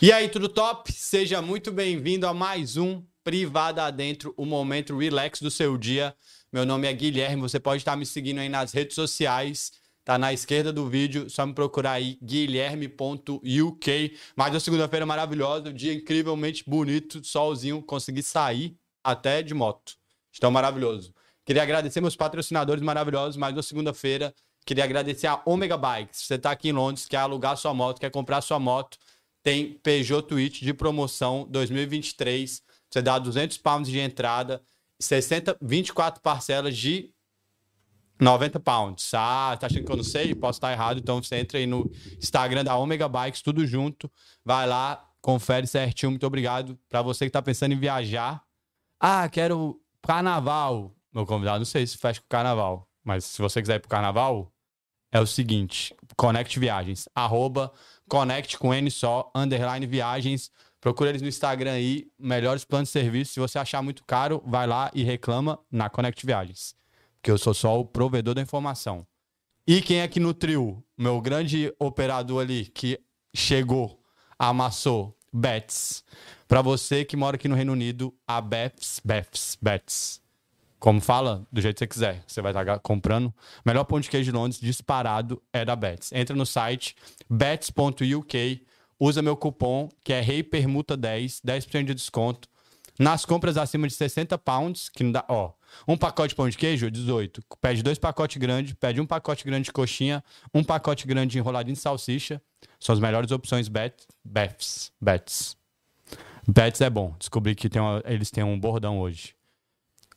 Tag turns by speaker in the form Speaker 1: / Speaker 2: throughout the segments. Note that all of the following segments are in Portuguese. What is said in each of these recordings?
Speaker 1: E aí, tudo top? Seja muito bem-vindo a mais um Privada Adentro, o momento relax do seu dia. Meu nome é Guilherme, você pode estar me seguindo aí nas redes sociais, tá na esquerda do vídeo, só me procurar aí, guilherme.uk. Mais uma segunda-feira maravilhosa, um dia incrivelmente bonito, solzinho, consegui sair até de moto. Estão maravilhoso. Queria agradecer meus patrocinadores maravilhosos, mais uma segunda-feira. Queria agradecer a Omega Bikes. Você está aqui em Londres, quer alugar sua moto, quer comprar sua moto, tem Peugeot Twitch de promoção 2023. Você dá 200 pounds de entrada, 60, 24 parcelas de 90 pounds. Ah, tá achando que eu não sei? Posso estar errado. Então você entra aí no Instagram da Omega Bikes, tudo junto. Vai lá, confere certinho. Muito obrigado. Para você que tá pensando em viajar. Ah, quero carnaval. Meu convidado, não sei se fecha com carnaval. Mas se você quiser ir pro carnaval, é o seguinte: Connect Viagens, arroba Connect com N só, underline viagens. Procura eles no Instagram aí, melhores planos de serviço. Se você achar muito caro, vai lá e reclama na Connect Viagens. Porque eu sou só o provedor da informação. E quem é que nutriu? Meu grande operador ali que chegou, amassou, Bets. Para você que mora aqui no Reino Unido, a Bets, Bets, Bets. Como fala, do jeito que você quiser. Você vai estar comprando. Melhor pão de queijo de Londres disparado é da Bets. Entra no site bets.uk, usa meu cupom que é REIPERMUTA10, 10% de desconto. Nas compras acima de 60 pounds, que não dá, ó, um pacote de pão de queijo, 18. Pede dois pacotes grandes, pede um pacote grande de coxinha, um pacote grande de enroladinho de salsicha. São as melhores opções bet, bets, bets. Bets é bom. Descobri que tem uma- eles têm um bordão hoje.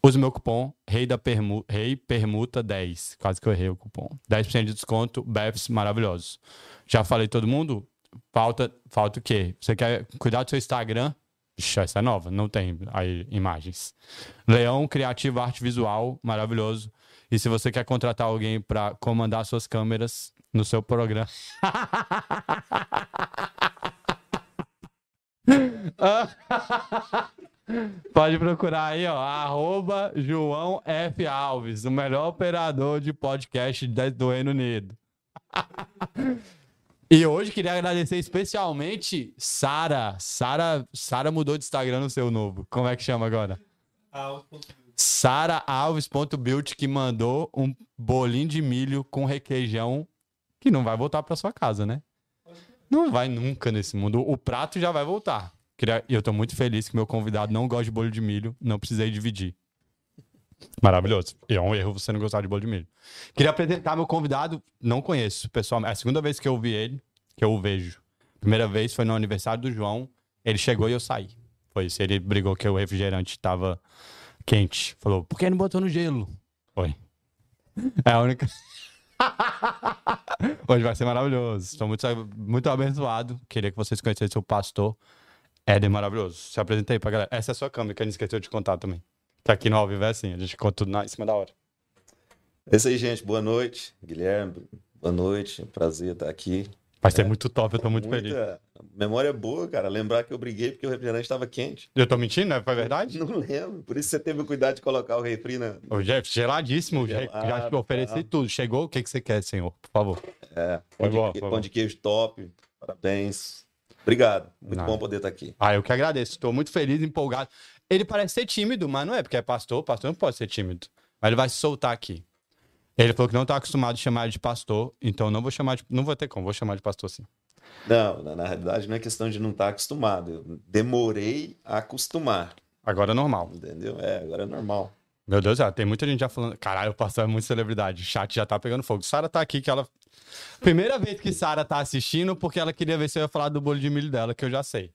Speaker 1: Use meu cupom Rei da Permu, Rei Permuta 10. Quase que eu errei o cupom. 10% de desconto, BEPS maravilhosos. Já falei todo mundo? Falta, falta o quê? Você quer cuidar do seu Instagram? Ixi, essa é nova, não tem aí imagens. Leão Criativo Arte Visual, maravilhoso. E se você quer contratar alguém para comandar suas câmeras no seu programa. Pode procurar aí, ó, arroba João F. Alves, o melhor operador de podcast da- do Reino Unido. e hoje queria agradecer especialmente Sara. Sara, Sara mudou de Instagram no seu novo. Como é que chama agora? saraalves.built que mandou um bolinho de milho com requeijão que não vai voltar para sua casa, né? Não vai nunca nesse mundo. O prato já vai voltar. Queria- E eu tô muito feliz que meu convidado não gosta de bolo de milho, não precisei dividir. Maravilhoso. E é um erro você não gostar de bolo de milho. Queria apresentar meu convidado, não conheço, pessoal. É a segunda vez que eu vi ele, que eu o vejo. Primeira vez foi no aniversário do João, ele chegou e eu saí. Foi isso, ele brigou que o refrigerante tava quente. Falou, por que não botou no gelo? Foi. É a única. Hoje vai ser maravilhoso. Estou muito, muito abençoado. Queria que vocês conhecessem o pastor Éder Maravilhoso. Se apresenta aí pra galera. Essa é a sua câmera que a gente esqueceu de contar também. Que aqui no ao vivo é assim, a gente conta tudo na, em cima da hora.
Speaker 2: É isso aí, gente. Boa noite, Guilherme. Boa noite. Prazer estar aqui.
Speaker 1: Vai ser muito top, eu tô muito
Speaker 2: É. Muita
Speaker 1: feliz.
Speaker 2: Memória boa, cara. Lembrar que eu briguei porque o refrigerante estava quente.
Speaker 1: Eu tô mentindo, né? Foi verdade?
Speaker 2: Não lembro. Por isso você teve o cuidado de colocar o refri na.
Speaker 1: O Jeff, geladíssimo. Já, já te
Speaker 2: Gelado,
Speaker 1: ofereci
Speaker 2: tá.
Speaker 1: tudo. Chegou, o que, que você quer, senhor? Por favor.
Speaker 2: É,
Speaker 1: Foi
Speaker 2: pão, de,
Speaker 1: bom,
Speaker 2: que-
Speaker 1: foi bom.
Speaker 2: pão de queijo top. Parabéns. Obrigado. Muito
Speaker 1: Nada.
Speaker 2: bom poder estar aqui.
Speaker 1: Ah, eu que agradeço. Estou muito feliz, empolgado. Ele parece ser tímido, mas não é, porque é pastor. Pastor não pode ser tímido. Mas ele vai se soltar aqui. Ele falou que não está acostumado a chamar ele de pastor, então não vou chamar de. Não vou ter como, vou chamar de pastor sim.
Speaker 2: Não, na, na realidade não é questão de não estar acostumado. Eu demorei a acostumar,
Speaker 1: Agora é normal.
Speaker 2: entendeu? É, agora é normal.
Speaker 1: Meu Deus, ah, tem muita gente já falando. Caralho, o pastor é muito celebridade. O chat já tá pegando fogo. Sara tá aqui, que ela. Primeira vez que Sara tá assistindo, porque ela queria ver se eu ia falar do bolo de milho dela, que eu já sei.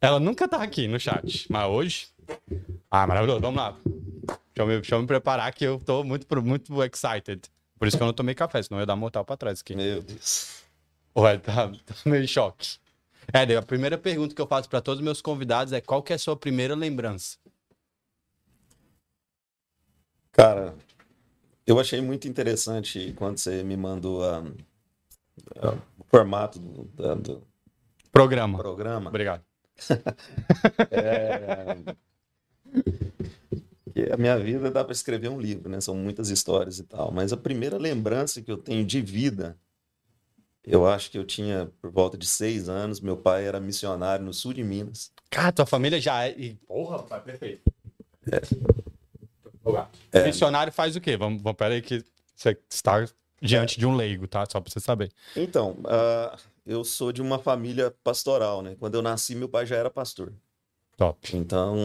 Speaker 1: Ela nunca tá aqui no chat, mas hoje. Ah, maravilhoso. Vamos lá. Deixa eu me, deixa eu me preparar, que eu tô muito, pro- muito excited. Por isso que eu não tomei café, senão eu ia dar mortal pra trás aqui.
Speaker 2: Meu Deus.
Speaker 1: Ué, tá, tá meio em choque. É, a primeira pergunta que eu faço pra todos os meus convidados é qual que é a sua primeira lembrança?
Speaker 2: Cara, eu achei muito interessante quando você me mandou a- a- o formato do, da- do
Speaker 1: Programa.
Speaker 2: programa.
Speaker 1: Obrigado.
Speaker 2: Porque a minha vida dá para escrever um livro, né? São muitas histórias e tal. Mas a primeira lembrança que eu tenho de vida, eu acho que eu tinha por volta de seis anos. Meu pai era missionário no sul de Minas.
Speaker 1: Cara, tua família já é. e- Porra, pai, perfeito. Vamos
Speaker 2: É.
Speaker 1: lá. Missionário faz o quê? Vamos, vamos pera aí que você está diante de um leigo, tá? Só pra você saber.
Speaker 2: Então, ah, eu sou de uma família pastoral, né? Quando eu nasci, meu pai já era pastor.
Speaker 1: Top.
Speaker 2: Então,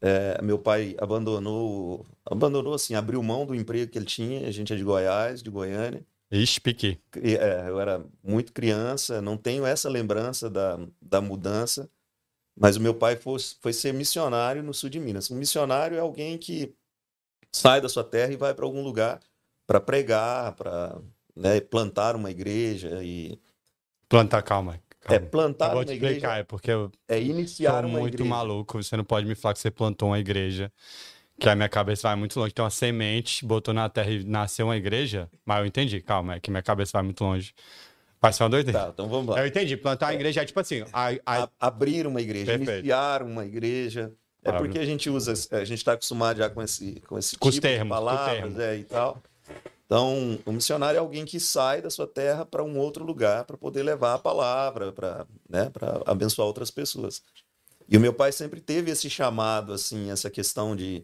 Speaker 2: é, meu pai abandonou, abandonou assim, abriu mão do emprego que ele tinha. A gente é de Goiás, de Goiânia.
Speaker 1: Ixi, pique.
Speaker 2: Cri- é, eu era muito criança, não tenho essa lembrança da, da mudança, mas o meu pai foi, foi ser missionário no sul de Minas. Um missionário é alguém que sai da sua terra e vai para algum lugar para pregar, para né, plantar uma igreja e
Speaker 1: Plantar, calma.
Speaker 2: é
Speaker 1: calma. eu
Speaker 2: plantar
Speaker 1: vou te
Speaker 2: uma igreja
Speaker 1: explicar, é porque eu
Speaker 2: é
Speaker 1: sou
Speaker 2: iniciar uma
Speaker 1: muito
Speaker 2: igreja.
Speaker 1: maluco. Você não pode me falar que você plantou uma igreja. Que a minha cabeça vai muito longe. Tem uma semente, botou na terra e nasceu uma igreja. Mas eu entendi, calma, é que minha cabeça vai muito longe. Vai ser uma doideira.
Speaker 2: Tá, então vamos lá.
Speaker 1: Eu entendi, plantar uma igreja é tipo assim, a- a-
Speaker 2: a- abrir uma igreja,
Speaker 1: Perfeito.
Speaker 2: iniciar uma igreja. É
Speaker 1: Maravilha.
Speaker 2: porque a gente usa, a gente está acostumado já com esse, com esse
Speaker 1: Com os
Speaker 2: tipo
Speaker 1: termos,
Speaker 2: de
Speaker 1: com o
Speaker 2: palavras
Speaker 1: termo.
Speaker 2: é, e tal. Então, o missionário é alguém que sai da sua terra para um outro lugar para poder levar a palavra, para né, pra abençoar outras pessoas. E o meu pai sempre teve esse chamado, assim, essa questão de,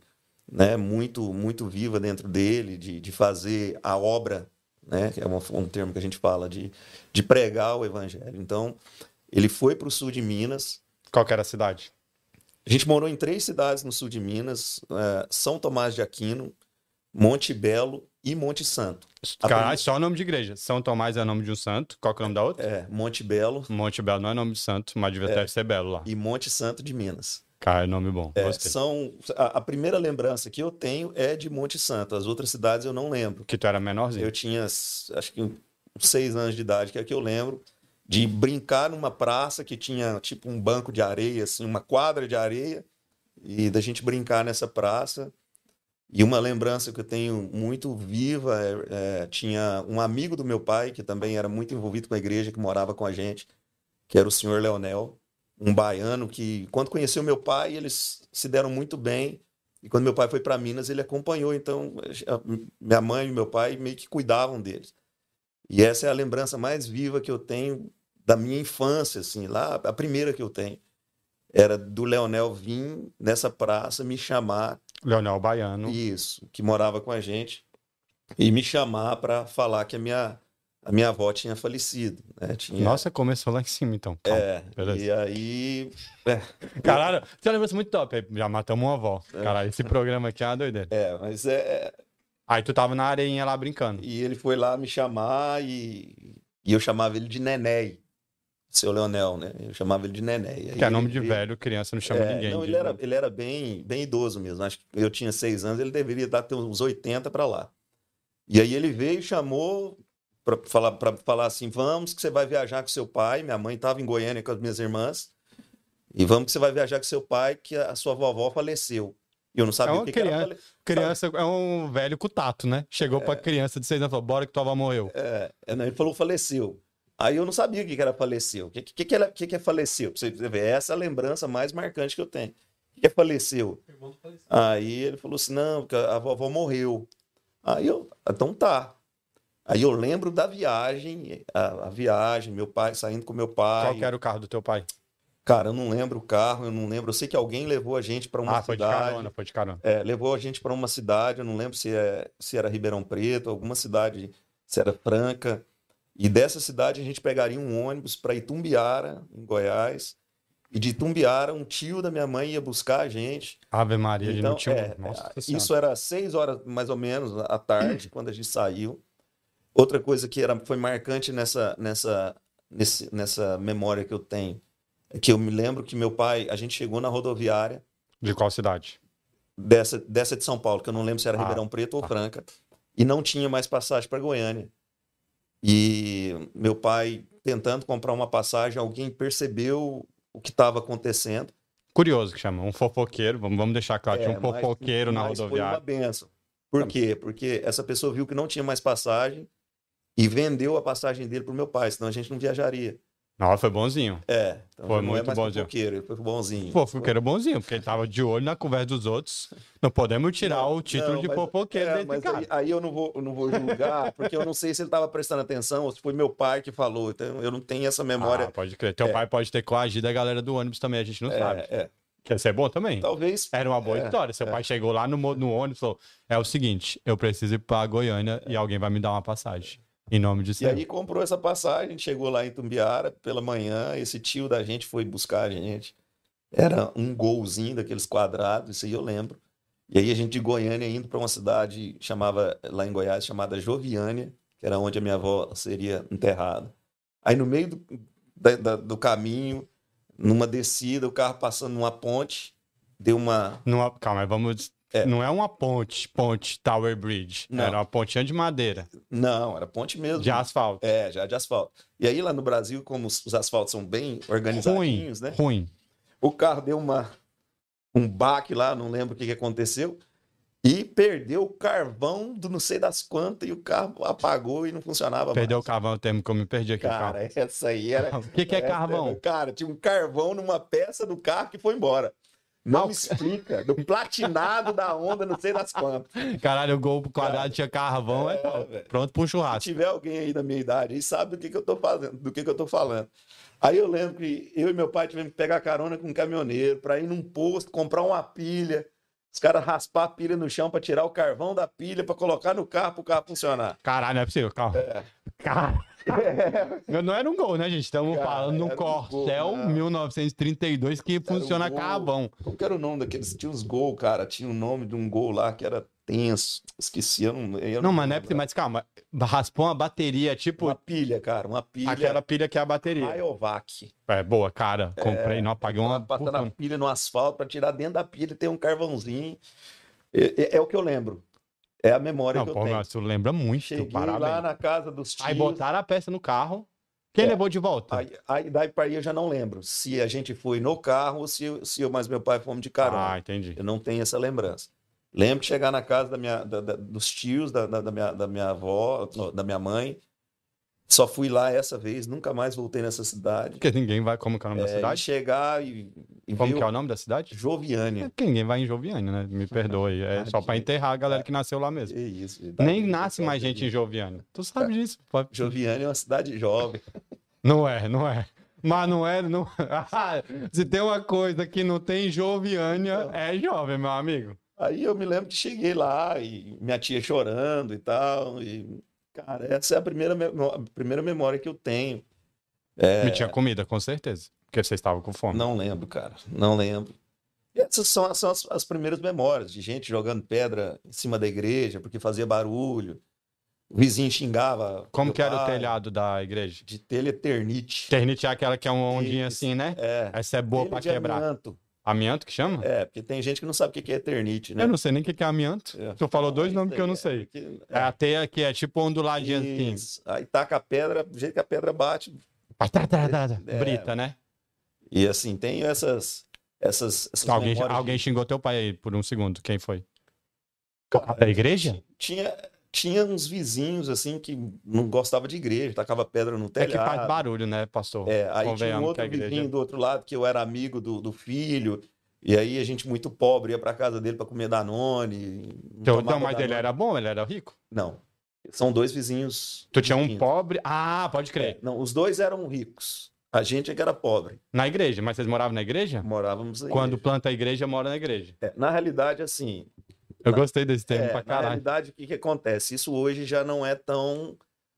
Speaker 2: né, muito, muito viva dentro dele, de, de fazer a obra, né, que é uma- um termo que a gente fala, de, de pregar o evangelho. Então, ele foi para o sul de Minas,
Speaker 1: qual que era a cidade?
Speaker 2: a gente morou em três cidades no sul de Minas: eh, São Tomás de Aquino, Monte Belo e Monte Santo. A
Speaker 1: Caralho, é só nome de igreja. São Tomás é o nome de um santo. Qual que é o nome da outra?
Speaker 2: É, Monte Belo
Speaker 1: Monte Belo não é nome de santo, mas devia deve ser belo lá.
Speaker 2: e Monte Santo de Minas.
Speaker 1: Cara, é nome bom.
Speaker 2: É,
Speaker 1: Gostei.
Speaker 2: são a, a primeira lembrança que eu tenho é de Monte Santo. As outras cidades eu não lembro.
Speaker 1: Que tu era menorzinho.
Speaker 2: Eu tinha s- acho que uns seis anos de idade, que é que eu lembro de brincar numa praça que tinha tipo um banco de areia, assim, uma quadra de areia, e da gente brincar nessa praça. E uma lembrança que eu tenho muito viva é, é, tinha um amigo do meu pai que também era muito envolvido com a igreja, que morava com a gente, que era o senhor Leonel, um baiano que quando conheceu meu pai eles se deram muito bem. E quando meu pai foi para Minas ele acompanhou, então a- minha mãe e meu pai meio que cuidavam deles. E essa é a lembrança mais viva que eu tenho da minha infância, assim, lá, a primeira que eu tenho. Era do Leonel vir nessa praça me chamar,
Speaker 1: Leonel Baiano.
Speaker 2: isso, que morava com a gente, e me chamar para falar que a minha, a minha avó tinha falecido. Né? Tinha,
Speaker 1: Nossa, começou lá em cima, então. Calma.
Speaker 2: é,
Speaker 1: beleza.
Speaker 2: e aí.
Speaker 1: Caralho, tem uma lembrança muito top. Aí Já matamos uma avó. Caralho, esse programa aqui é uma doideira.
Speaker 2: É, mas é,
Speaker 1: Aí tu tava na areinha lá brincando.
Speaker 2: E ele foi lá me chamar e, e eu chamava ele de Nené. Seu Leonel, né? Eu chamava ele de Nené. E aí
Speaker 1: Que é nome de
Speaker 2: ele-
Speaker 1: velho, criança não chama
Speaker 2: é,
Speaker 1: ninguém.
Speaker 2: Não,
Speaker 1: de-
Speaker 2: ele era, ele era bem, bem idoso mesmo. Acho que eu tinha seis anos, ele deveria dar ter uns 80 para lá. E aí ele veio e chamou para falar, pra falar assim: vamos que você vai viajar com seu pai. Minha mãe estava em Goiânia com as minhas irmãs. E vamos que você vai viajar com seu pai, que a sua vovó faleceu. E eu não sabia
Speaker 1: É uma
Speaker 2: o que, que era.
Speaker 1: criança.
Speaker 2: fale-
Speaker 1: Criança é um velho com tato, né? Chegou pra criança de seis anos e falou: bora que tua avó morreu.
Speaker 2: É, é, não, ele falou faleceu. Aí eu não sabia o que que era faleceu. O que, que, que, era- que que é faleceu? Pra você ver, essa é a lembrança mais marcante que eu tenho. O que que é faleceu? Aí ele falou assim: não, porque a vovó morreu. Aí eu, então tá. Aí eu lembro da viagem, a, a viagem, meu pai saindo com meu pai.
Speaker 1: Qual que era o carro do teu pai?
Speaker 2: Cara, eu não lembro o carro, eu não lembro. Eu sei que alguém levou a gente para uma
Speaker 1: Ah, foi de
Speaker 2: cidade.
Speaker 1: carona, foi de carona.
Speaker 2: É, levou a gente para uma cidade, eu não lembro se, é- se era Ribeirão Preto, alguma cidade, se era Franca. E dessa cidade a gente pegaria um ônibus para Itumbiara, em Goiás. E de Itumbiara, um tio da minha mãe ia buscar a gente.
Speaker 1: Ave Maria, ele não
Speaker 2: Então,
Speaker 1: tinha. um-
Speaker 2: é,
Speaker 1: Nossa
Speaker 2: é,
Speaker 1: Senhora.
Speaker 2: isso era seis horas, mais ou menos, à tarde, quando a gente saiu. Outra coisa que era, foi marcante nessa, nessa, nesse- nessa memória que eu tenho é que eu me lembro que meu pai, a gente chegou na rodoviária
Speaker 1: De qual cidade?
Speaker 2: dessa, dessa de São Paulo, que eu não lembro se era
Speaker 1: Ah,
Speaker 2: Ribeirão Preto
Speaker 1: tá.
Speaker 2: ou Franca, e não tinha mais passagem para Goiânia. E meu pai tentando comprar uma passagem, alguém percebeu o que estava acontecendo.
Speaker 1: Curioso que chama, um fofoqueiro, vamos, vamos deixar claro, tinha
Speaker 2: É,
Speaker 1: um
Speaker 2: mas-
Speaker 1: fofoqueiro na
Speaker 2: mas
Speaker 1: rodoviária.
Speaker 2: Foi uma benção. Por quê? Porque essa pessoa viu que não tinha mais passagem e vendeu a passagem dele para o meu pai, senão a gente não viajaria.
Speaker 1: Não, foi bonzinho.
Speaker 2: É. Então
Speaker 1: Foi
Speaker 2: já não é
Speaker 1: muito
Speaker 2: mais
Speaker 1: bonzinho.
Speaker 2: fofoqueiro, ele foi bonzinho.
Speaker 1: Pô, fofoqueiro bonzinho, porque ele tava de olho na conversa dos outros. Não podemos tirar o título
Speaker 2: Não,
Speaker 1: de
Speaker 2: mas-
Speaker 1: fofoqueiro
Speaker 2: é,
Speaker 1: desse
Speaker 2: mas
Speaker 1: cara.
Speaker 2: Aí, aí eu não vou, eu não vou julgar, porque eu não sei se ele estava prestando atenção ou se foi meu pai que falou. Então eu não tenho essa
Speaker 1: Ah,
Speaker 2: memória.
Speaker 1: pode crer. Teu
Speaker 2: É.
Speaker 1: pai pode ter coagido a galera do ônibus também, a gente não sabe.
Speaker 2: é, é.
Speaker 1: Quer ser bom também.
Speaker 2: Talvez.
Speaker 1: Era uma boa
Speaker 2: É,
Speaker 1: história. Seu
Speaker 2: é.
Speaker 1: pai chegou lá no, mo- no ônibus e falou: É o seguinte, eu preciso ir pra Goiânia e alguém vai me dar uma passagem. Em nome de
Speaker 2: E
Speaker 1: Senhor.
Speaker 2: aí comprou essa passagem, chegou lá em Tumbiara pela manhã, esse tio da gente foi buscar a gente. Era um golzinho daqueles quadrados, isso aí eu lembro. E aí a gente de Goiânia indo para uma cidade chamava lá em Goiás chamada Joviânia, que era onde a minha avó seria enterrada. Aí no meio do, da- da- do caminho, numa descida, o carro passando numa ponte, deu uma
Speaker 1: Numa- calma, aí, vamos.
Speaker 2: É.
Speaker 1: Não é uma ponte, ponte Tower Bridge.
Speaker 2: Não.
Speaker 1: Era uma pontinha de madeira,
Speaker 2: não, era ponte mesmo.
Speaker 1: de asfalto.
Speaker 2: É, já de asfalto. E aí lá no Brasil, como os os asfaltos são bem
Speaker 1: ruim,
Speaker 2: organizadinhos, né?
Speaker 1: ruim.
Speaker 2: O carro deu uma, um baque lá, não lembro o que, que aconteceu, e perdeu o carvão do não sei das quantas, e o carro apagou e não funcionava
Speaker 1: Perdeu o
Speaker 2: mais.
Speaker 1: carvão, o termo que eu me perdi aqui. calma.
Speaker 2: Cara, essa aí era.
Speaker 1: O que, que é
Speaker 2: essa era-
Speaker 1: carvão?
Speaker 2: Cara, tinha um carvão numa peça do carro que foi embora.
Speaker 1: Ah,
Speaker 2: Não
Speaker 1: o-
Speaker 2: me explica. Do platinado da onda, não sei das quantas.
Speaker 1: Caralho, o gol quadrado tinha carvão. É,
Speaker 2: É,
Speaker 1: top.
Speaker 2: velho.
Speaker 1: Pronto pro
Speaker 2: Se
Speaker 1: churrasco.
Speaker 2: tiver alguém aí da minha idade e sabe do que, que eu tô fazendo, do que, que eu tô falando. Aí eu lembro que eu e meu pai tivemos que pegar carona com um caminhoneiro para ir num posto, comprar uma pilha, os caras raspar a pilha no chão para tirar o carvão da pilha para colocar no carro para o carro funcionar.
Speaker 1: Caralho, não é possível. Calma. Cara. Eu- Não era um gol, né, gente? Estamos
Speaker 2: Cara,
Speaker 1: falando
Speaker 2: era
Speaker 1: num É
Speaker 2: um gol,
Speaker 1: Corcel
Speaker 2: não.
Speaker 1: 1932 que funciona
Speaker 2: gol.
Speaker 1: carvão.
Speaker 2: Qual que era o nome daqueles? Tinha uns gol, cara. Tinha o nome de um gol lá que era tenso. Esqueci, eu não. Eu
Speaker 1: Não, mas não é
Speaker 2: lembro.
Speaker 1: possível. Mas calma, raspou uma bateria, tipo
Speaker 2: um né? Uma pilha, cara. Uma pilha.
Speaker 1: aquela pilha que é a bateria.
Speaker 2: Rayovac.
Speaker 1: É, boa, cara. Comprei, não apaguei uma.
Speaker 2: É, tá passando a
Speaker 1: puta-
Speaker 2: pilha no asfalto para tirar dentro da pilha tem um carvãozinho. É, é- é o que eu lembro. É a memória
Speaker 1: Não,
Speaker 2: que eu
Speaker 1: pô,
Speaker 2: tenho.
Speaker 1: nossa, tu lembra muito,
Speaker 2: Cheguei
Speaker 1: parabéns.
Speaker 2: lá na casa dos tios.
Speaker 1: Aí botaram a peça no carro. Quem
Speaker 2: É.
Speaker 1: levou de volta?
Speaker 2: Aí, aí daí para aí eu já não lembro se a gente foi no carro ou se, eu- se eu mais meu pai fomos de carona.
Speaker 1: ah, entendi.
Speaker 2: Eu não tenho essa lembrança. Lembro de chegar na casa da minha, da- da- dos tios, da, da- da minha, da minha avó, no- da minha mãe. Só fui lá essa vez, nunca mais voltei nessa cidade.
Speaker 1: Porque ninguém vai. Como que é o nome da
Speaker 2: É, e
Speaker 1: cidade?
Speaker 2: chegar e, e
Speaker 1: Como
Speaker 2: ver
Speaker 1: que é o nome da cidade? É
Speaker 2: Joviânia.
Speaker 1: porque ninguém vai em Joviane, né? Me perdoe. É só pra enterrar a galera que
Speaker 2: Tá.
Speaker 1: nasceu lá mesmo.
Speaker 2: Que isso, idade
Speaker 1: Nem
Speaker 2: do
Speaker 1: nasce
Speaker 2: pessoal
Speaker 1: mais
Speaker 2: de
Speaker 1: gente em Joviane. Tu
Speaker 2: Tá.
Speaker 1: sabe disso. pô.
Speaker 2: Joviânia é uma cidade jovem.
Speaker 1: Não é, não é. Mas não é. Não... Ah, se tem uma coisa que não tem Joviânia, é jovem, meu amigo.
Speaker 2: Aí eu me lembro que cheguei lá e minha tia chorando e tal. E, cara, essa é a primeira, memó- a primeira memória que eu tenho.
Speaker 1: Me tinha comida, com certeza. Porque vocês estavam com fome.
Speaker 2: É. Não lembro, cara. Não lembro. E essas são, são as, as primeiras memórias de gente jogando pedra em cima da igreja porque fazia barulho. O vizinho xingava.
Speaker 1: Como
Speaker 2: meu
Speaker 1: que era o
Speaker 2: pai,
Speaker 1: telhado da igreja?
Speaker 2: De telha eternite.
Speaker 1: Ternite é aquela que é uma ondinha
Speaker 2: Isso.
Speaker 1: assim, né?
Speaker 2: É.
Speaker 1: Essa é boa
Speaker 2: telha
Speaker 1: pra
Speaker 2: de
Speaker 1: quebrar.
Speaker 2: amianto.
Speaker 1: Amianto que chama?
Speaker 2: É, porque tem gente que não sabe o que que é eternite, né?
Speaker 1: Eu não sei nem o que que é amianto.
Speaker 2: É.
Speaker 1: Tu falou dois
Speaker 2: Isso
Speaker 1: nomes que eu
Speaker 2: aí
Speaker 1: não
Speaker 2: é
Speaker 1: sei.
Speaker 2: porque-
Speaker 1: É a teia que é tipo onduladinha assim.
Speaker 2: Isso. Aí taca a pedra, do jeito que a pedra bate.
Speaker 1: Pá, tá, tá, tá, tá.
Speaker 2: É.
Speaker 1: Brita, né?
Speaker 2: E assim, tem essas. essas, essas
Speaker 1: Alguém,
Speaker 2: memórias de-
Speaker 1: alguém xingou teu pai aí por um segundo. Quem foi? Da igreja?
Speaker 2: Tinha, tinha uns vizinhos, assim, que não gostava de igreja, tacava pedra no
Speaker 1: É
Speaker 2: telhado.
Speaker 1: que faz barulho, né, pastor?
Speaker 2: É, aí tinha um
Speaker 1: Convenhamos que a
Speaker 2: outro
Speaker 1: igreja-
Speaker 2: vizinho do outro lado que eu era amigo do, do filho. E aí a gente muito pobre ia pra casa dele pra comer Danone. não
Speaker 1: Então,
Speaker 2: tomava
Speaker 1: não, mas ele
Speaker 2: Danone.
Speaker 1: era bom, ele era rico.
Speaker 2: Não. São dois vizinhos.
Speaker 1: Tu tinha um
Speaker 2: vizinhos.
Speaker 1: pobre. Ah, pode crer.
Speaker 2: Não, os dois eram ricos. A gente é que era pobre.
Speaker 1: Na igreja, mas vocês moravam na igreja?
Speaker 2: Morávamos aí.
Speaker 1: Quando planta a igreja, mora na igreja.
Speaker 2: É, na realidade, assim,
Speaker 1: Eu gostei desse termo
Speaker 2: é,
Speaker 1: pra
Speaker 2: na
Speaker 1: caralho.
Speaker 2: realidade, o que, que acontece? Isso hoje já não é tão.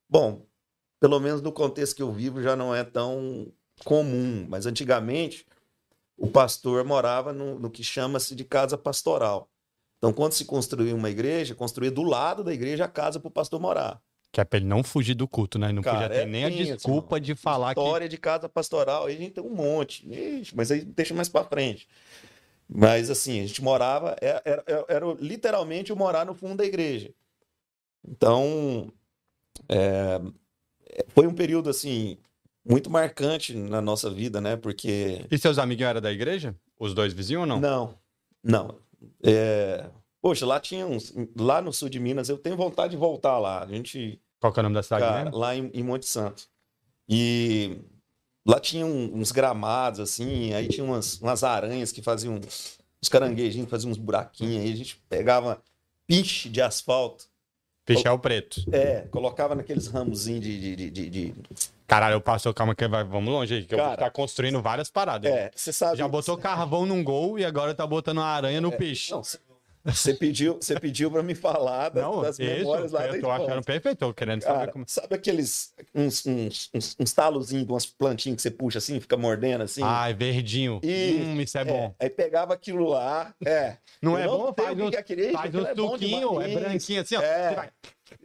Speaker 2: Bom, pelo menos no contexto que eu vivo, já não é tão comum. Mas antigamente, o pastor morava no, no que chama-se de casa pastoral. Então, quando se construía uma igreja, construía do lado da igreja a casa para o pastor morar.
Speaker 1: Que é pra ele não fugir do culto, né? Não
Speaker 2: Cara,
Speaker 1: podia ter
Speaker 2: é
Speaker 1: nem a
Speaker 2: tenso,
Speaker 1: desculpa de falar que.
Speaker 2: História de casa pastoral, aí a gente tem um monte. Ixi, mas aí deixa mais para frente. Mas assim, a gente morava, era, era- era literalmente o morar no fundo da igreja. Então, é, foi um período assim muito marcante na nossa vida, né? Porque
Speaker 1: E seus amiguinhos eram da igreja? Os dois vizinhos ou não?
Speaker 2: não, não. É, Poxa, lá tinha uns, lá no sul de Minas, eu tenho vontade de voltar lá. A gente
Speaker 1: Qual que é o nome da cidade
Speaker 2: Cara,
Speaker 1: mesmo?
Speaker 2: lá em, em Monte Santo. E Lá tinha um- uns gramados, assim, aí tinha umas, umas aranhas que faziam uns, uns caranguejinhos, faziam uns buraquinhos, aí a gente pegava piche de asfalto,
Speaker 1: Pichel preto.
Speaker 2: é, colocava naqueles ramozinhos de- de- de- de- de
Speaker 1: Caralho, eu passo, calma que vai, vamos longe aí, que eu vou
Speaker 2: Cara.
Speaker 1: ficar construindo várias paradas.
Speaker 2: É, você sabe.
Speaker 1: Já botou carvão num gol e agora tá botando uma aranha no peixe.
Speaker 2: É, Não, c- você pediu, você pediu para me falar da-
Speaker 1: Não,
Speaker 2: das memórias
Speaker 1: isso,
Speaker 2: lá da
Speaker 1: eu tô achando
Speaker 2: infância.
Speaker 1: perfeito, tô querendo saber
Speaker 2: Cara,
Speaker 1: como...
Speaker 2: sabe aqueles uns, uns, uns, uns talozinhos de umas plantinhas que você puxa assim, fica mordendo assim?
Speaker 1: é. Ai, verdinho.
Speaker 2: Isso,
Speaker 1: Hum, isso Ah, é bom.
Speaker 2: Aí pegava aquilo lá, é.
Speaker 1: Não
Speaker 2: Eu
Speaker 1: é bom?
Speaker 2: sei
Speaker 1: Faz
Speaker 2: o que
Speaker 1: um,
Speaker 2: que é aquele-
Speaker 1: faz
Speaker 2: aquilo
Speaker 1: um
Speaker 2: é bom
Speaker 1: suquinho, é
Speaker 2: demais.
Speaker 1: branquinho assim, ó.
Speaker 2: É.
Speaker 1: Você vai-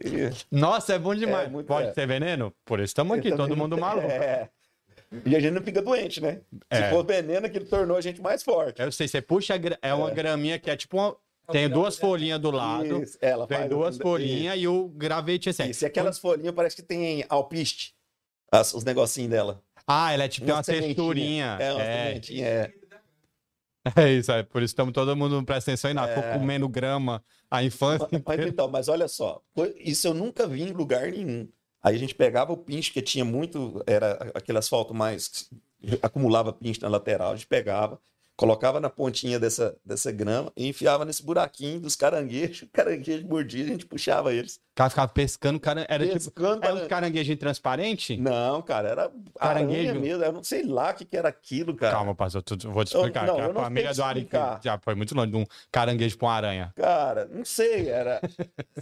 Speaker 2: E-
Speaker 1: Nossa, é bom demais.
Speaker 2: muito-
Speaker 1: Pode
Speaker 2: é.
Speaker 1: ter veneno? Por isso estamos aqui,
Speaker 2: Eu
Speaker 1: todo
Speaker 2: também-
Speaker 1: mundo maluco.
Speaker 2: É. E a gente não fica doente, né?
Speaker 1: É.
Speaker 2: Se for veneno, aquilo tornou a gente mais forte.
Speaker 1: Eu sei, você puxa, a gra- é uma
Speaker 2: É.
Speaker 1: graminha que é tipo uma... Tem duas folhinhas do lado,
Speaker 2: Isso, ela
Speaker 1: tem
Speaker 2: faz-
Speaker 1: duas folhinhas e o gravete assim.
Speaker 2: Isso, e aquelas folhinhas parece que tem alpiste, as- os negocinhos dela.
Speaker 1: Ah, ela é tipo tem
Speaker 2: Uma
Speaker 1: uma
Speaker 2: sementinha.
Speaker 1: texturinha.
Speaker 2: É, uma
Speaker 1: é,
Speaker 2: sementinha, é.
Speaker 1: É isso, é por isso estamos todo mundo presta atenção aí na
Speaker 2: É.
Speaker 1: ficou comendo grama a infância
Speaker 2: Mas- Mas,
Speaker 1: inteira.
Speaker 2: então, mas olha só, co- isso eu nunca vi em lugar nenhum. Aí a gente pegava o pinche, que tinha muito, era aquele asfalto mais, que se- acumulava pinche na lateral, a gente pegava, colocava na pontinha dessa, dessa grama e enfiava nesse buraquinho dos caranguejos, caranguejo mordia, a gente puxava eles.
Speaker 1: O cara ficava pescando, cara, era tipo,
Speaker 2: Pescando,
Speaker 1: era um
Speaker 2: cara-
Speaker 1: caranguejinho transparente?
Speaker 2: Não, cara, era
Speaker 1: Caranguejo?
Speaker 2: aranha mesmo, eu não sei lá o que, que era aquilo, cara.
Speaker 1: Calma, pastor, tu- tu- vou te
Speaker 2: Eu-
Speaker 1: explicar.
Speaker 2: não,
Speaker 1: que a
Speaker 2: eu não
Speaker 1: família
Speaker 2: sei
Speaker 1: do Ari que
Speaker 2: explicar.
Speaker 1: já foi muito longe de um caranguejo pra uma aranha.
Speaker 2: Cara, não sei, era...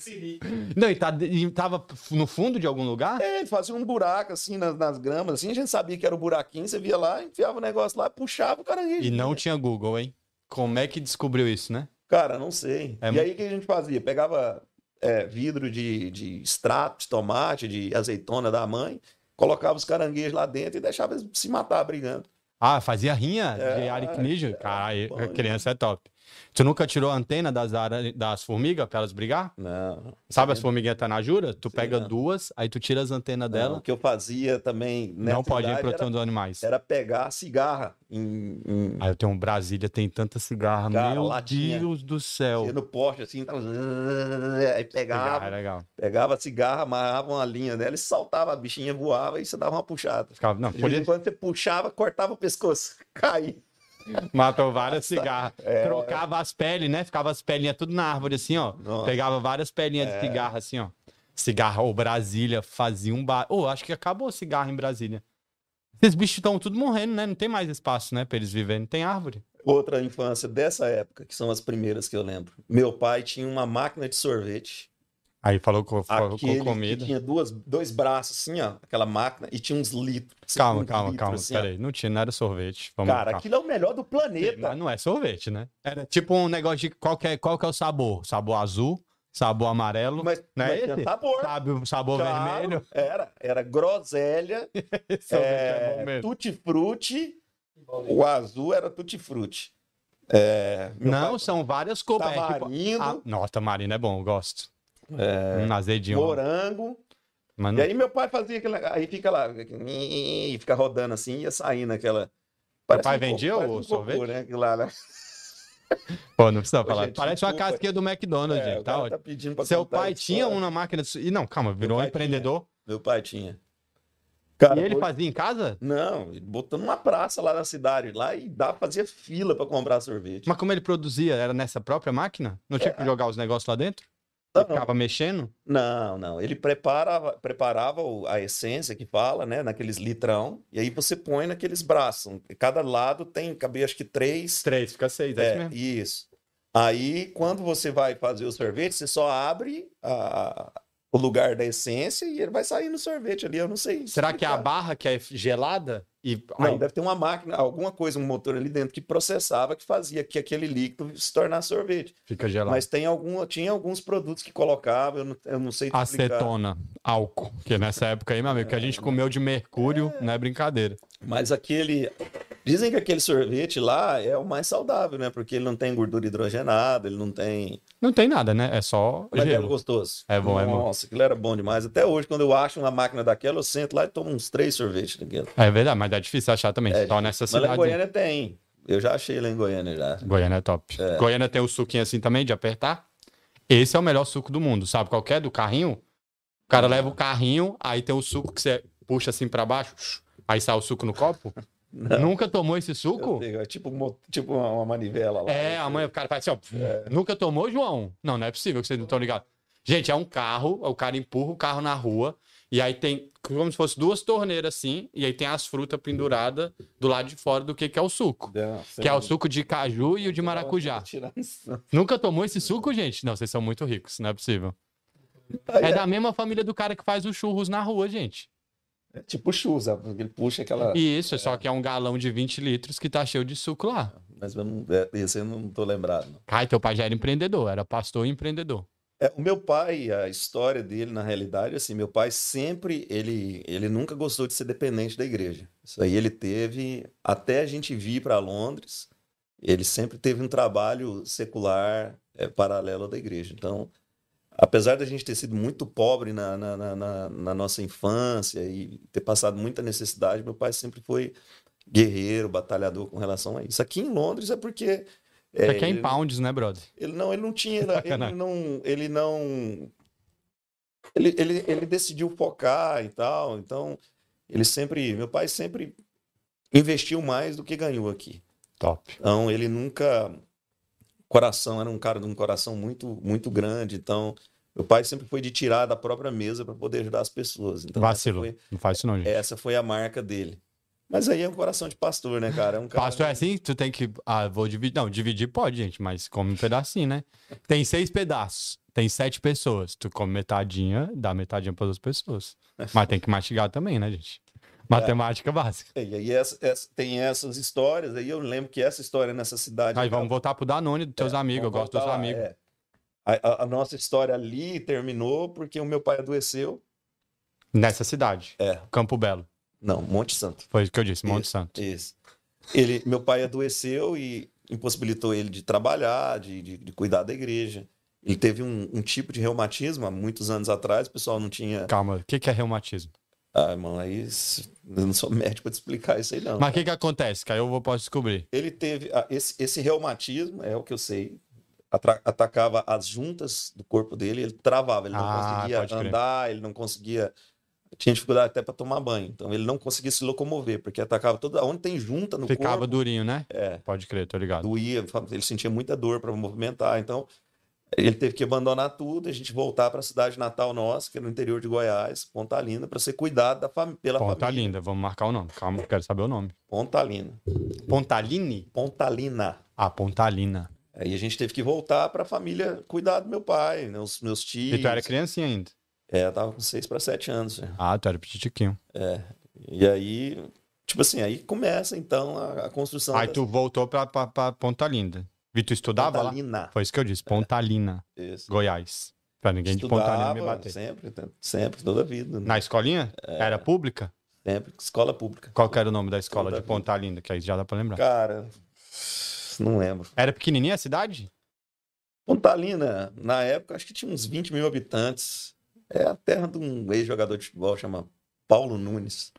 Speaker 1: Não, e, tá, e tava no fundo de algum lugar?
Speaker 2: É, ele fazia um buraco assim nas, nas gramas, assim, a gente sabia que era o buraquinho, você via lá, enfiava o negócio lá, puxava o caranguejo.
Speaker 1: E não tinha Google, hein? Como é que descobriu isso, né?
Speaker 2: Cara, não sei.
Speaker 1: É
Speaker 2: e
Speaker 1: mu-
Speaker 2: aí o que a gente fazia? Pegava é, vidro de, de extrato de tomate, de azeitona da mãe, colocava os caranguejos lá dentro e deixava eles se matar brigando.
Speaker 1: Ah, fazia rinha de
Speaker 2: É,
Speaker 1: aracnídeo?
Speaker 2: é,
Speaker 1: Caralho,
Speaker 2: bom,
Speaker 1: criança é top. Tu nunca tirou a antena das, aran- das formigas pra elas brigar?
Speaker 2: Não.
Speaker 1: Sabe as formiguinhas tanajura? Tu
Speaker 2: Sei
Speaker 1: pega
Speaker 2: não.
Speaker 1: duas, aí tu tira as antenas
Speaker 2: O
Speaker 1: dela.
Speaker 2: que eu fazia também nessa
Speaker 1: Não pode ir
Speaker 2: idade
Speaker 1: pra
Speaker 2: era,
Speaker 1: tanto animais.
Speaker 2: era pegar cigarra em, em-
Speaker 1: Aí eu tenho um Brasília, tem tanta cigarra.
Speaker 2: Cara,
Speaker 1: Meu
Speaker 2: lá tinha.
Speaker 1: Deus do céu.
Speaker 2: no poste assim, tava- aí
Speaker 1: É Cigarra, é
Speaker 2: pegava,
Speaker 1: legal.
Speaker 2: pegava a cigarra, amarrava uma linha dela e saltava, a bichinha voava e você dava uma puxada.
Speaker 1: Ficava, não,
Speaker 2: De vez em
Speaker 1: podia...
Speaker 2: quando você puxava, cortava o pescoço, caía.
Speaker 1: matou várias cigarras.
Speaker 2: É.
Speaker 1: Trocava as peles, né? Ficava as pelinhas tudo na árvore, assim, ó.
Speaker 2: Nossa. É.
Speaker 1: Pegava várias pelinhas de cigarra, assim, ó. Cigarra, ou Brasília, fazia um bar. Ô, acho que acabou o cigarro em Brasília. Esses bichos estão tudo morrendo, né? Não tem mais espaço, né, pra eles viverem. Não tem árvore.
Speaker 2: Outra infância dessa época, que são as primeiras que eu lembro. Meu pai tinha uma máquina de sorvete.
Speaker 1: Aí falou com, falou com
Speaker 2: Aquele
Speaker 1: comida.
Speaker 2: que tinha duas, dois braços assim, ó, aquela máquina, e tinha uns litros. assim,
Speaker 1: Calma,
Speaker 2: uns
Speaker 1: calma,
Speaker 2: litros,
Speaker 1: calma.
Speaker 2: assim, ó.
Speaker 1: Peraí, não tinha, não era sorvete. Vamos
Speaker 2: Cara,
Speaker 1: calma.
Speaker 2: aquilo é o melhor do
Speaker 1: Mas
Speaker 2: planeta.
Speaker 1: não é sorvete, né? Era tipo um negócio de qual que é, qual que é o sabor? Sabor azul, sabor amarelo,
Speaker 2: Mas,
Speaker 1: não é
Speaker 2: mas tinha
Speaker 1: esse?
Speaker 2: sabor.
Speaker 1: sabe o sabor
Speaker 2: claro,
Speaker 1: vermelho?
Speaker 2: Era, era groselha,
Speaker 1: Sorvete é bom
Speaker 2: é,
Speaker 1: mesmo.
Speaker 2: tutti-frutti, o azul era tutti-frutti. É, meu
Speaker 1: Não,
Speaker 2: pai-
Speaker 1: são várias cores. É, tipo,
Speaker 2: tamarindo,
Speaker 1: a... Nossa, tamarino é bom, eu gosto.
Speaker 2: é,
Speaker 1: Um azedinho.
Speaker 2: morango.
Speaker 1: Mas
Speaker 2: E
Speaker 1: não...
Speaker 2: aí meu pai fazia aquele. Aí fica lá, e fica rodando assim, ia saindo aquela. Parece
Speaker 1: pai
Speaker 2: um cocô,
Speaker 1: vendia
Speaker 2: parece
Speaker 1: o
Speaker 2: um cocô,
Speaker 1: sorvete?
Speaker 2: né? Aquilo lá, né?
Speaker 1: Pô, não precisa
Speaker 2: Ô,
Speaker 1: falar.
Speaker 2: gente,
Speaker 1: Parece uma
Speaker 2: desculpa.
Speaker 1: casquinha do McDonald's,
Speaker 2: É,
Speaker 1: gente.
Speaker 2: o
Speaker 1: Tá
Speaker 2: cara
Speaker 1: ótimo.
Speaker 2: tá pedindo pra
Speaker 1: Seu
Speaker 2: contar
Speaker 1: pai
Speaker 2: a
Speaker 1: tinha
Speaker 2: história.
Speaker 1: uma máquina de... E não, calma, virou um
Speaker 2: é. pai tinha.
Speaker 1: empreendedor.
Speaker 2: Meu pai tinha.
Speaker 1: e ele
Speaker 2: foi-
Speaker 1: fazia em casa?
Speaker 2: Não, ele botou numa praça lá na cidade, lá e dá, fazia fila pra comprar sorvete.
Speaker 1: Mas como ele produzia? Era nessa própria máquina? Não
Speaker 2: É.
Speaker 1: tinha que jogar os negócios lá dentro?
Speaker 2: Não,
Speaker 1: Ficava mexendo?
Speaker 2: Não, não. Ele preparava, preparava o- a essência que fala, né? Naqueles litrão. E aí você põe naqueles braços. Cada lado tem, cabia acho que três,
Speaker 1: Três, fica seis, é, isso
Speaker 2: É,
Speaker 1: mesmo.
Speaker 2: isso. Aí, quando você vai fazer o sorvete, você só abre a- o lugar da essência e ele vai sair no sorvete ali. Eu não sei.
Speaker 1: Será que é a
Speaker 2: explicar.
Speaker 1: barra que é gelada? E
Speaker 2: Não,
Speaker 1: aí-
Speaker 2: deve ter uma máquina, alguma coisa, um motor ali dentro que processava, que fazia que aquele líquido se tornasse sorvete.
Speaker 1: fica gelada.
Speaker 2: Mas tem algum, tinha alguns produtos que colocava, eu não, eu não sei te explicar.
Speaker 1: Acetona, álcool. Que nessa época aí, meu amigo, que a gente comeu de mercúrio, não é brincadeira.
Speaker 2: Mas aquele. Dizem que aquele sorvete lá é o mais saudável, né? Porque ele não tem gordura hidrogenada, ele não tem.
Speaker 1: Não tem nada, né? É só
Speaker 2: Mas era
Speaker 1: gelo.
Speaker 2: gostoso.
Speaker 1: É bom, é bom.
Speaker 2: Nossa, aquilo era bom demais. Até hoje, quando eu acho uma máquina daquela, eu sento lá e tomo uns três sorvetes daquela.
Speaker 1: É verdade, mas é difícil achar também.
Speaker 2: É
Speaker 1: só nessa
Speaker 2: Mas lá
Speaker 1: cidade.
Speaker 2: em
Speaker 1: Goiânia...
Speaker 2: Goiânia tem. Eu já achei lá em Goiânia já.
Speaker 1: é top. Goiânia tem o suquinho assim também, de apertar. Esse é o melhor suco do mundo, sabe? Qualquer do carrinho. O cara leva o carrinho, aí tem o suco que você puxa assim pra baixo, Aí sai o suco no copo? Nunca tomou esse suco?
Speaker 2: É tipo, mo- tipo uma, uma manivela lá.
Speaker 1: É, amanhã o cara faz assim, ó. Nunca tomou, João? Não, não é possível que vocês não estão ligados. Gente, é um carro, o cara empurra o carro na rua, e aí tem como se fosse duas torneiras assim, e aí tem as frutas penduradas do lado de fora do que, que é o suco.
Speaker 2: Não,
Speaker 1: Que é o suco de caju e o de maracujá. Nunca tomou esse suco, gente? Não, vocês são muito ricos, não é possível. É da mesma família do cara que faz os churros na rua, gente.
Speaker 2: É tipo chus, ele puxa aquela.
Speaker 1: E isso, só que é um galão de 20 litros que tá cheio de suco lá.
Speaker 2: Mas eu não, é, esse eu não tô lembrado. não.
Speaker 1: Ai, teu pai já era empreendedor, era pastor e empreendedor.
Speaker 2: É, o meu pai, a história dele, na realidade, assim, meu pai sempre, ele, ele nunca gostou de ser dependente da igreja. Isso aí ele teve, até a gente vir para Londres, ele sempre teve um trabalho secular é, paralelo da igreja. Então, apesar da gente ter sido muito pobre na, na, na- na- na nossa infância e ter passado muita necessidade, meu pai sempre foi guerreiro, batalhador com relação a isso. Aqui em Londres é porque... é,
Speaker 1: Isso aqui é em
Speaker 2: ele-
Speaker 1: pounds, né, brother?
Speaker 2: ele não, ele não tinha, ele- ele
Speaker 1: Sacanagem.
Speaker 2: não, ele não, ele, ele, ele decidiu focar e tal, então ele sempre, meu pai sempre investiu mais do que ganhou aqui.
Speaker 1: Top.
Speaker 2: Então ele nunca, coração, era um cara de um coração muito, muito grande, então meu pai sempre foi de tirar da própria mesa para poder ajudar as pessoas. Então, essa
Speaker 1: Vacilo.
Speaker 2: foi-
Speaker 1: Não faz isso não, gente.
Speaker 2: essa foi a marca dele. Mas aí é um coração de pastor, né, cara? É um cara...
Speaker 1: Pastor é assim, tu tem que. Ah, vou dividir. Não, dividir pode, gente, mas come um pedacinho, né? Tem seis pedaços, tem sete pessoas. Tu come metadinha, dá metadinha para as pessoas. Mas tem que mastigar também, né, gente? Matemática básica.
Speaker 2: É, E aí essa- essa- tem essas histórias, aí eu lembro que essa história nessa cidade.
Speaker 1: Aí vamos voltar pro Danone dos teus amigos, eu
Speaker 2: Vamos
Speaker 1: gosto dos
Speaker 2: voltar É, lá,
Speaker 1: amigos.
Speaker 2: é. A, a- a nossa história ali terminou porque o meu pai adoeceu.
Speaker 1: Nessa cidade.
Speaker 2: É.
Speaker 1: Campo Belo.
Speaker 2: Não, Monte Santo.
Speaker 1: Foi o que eu disse, Monte Santo.
Speaker 2: Isso. Ele, meu pai adoeceu e impossibilitou ele de trabalhar, de, de- de cuidar da igreja. Ele teve um, um tipo de reumatismo há muitos anos atrás, o pessoal não tinha.
Speaker 1: Calma, o que, que é reumatismo?
Speaker 2: Ah, irmão, aí isso- eu não sou médico para te explicar isso aí, não.
Speaker 1: Mas o que, que acontece? Que aí eu vou, posso descobrir.
Speaker 2: Ele teve ah, esse, esse reumatismo, é o que eu sei, atra- atacava as juntas do corpo dele, ele travava, ele não
Speaker 1: Ah, pode
Speaker 2: conseguia
Speaker 1: crer.
Speaker 2: andar, ele não conseguia. Tinha dificuldade até para tomar banho, então ele não conseguia se locomover, porque atacava toda. Onde tem junta no
Speaker 1: Ficava
Speaker 2: corpo,
Speaker 1: durinho, né?
Speaker 2: É.
Speaker 1: Pode crer, tô ligado.
Speaker 2: doía, fa- ele sentia muita dor para movimentar, então ele teve que abandonar tudo, a gente voltar para a cidade natal nossa, que é no interior de Goiás, Pontalina, para ser cuidado da fami- pela
Speaker 1: Ponta
Speaker 2: família.
Speaker 1: tá Linda, vamos marcar o nome. Calma, eu quero saber o nome.
Speaker 2: Pontalina.
Speaker 1: Pontaline?
Speaker 2: Pontalina.
Speaker 1: Ah, Pontalina.
Speaker 2: Aí a gente teve que voltar para a família cuidar do meu pai, né, os meus
Speaker 1: E
Speaker 2: tios.
Speaker 1: tu era criancinha ainda.
Speaker 2: É, eu tava com 6 para 7 anos. né?
Speaker 1: Ah, tu era petitiquinho.
Speaker 2: E aí, tipo assim, aí começa então a, a construção
Speaker 1: Aí tu voltou pra, pra, pra Ponta Linda. E tu estudava lá?
Speaker 2: Pontalina.
Speaker 1: Foi isso que eu disse, Pontalina,
Speaker 2: Isso.
Speaker 1: Goiás. Pra ninguém de Pontalina me bater.
Speaker 2: sempre, t- sempre, toda a vida, né?
Speaker 1: Na escolinha? Era pública?
Speaker 2: sempre, escola pública.
Speaker 1: Qual que era o nome da escola
Speaker 2: Toda
Speaker 1: de Pontalinda? Que aí já dá pra lembrar.
Speaker 2: Cara, não lembro.
Speaker 1: Era pequenininha a cidade?
Speaker 2: Pontalina, na época, acho que tinha uns 20 mil habitantes. É a terra de um ex-jogador de futebol chamado Paulo Nunes.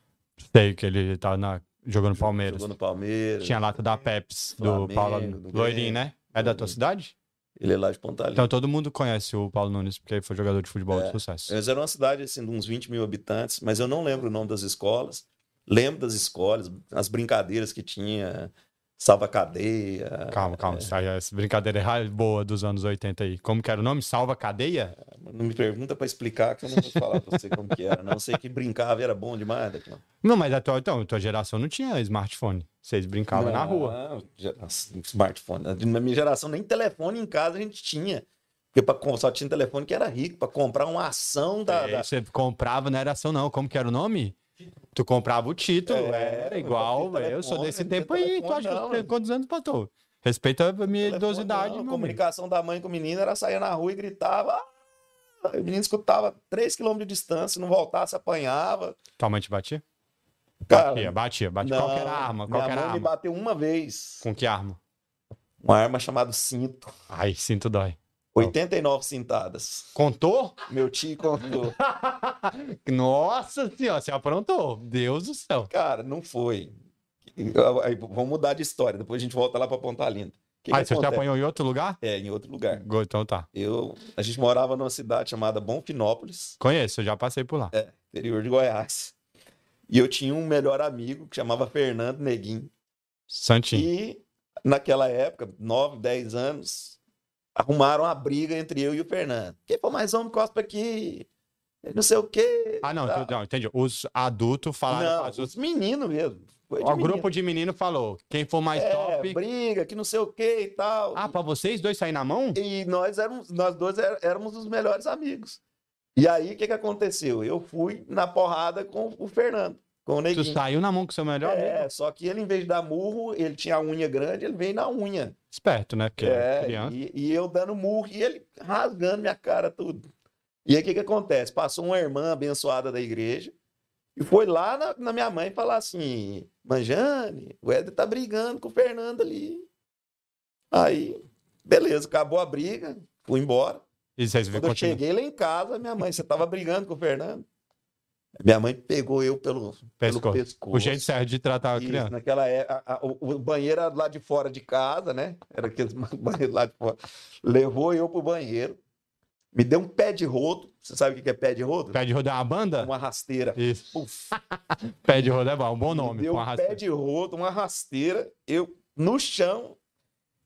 Speaker 1: Sei que ele tava na- jogando Palmeiras.
Speaker 2: Jogou no Palmeiras.
Speaker 1: Tinha a lata da Pepsi, do
Speaker 2: Flamengo,
Speaker 1: Paulo
Speaker 2: do
Speaker 1: Loirinho, né? É da tua
Speaker 2: Grêmio.
Speaker 1: cidade?
Speaker 2: Ele é lá de Pontalina.
Speaker 1: Então todo mundo conhece o Paulo Nunes, porque ele foi jogador de futebol de
Speaker 2: É.
Speaker 1: sucesso.
Speaker 2: Mas era uma cidade assim, de uns 20 mil habitantes, mas eu não lembro o nome das escolas. Lembro das escolas, as brincadeiras que tinha, salva-cadeia.
Speaker 1: Calma, calma. essa- Essa brincadeira é boa dos anos 80 aí. Como que era o nome? Salva Cadeia?
Speaker 2: Não me pergunta para explicar, que eu não vou falar pra você como que era. Não sei que brincava, era bom demais. Daquilo.
Speaker 1: Não, mas a tua, então, a tua geração não tinha smartphone. Vocês brincavam é na rua.
Speaker 2: Não, nossa, Smartphone. Na minha geração, nem telefone em casa a gente tinha. Porque pra, com- só tinha telefone que era rico, para comprar uma ação da.
Speaker 1: É,
Speaker 2: da-
Speaker 1: Você comprava, não era ação, não. Como que era o nome? Tu comprava o título,
Speaker 2: É,
Speaker 1: era
Speaker 2: eu
Speaker 1: igual,
Speaker 2: comprei
Speaker 1: velho. Eu sou
Speaker 2: telefone,
Speaker 1: desse
Speaker 2: não tinha
Speaker 1: tempo aí. Tu
Speaker 2: telefone,
Speaker 1: acha que eu
Speaker 2: não.
Speaker 1: tenho quantos anos pra tu? Respeita a minha
Speaker 2: Telefone,
Speaker 1: idosidade,
Speaker 2: não.
Speaker 1: meu
Speaker 2: A
Speaker 1: amigo.
Speaker 2: comunicação da mãe com o menino era sair na rua e gritava. "Ah!" O menino escutava 3 km de distância, não voltasse, apanhava.
Speaker 1: Tua mãe te batia?
Speaker 2: Cara,
Speaker 1: batia, batia, batia. Qual que era a arma? Qual
Speaker 2: minha
Speaker 1: que era
Speaker 2: mãe
Speaker 1: a
Speaker 2: me
Speaker 1: arma?
Speaker 2: bateu uma vez.
Speaker 1: Com que arma?
Speaker 2: Uma arma chamada cinto.
Speaker 1: Ai, sinto dói.
Speaker 2: 89 cintadas.
Speaker 1: Contou?
Speaker 2: Meu tio contou.
Speaker 1: Nossa senhora, você aprontou. Deus do céu.
Speaker 2: Cara, não foi. Aí, vamos mudar de história. Depois a gente volta lá pra Ponta Linda. O que
Speaker 1: Aí
Speaker 2: que
Speaker 1: Ah, você te
Speaker 2: acontece?
Speaker 1: apanhou em outro lugar?
Speaker 2: É, em outro lugar.
Speaker 1: Go- Então tá.
Speaker 2: Eu, a gente morava numa cidade chamada Bonfinópolis, É.
Speaker 1: Conheço, eu já passei por lá.
Speaker 2: interior de Goiás. E eu tinha um melhor amigo que chamava Fernando Neguinho.
Speaker 1: Santinho.
Speaker 2: E naquela época, 9, 10 anos, arrumaram a briga entre eu e o Fernando. Quem for mais homem, cospa aqui. Não sei o quê.
Speaker 1: Ah, não,
Speaker 2: tá.
Speaker 1: tu- não, entendi. Os adultos falaram.
Speaker 2: Não,
Speaker 1: as outras-
Speaker 2: os meninos mesmo. Foi de
Speaker 1: o
Speaker 2: menino.
Speaker 1: grupo de menino falou: quem for mais
Speaker 2: é,
Speaker 1: top.
Speaker 2: briga, que não sei o quê e tal.
Speaker 1: Ah, pra vocês dois sair na mão?
Speaker 2: E nós éramos, nós dois é- éramos os melhores amigos. E aí, o que, que aconteceu? Eu fui na porrada com o Fernando, com o
Speaker 1: Tu
Speaker 2: Neguinho.
Speaker 1: saiu na mão com seu melhor amigo?
Speaker 2: É, só que ele, em vez de dar murro, ele tinha a unha grande, ele veio na unha.
Speaker 1: Esperto, né? Porque
Speaker 2: é,
Speaker 1: criança.
Speaker 2: e, e eu dando murro e ele rasgando minha cara, tudo. E aí, o que, que acontece? Passou uma irmã abençoada da igreja e foi lá na, na minha mãe falar assim: Manjane, o Éder tá brigando com o Fernando ali. Aí, beleza, acabou a briga, fui embora.
Speaker 1: E vocês
Speaker 2: Quando eu
Speaker 1: continuam
Speaker 2: cheguei lá em casa, minha mãe, você tava brigando com o Fernando? Minha mãe pegou eu pelo pescoço. Pelo
Speaker 1: pescoço.
Speaker 2: pescoço.
Speaker 1: O jeito certo de tratar a
Speaker 2: Isso,
Speaker 1: criança.
Speaker 2: naquela é- a- a- o, o banheiro era lá de fora de casa, né? Era aquele banheiro lá de fora. Levou eu pro banheiro, me deu um pé de rodo. Você sabe o que que é pé de rodo?
Speaker 1: Pede rodar uma banda?
Speaker 2: Uma rasteira.
Speaker 1: Isso.
Speaker 2: Puf,
Speaker 1: Pede rodar é bom, um bom
Speaker 2: me
Speaker 1: nome.
Speaker 2: deu
Speaker 1: Com a
Speaker 2: um pé
Speaker 1: rasteira.
Speaker 2: de rodo, uma rasteira. Eu no chão,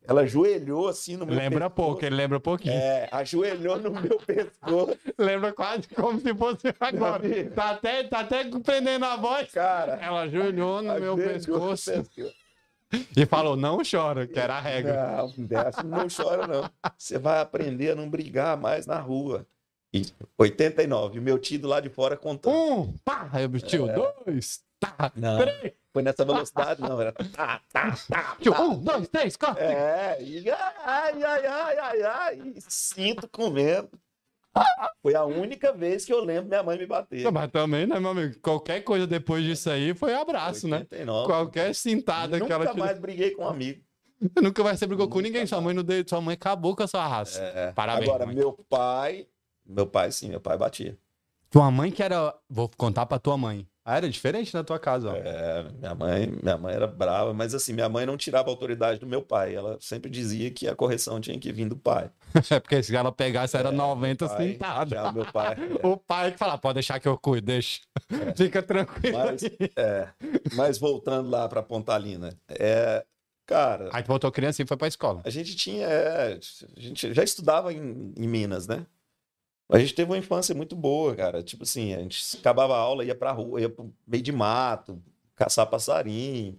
Speaker 2: ela ajoelhou assim no meu
Speaker 1: Lembra
Speaker 2: pescoço.
Speaker 1: pouco, ele lembra pouquinho.
Speaker 2: É, ajoelhou no meu pescoço.
Speaker 1: Lembra quase como se fosse agora.
Speaker 2: amigo.
Speaker 1: Tá até, tá até prendendo a voz.
Speaker 2: Cara,
Speaker 1: Ela ajoelhou no meu
Speaker 2: Ajoelhou no
Speaker 1: pescoço
Speaker 2: pescoço.
Speaker 1: e falou: não chora, que era a regra.
Speaker 2: Não, dessa não chora, não. Você vai aprender a não brigar mais na rua. E 89, o meu tio lá de fora contando.
Speaker 1: Um, pá, aí o bicho, tio,
Speaker 2: É.
Speaker 1: dois, tá,
Speaker 2: Não,
Speaker 1: três,
Speaker 2: foi nessa velocidade, não. Era tá, tá, tá.
Speaker 1: tio, um, dois, três, quatro. cinco.
Speaker 2: É, e ai, ai, ai, ai, ai, e sinto comendo. Foi a única vez que eu lembro minha mãe me bater.
Speaker 1: Não, Mas também, né, meu amigo? Qualquer coisa depois disso aí foi abraço, né?
Speaker 2: 89.
Speaker 1: Qualquer cintada que ela
Speaker 2: Nunca
Speaker 1: te
Speaker 2: mais briguei com um amigo.
Speaker 1: deu. Nunca vai ser brigou com
Speaker 2: Nunca
Speaker 1: ninguém. Sua mãe não deu. Sua mãe acabou com a sua raça.
Speaker 2: É.
Speaker 1: Parabéns,
Speaker 2: Agora,
Speaker 1: mãe.
Speaker 2: meu pai. Meu pai, sim, meu pai batia.
Speaker 1: Tua mãe que era. Vou contar pra tua mãe. Ah, era diferente na tua casa, ó.
Speaker 2: É, minha mãe, minha mãe era brava, mas assim, minha mãe não tirava a autoridade do meu pai. Ela sempre dizia que a correção tinha que vir do pai.
Speaker 1: É, porque se ela pegasse era 90
Speaker 2: É, Pai,
Speaker 1: cintada.
Speaker 2: já meu pai.
Speaker 1: O pai que fala, pode deixar que eu cuido, deixa. Fica tranquilo.
Speaker 2: É. Mas,
Speaker 1: aí.
Speaker 2: é, mas voltando lá para Pontalina, é, cara,
Speaker 1: Aí tu voltou criança e foi pra escola.
Speaker 2: a gente tinha, é, a gente já estudava em, em Minas, né? A gente teve uma infância muito boa, cara. Tipo assim, a gente acabava a aula, ia pra rua, ia pro meio de mato, caçar passarinho,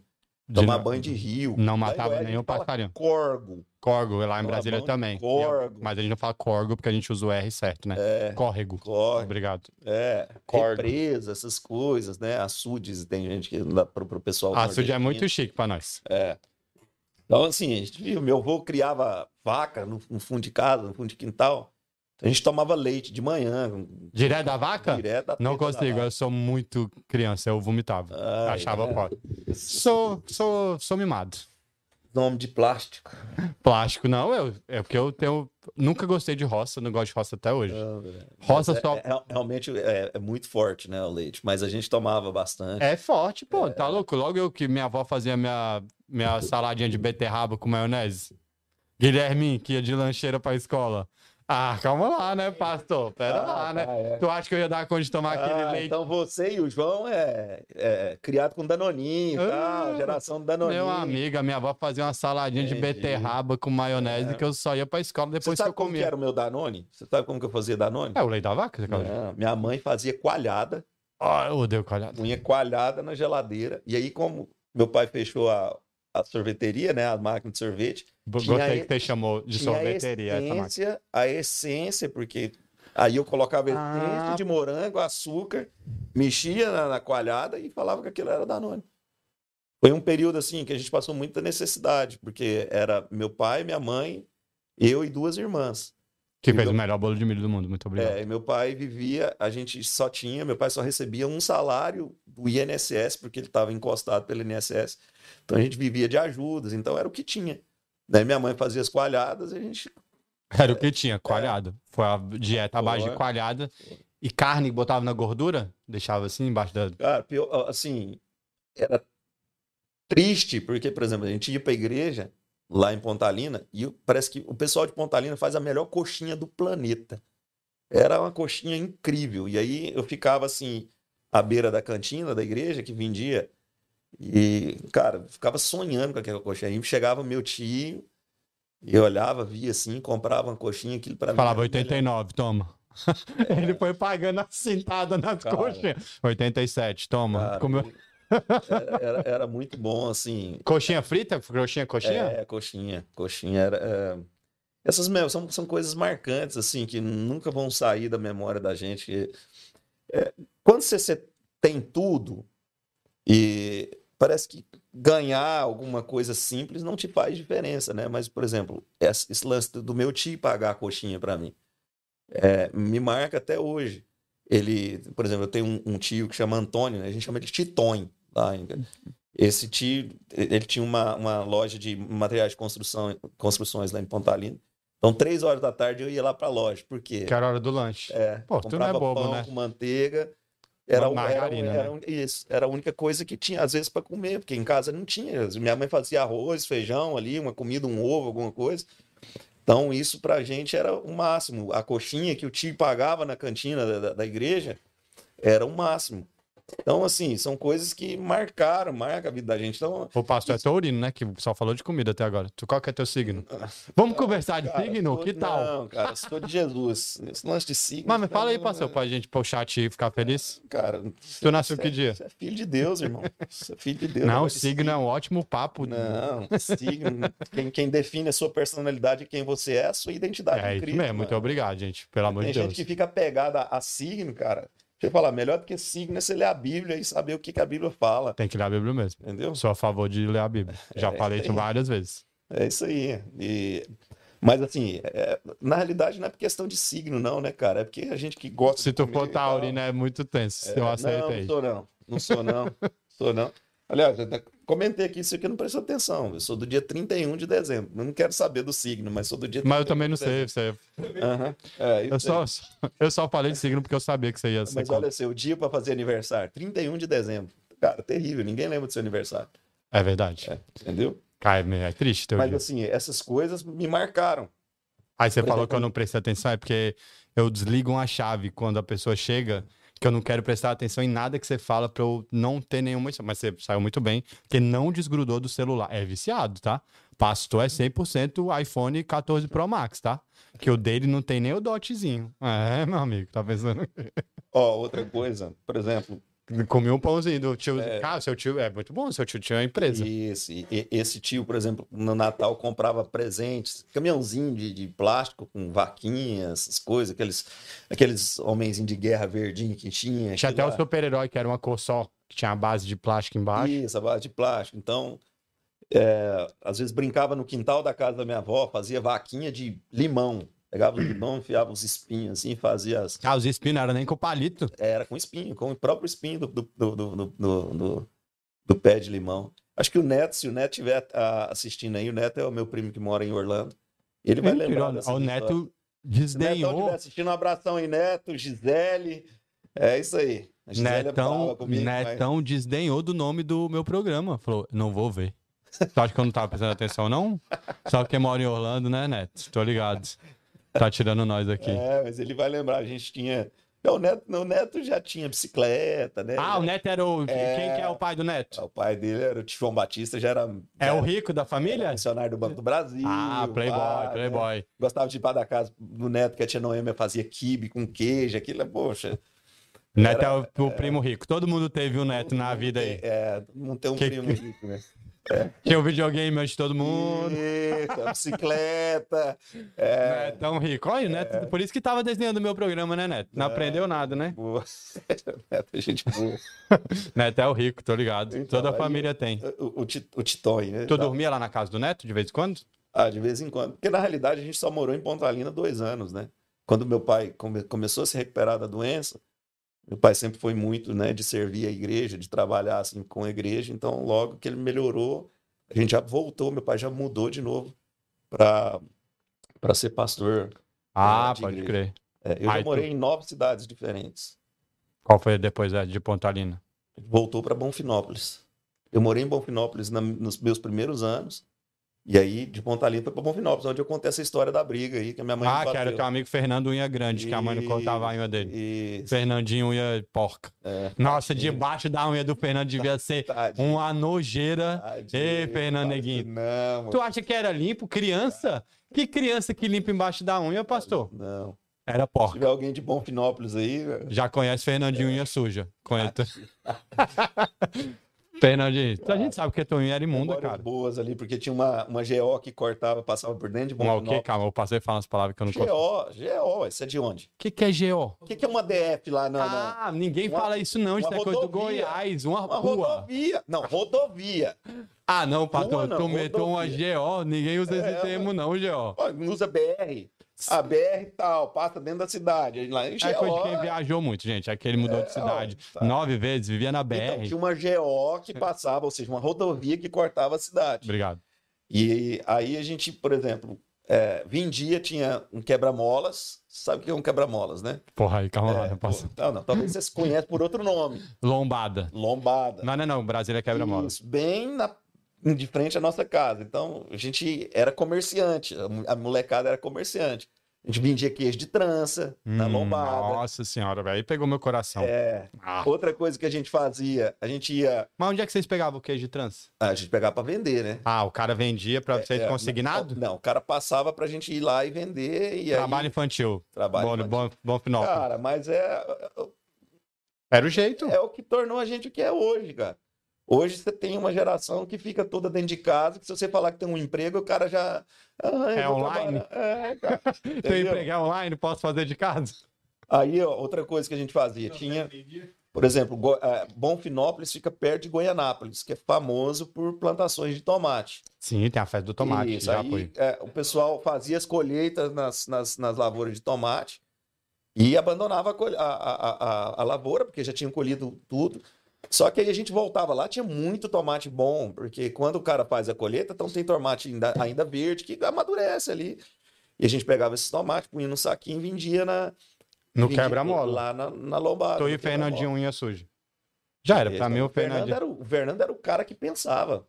Speaker 2: tomar
Speaker 1: não-
Speaker 2: banho de rio.
Speaker 1: Não
Speaker 2: Lá em
Speaker 1: matava
Speaker 2: Goiás, a gente
Speaker 1: nenhum
Speaker 2: fala
Speaker 1: passarinho.
Speaker 2: Corgo.
Speaker 1: Corgo, lá em
Speaker 2: Fala
Speaker 1: Brasília
Speaker 2: bom,
Speaker 1: também.
Speaker 2: corgo.
Speaker 1: Mas a gente não fala corgo porque a gente usa o R certo, né?
Speaker 2: É,
Speaker 1: Córrego.
Speaker 2: corgo.
Speaker 1: Obrigado.
Speaker 2: É,
Speaker 1: Corda.
Speaker 2: represa, essas coisas, né? Açudes, tem gente que dá pro, pro pessoal.
Speaker 1: Açude é
Speaker 2: nordestino.
Speaker 1: muito chique pra nós.
Speaker 2: Então, assim, a gente viu, meu avô criava vaca no, no fundo de casa, no fundo de quintal. Então, A gente tomava leite de manhã,
Speaker 1: Direto da vaca?
Speaker 2: direto da
Speaker 1: Ah, Não
Speaker 2: teta da
Speaker 1: consigo,
Speaker 2: vaca.
Speaker 1: eu sou muito criança, eu vomitava.
Speaker 2: Ai,
Speaker 1: Achava
Speaker 2: é.
Speaker 1: foda. Sou, sou, sou mimado.
Speaker 2: Nome de plástico.
Speaker 1: Plástico, não, eu, é porque eu tenho. Nunca gostei de roça, não gosto de roça até hoje.
Speaker 2: Não, velho.
Speaker 1: Roça
Speaker 2: É-
Speaker 1: só.
Speaker 2: é- é- realmente é, é muito forte, né, o leite. Mas a gente tomava bastante.
Speaker 1: É forte, pô, tá louco? Logo eu que minha avó fazia minha, minha saladinha de beterraba com maionese. Guilherme, que ia de lancheira pra escola. Ah, calma lá, né, pastor? Pera
Speaker 2: Ah,
Speaker 1: lá, né?
Speaker 2: tá, é.
Speaker 1: Tu acha que eu ia dar conta de tomar aquele
Speaker 2: Ah,
Speaker 1: leite?
Speaker 2: então você e o João é, é criado com Danoninho,
Speaker 1: Ah,
Speaker 2: tal, geração do Danoninho.
Speaker 1: Meu amigo, a minha avó fazia uma saladinha de
Speaker 2: Entendi.
Speaker 1: beterraba com maionese
Speaker 2: É.
Speaker 1: que eu só ia pra escola
Speaker 2: Você
Speaker 1: depois que
Speaker 2: sabe
Speaker 1: eu
Speaker 2: como que
Speaker 1: comia.
Speaker 2: era o meu Danone? Você sabe como que eu fazia Danone?
Speaker 1: É o leite da vaca? Você acabou de-
Speaker 2: Não, minha mãe fazia coalhada,
Speaker 1: Ah, eu odeio calhado.
Speaker 2: punha coalhada na geladeira. E aí, como meu pai fechou a, a sorveteria, né? A máquina de sorvete, Tinha
Speaker 1: Gostei
Speaker 2: e-
Speaker 1: que você chamou de
Speaker 2: tinha
Speaker 1: sorveteria
Speaker 2: a
Speaker 1: essa máquina.
Speaker 2: essência, a essência, porque aí eu colocava
Speaker 1: Ah.
Speaker 2: essência de morango, açúcar, mexia na, na coalhada e falava que aquilo era Danone. Foi um período assim que a gente passou muita necessidade, porque era meu pai, minha mãe, eu e duas irmãs.
Speaker 1: Que fez o melhor bolo de milho do mundo, muito obrigado.
Speaker 2: É, e meu pai vivia, a gente só tinha, meu pai só recebia um salário do INSS, porque ele estava encostado pelo INSS. Então a gente vivia de ajudas, então era o que tinha. Daí minha mãe fazia as coalhadas e a gente.
Speaker 1: Era o que tinha, coalhada. Foi a dieta à base de
Speaker 2: Foi.
Speaker 1: coalhada. E carne que botava na gordura, deixava assim embaixo da.
Speaker 2: Cara, pior- assim, era triste, porque, por exemplo, a gente ia para a igreja lá em Pontalina e o- parece que o pessoal de Pontalina faz a melhor coxinha do planeta. Era uma coxinha incrível. E aí eu ficava assim. à beira da cantina da igreja que vendia. E, cara, ficava sonhando com aquela coxinha. Aí chegava meu tio, eu olhava, via assim, comprava uma coxinha, aquilo para mim.
Speaker 1: Falava
Speaker 2: era o melhor.
Speaker 1: 89, toma. Ele foi pagando a cintada nas
Speaker 2: Cara.
Speaker 1: coxinhas. 87, toma.
Speaker 2: Cara,
Speaker 1: um, Comeu-
Speaker 2: era, era- era muito bom, assim.
Speaker 1: Coxinha frita? Coxinha, coxinha?
Speaker 2: É, coxinha. Coxinha era. é, Essas mesmo, são, são coisas marcantes, assim, que nunca vão sair da memória da gente. que- é, quando você, você tem tudo e parece que ganhar alguma coisa simples não te faz diferença, né? Mas, por exemplo, esse esse lance do meu tio pagar a coxinha para mim é, me marca até hoje. Ele, por exemplo, eu tenho um, um tio que chama Antônio, né? a gente chama de Titonho lá em, esse tio, ele tinha uma, uma loja de materiais de construção, construções lá em Pontalina. Então, três horas da tarde eu ia lá para a loja. Por quê?
Speaker 1: Que era a hora do lanche.
Speaker 2: É,
Speaker 1: Pô, tu não é
Speaker 2: comprava
Speaker 1: bobo,
Speaker 2: pão
Speaker 1: né?
Speaker 2: com manteiga. Era,
Speaker 1: Uma
Speaker 2: o- era,
Speaker 1: margarina, né?
Speaker 2: era um- isso, era a única coisa que tinha, às vezes, para comer, porque em casa não tinha. Minha mãe fazia arroz, feijão ali, uma comida, um ovo, alguma coisa. Então, isso para a gente era o máximo. A coxinha que o tio pagava na cantina da- da, da igreja era o máximo. Então, assim, são coisas que marcaram, marca a vida da gente. Então,
Speaker 1: O pastor é taurino, né? Que só falou de comida até agora. Tu, qual que é teu signo? Vamos conversar de
Speaker 2: Cara,
Speaker 1: signo?
Speaker 2: sou-
Speaker 1: Que tal?
Speaker 2: Não, cara, sou de Jesus. Esse lance de signo.
Speaker 1: Mas me fala aí,
Speaker 2: não,
Speaker 1: pastor, pra gente pôr o chat e ficar feliz.
Speaker 2: Cara,
Speaker 1: Tu nasceu que
Speaker 2: você-
Speaker 1: dia?
Speaker 2: Você é filho de Deus, irmão. Você é filho de Deus.
Speaker 1: Não,
Speaker 2: Agora,
Speaker 1: signo é um ótimo papo.
Speaker 2: Não, signo. Quem, quem define a sua personalidade e quem você é, é a sua identidade.
Speaker 1: É
Speaker 2: em
Speaker 1: isso
Speaker 2: Cristo,
Speaker 1: mesmo, muito
Speaker 2: mano.
Speaker 1: obrigado, gente. Pelo amor
Speaker 2: Tem
Speaker 1: de
Speaker 2: gente
Speaker 1: Deus.
Speaker 2: que fica apegada a signo, cara. Deixa eu falar, melhor do que signo é você ler a Bíblia e saber o que, que a Bíblia fala.
Speaker 1: Tem que ler a Bíblia mesmo.
Speaker 2: Entendeu?
Speaker 1: Sou a favor de ler a Bíblia. Já
Speaker 2: É,
Speaker 1: falei isso
Speaker 2: tem-
Speaker 1: várias vezes.
Speaker 2: É isso aí. E- Mas assim, é- na realidade não é por questão de signo, não, né, cara? É porque a gente que gosta
Speaker 1: Se
Speaker 2: de
Speaker 1: tu
Speaker 2: comida
Speaker 1: for
Speaker 2: e tal.
Speaker 1: taurino, é muito tenso.
Speaker 2: É,
Speaker 1: eu
Speaker 2: Não,
Speaker 1: aceitei.
Speaker 2: não sou não. Não sou não. sou não. Aliás, eu até comentei aqui, isso aqui não prestou atenção. Eu sou do dia 31 de dezembro. Eu não quero saber do signo, mas sou do dia
Speaker 1: Mas eu
Speaker 2: 31
Speaker 1: também não
Speaker 2: de dezembro.
Speaker 1: sei. Você...
Speaker 2: Aham. É, isso
Speaker 1: Eu,
Speaker 2: aí.
Speaker 1: só, eu só falei de signo porque eu sabia que você ia ser
Speaker 2: Mas
Speaker 1: contra.
Speaker 2: olha, seu dia para fazer aniversário, 31 de dezembro. Cara, terrível, ninguém lembra do seu aniversário,
Speaker 1: É verdade.
Speaker 2: entendeu?
Speaker 1: Cara, é triste teu
Speaker 2: Mas
Speaker 1: dia.
Speaker 2: assim, essas coisas me marcaram.
Speaker 1: Aí você
Speaker 2: por
Speaker 1: falou
Speaker 2: exemplo,
Speaker 1: que eu não prestei atenção, é porque eu desligo uma chave quando a pessoa chega, que eu não quero prestar atenção em nada que você fala pra eu não ter nenhuma. Mas você saiu muito bem, porque não desgrudou do celular. É viciado, tá? Pastor é 100% iPhone 14 Pro Max, tá? Que o dele não tem nem o dotzinho. É, meu amigo, tá pensando.
Speaker 2: Ó, outra coisa, por exemplo,
Speaker 1: Comi um pãozinho do tio.
Speaker 2: É.
Speaker 1: Cara, seu tio é muito bom, seu tio tinha uma empresa.
Speaker 2: esse, e- esse tio, por exemplo, no Natal comprava presentes, caminhãozinho de, de plástico com vaquinhas, essas coisas, aqueles, aqueles homenzinhos de guerra verdinho que tinha.
Speaker 1: Tinha até
Speaker 2: aquilo
Speaker 1: o
Speaker 2: lá.
Speaker 1: super-herói, que era uma cor só, que tinha a base de plástico embaixo.
Speaker 2: Isso, a base de plástico. Então, é, às vezes brincava no quintal da casa da minha avó, fazia vaquinha de limão. Pegava o limão, enfiava os espinhos assim, fazia as...
Speaker 1: Ah, os espinhos não eram nem com palito.
Speaker 2: Era com espinho, com o próprio espinho do, do, do, do, do- do- do- do pé de limão. Acho que o Neto, se o Neto estiver ah, assistindo aí, o Neto é o meu primo que mora em Orlando. Ele vai
Speaker 1: Mentira,
Speaker 2: lembrar
Speaker 1: olha,
Speaker 2: dessa
Speaker 1: o
Speaker 2: história.
Speaker 1: Neto
Speaker 2: Se o é Netão
Speaker 1: desdenhou.
Speaker 2: estiver assistindo, um abração aí, Neto, Gisele. É isso aí. A Gisele é brava
Speaker 1: Netão,
Speaker 2: comigo, mas-
Speaker 1: Netão desdenhou do nome do meu programa. Falou, não vou ver. Tu acha que eu não tava prestando atenção, não? Só porque mora em Orlando, né, Neto? Tô ligado. Tá tirando nós aqui.
Speaker 2: É, mas ele vai lembrar, a gente tinha. Não, o Neto, não, o Neto já tinha bicicleta, né?
Speaker 1: Ah, o Neto era o. Quem
Speaker 2: É.
Speaker 1: que é o pai do Neto?
Speaker 2: O pai dele era o Tio João Batista, já era,
Speaker 1: É
Speaker 2: já
Speaker 1: o
Speaker 2: era
Speaker 1: rico da família?
Speaker 2: funcionário do Banco do Brasil.
Speaker 1: Ah,
Speaker 2: pá,
Speaker 1: Playboy,
Speaker 2: né?
Speaker 1: Playboy.
Speaker 2: Gostava de ir para da casa do Neto, que a tia Noêmia fazia quibe com queijo, aquilo, é, poxa.
Speaker 1: Neto é o, o primo rico. Todo mundo teve o Neto na
Speaker 2: todo mundo
Speaker 1: vida aí.
Speaker 2: tem- É, todo mundo tem um
Speaker 1: Que-
Speaker 2: primo rico, né?
Speaker 1: Tinha o videogame antes de todo mundo.
Speaker 2: Isso, a bicicleta. É,
Speaker 1: Netão rico. Olha, Neto, por isso que tava desenhando o meu programa, né, Neto?
Speaker 2: É.
Speaker 1: Não aprendeu nada, né?
Speaker 2: boa. Neto, é gente boa.
Speaker 1: Neto é o rico, tô ligado.
Speaker 2: Então,
Speaker 1: Toda a
Speaker 2: aí-
Speaker 1: família tem.
Speaker 2: O, o, Ti- o Titói, né?
Speaker 1: Tu
Speaker 2: Tá.
Speaker 1: dormia lá na casa do Neto de vez em quando?
Speaker 2: Ah, de vez em quando. Porque na realidade a gente só morou em Pontalina dois anos, né? Quando meu pai come- começou a se recuperar da doença, meu pai sempre foi muito, né, de servir a igreja, de trabalhar assim com a igreja. Então, logo que ele melhorou, a gente já voltou, meu pai já mudou de novo para para ser pastor.
Speaker 1: Ah,
Speaker 2: de
Speaker 1: pode
Speaker 2: igreja.
Speaker 1: crer.
Speaker 2: É, eu
Speaker 1: Ai,
Speaker 2: já
Speaker 1: tu-
Speaker 2: morei em nove cidades diferentes.
Speaker 1: Qual foi depois é, de Pontalina?
Speaker 2: Voltou para Bonfinópolis. Eu morei em Bonfinópolis na- nos meus primeiros anos. E aí, de Ponta Limpa para Bonfinópolis, onde eu contei essa história da briga aí, que a minha mãe me
Speaker 1: Ah, que
Speaker 2: bateu.
Speaker 1: era teu amigo Fernando Unha Grande, que a mãe não
Speaker 2: E-
Speaker 1: cortava a unha dele.
Speaker 2: E...
Speaker 1: Fernandinho Unha Porca.
Speaker 2: É. Tá,
Speaker 1: Nossa, debaixo da unha do Fernando devia ser
Speaker 2: Tadinho,
Speaker 1: uma nojeira.
Speaker 2: tadinho,
Speaker 1: Um- Ei, Fernando
Speaker 2: tadinho.
Speaker 1: Neguinho.
Speaker 2: Não, mano,
Speaker 1: Tu acha que era limpo? Criança? Que criança que limpa embaixo da unha, pastor?
Speaker 2: não.
Speaker 1: Era
Speaker 2: Se
Speaker 1: porca.
Speaker 2: tiver alguém de Bonfinópolis aí, velho,
Speaker 1: Já conhece Fernandinho Unha Suja. Conhece.
Speaker 2: Ah,
Speaker 1: Fernandinho, a gente sabe que a tua unha era imunda,
Speaker 2: memórias
Speaker 1: cara.
Speaker 2: boas ali, porque tinha uma, uma GO que cortava, passava por dentro de
Speaker 1: Uma o quê?
Speaker 2: Bonfinópolis.
Speaker 1: Calma, eu passei a falar umas palavras que eu não consigo.
Speaker 2: GO, GO, isso é de onde?
Speaker 1: O que, que é GO?
Speaker 2: O que, que é uma DF lá na... na-
Speaker 1: Ah, ninguém
Speaker 2: Uma-
Speaker 1: fala isso não, isso
Speaker 2: uma
Speaker 1: é coisa do
Speaker 2: rodovia.
Speaker 1: Goiás, uma,
Speaker 2: Uma
Speaker 1: Ah, rua.
Speaker 2: rodovia. Não, rodovia.
Speaker 1: Ah, não, pastor,
Speaker 2: Rua não,
Speaker 1: tu meteu uma
Speaker 2: rodovia.
Speaker 1: GO, ninguém usa esse
Speaker 2: É,
Speaker 1: termo não, GO.
Speaker 2: Ó, usa BR. A BR tal, passa dentro da cidade. Aí Lá em
Speaker 1: É coisa de quem
Speaker 2: GO.
Speaker 1: viajou muito, gente, é que ele mudou de
Speaker 2: É,
Speaker 1: cidade
Speaker 2: ó, tá.
Speaker 1: nove vezes, vivia na BR.
Speaker 2: Então, tinha uma GO que passava, ou seja, uma rodovia que cortava a cidade.
Speaker 1: Obrigado.
Speaker 2: E aí a gente, por exemplo, é, vendia, tinha um quebra-molas. Sabe o que é um quebra-molas, né?
Speaker 1: Porra aí, calma lá,
Speaker 2: É,
Speaker 1: não posso.
Speaker 2: pô, não, não, talvez vocês conheçam por outro nome.
Speaker 1: Lombada.
Speaker 2: Lombada.
Speaker 1: Não, é não, não, Brasília quebra-mola.
Speaker 2: Isso, bem na- de frente à nossa casa. Então, a gente era comerciante, a mu- a molecada era comerciante. A gente vendia queijo de trança na
Speaker 1: Hum,
Speaker 2: tá lombada.
Speaker 1: Nossa senhora, velho, aí pegou meu coração.
Speaker 2: É,
Speaker 1: Ah.
Speaker 2: outra coisa que a gente fazia, a gente ia. ah,
Speaker 1: Mas onde é que vocês pegavam o queijo de trans?
Speaker 2: A gente pegava para vender, né?
Speaker 1: Ah, o cara vendia pra vocês
Speaker 2: É,
Speaker 1: consignado?
Speaker 2: Não, o cara passava pra gente ir lá e vender. E
Speaker 1: Trabalho
Speaker 2: aí,
Speaker 1: infantil.
Speaker 2: trabalho.
Speaker 1: bom,
Speaker 2: infantil.
Speaker 1: bom, bom final.
Speaker 2: Cara, mas é,
Speaker 1: Era o jeito.
Speaker 2: é o que tornou a gente o que é hoje, cara. Hoje você tem uma geração que fica toda dentro de casa, que se você falar que tem um emprego, o cara já. Ah, eu
Speaker 1: É
Speaker 2: vou
Speaker 1: online?
Speaker 2: trabalhar. É, cara.
Speaker 1: Se eu
Speaker 2: entendeu?
Speaker 1: empregar online, posso fazer de casa?
Speaker 2: Aí, ó, outra coisa que a gente fazia,
Speaker 1: né?
Speaker 2: tinha, por exemplo, Go- ah, Bonfinópolis fica perto de Goianápolis, que é famoso por plantações de tomate.
Speaker 1: Sim, tem a festa do tomate.
Speaker 2: Isso,
Speaker 1: já
Speaker 2: aí,
Speaker 1: foi.
Speaker 2: é, o pessoal fazia as colheitas nas, nas, nas lavouras de tomate e abandonava a, colhe- a- a- a- a lavoura, porque já tinham colhido tudo. Só que aí a gente voltava lá, tinha muito tomate bom, porque quando o cara faz a colheita, então tem tomate ainda, ainda verde que amadurece ali. E a gente pegava esses tomates, punha no saquinho e vendia na.
Speaker 1: No
Speaker 2: vendia
Speaker 1: quebra-mola.
Speaker 2: Lá na, na lombada.
Speaker 1: Tô e
Speaker 2: no
Speaker 1: o
Speaker 2: quebra-mola.
Speaker 1: Fernandinho unha suja. Já era,
Speaker 2: Ele-
Speaker 1: pra mim o
Speaker 2: Fernando
Speaker 1: Fernandinho.
Speaker 2: era o, o Fernando era o cara que pensava.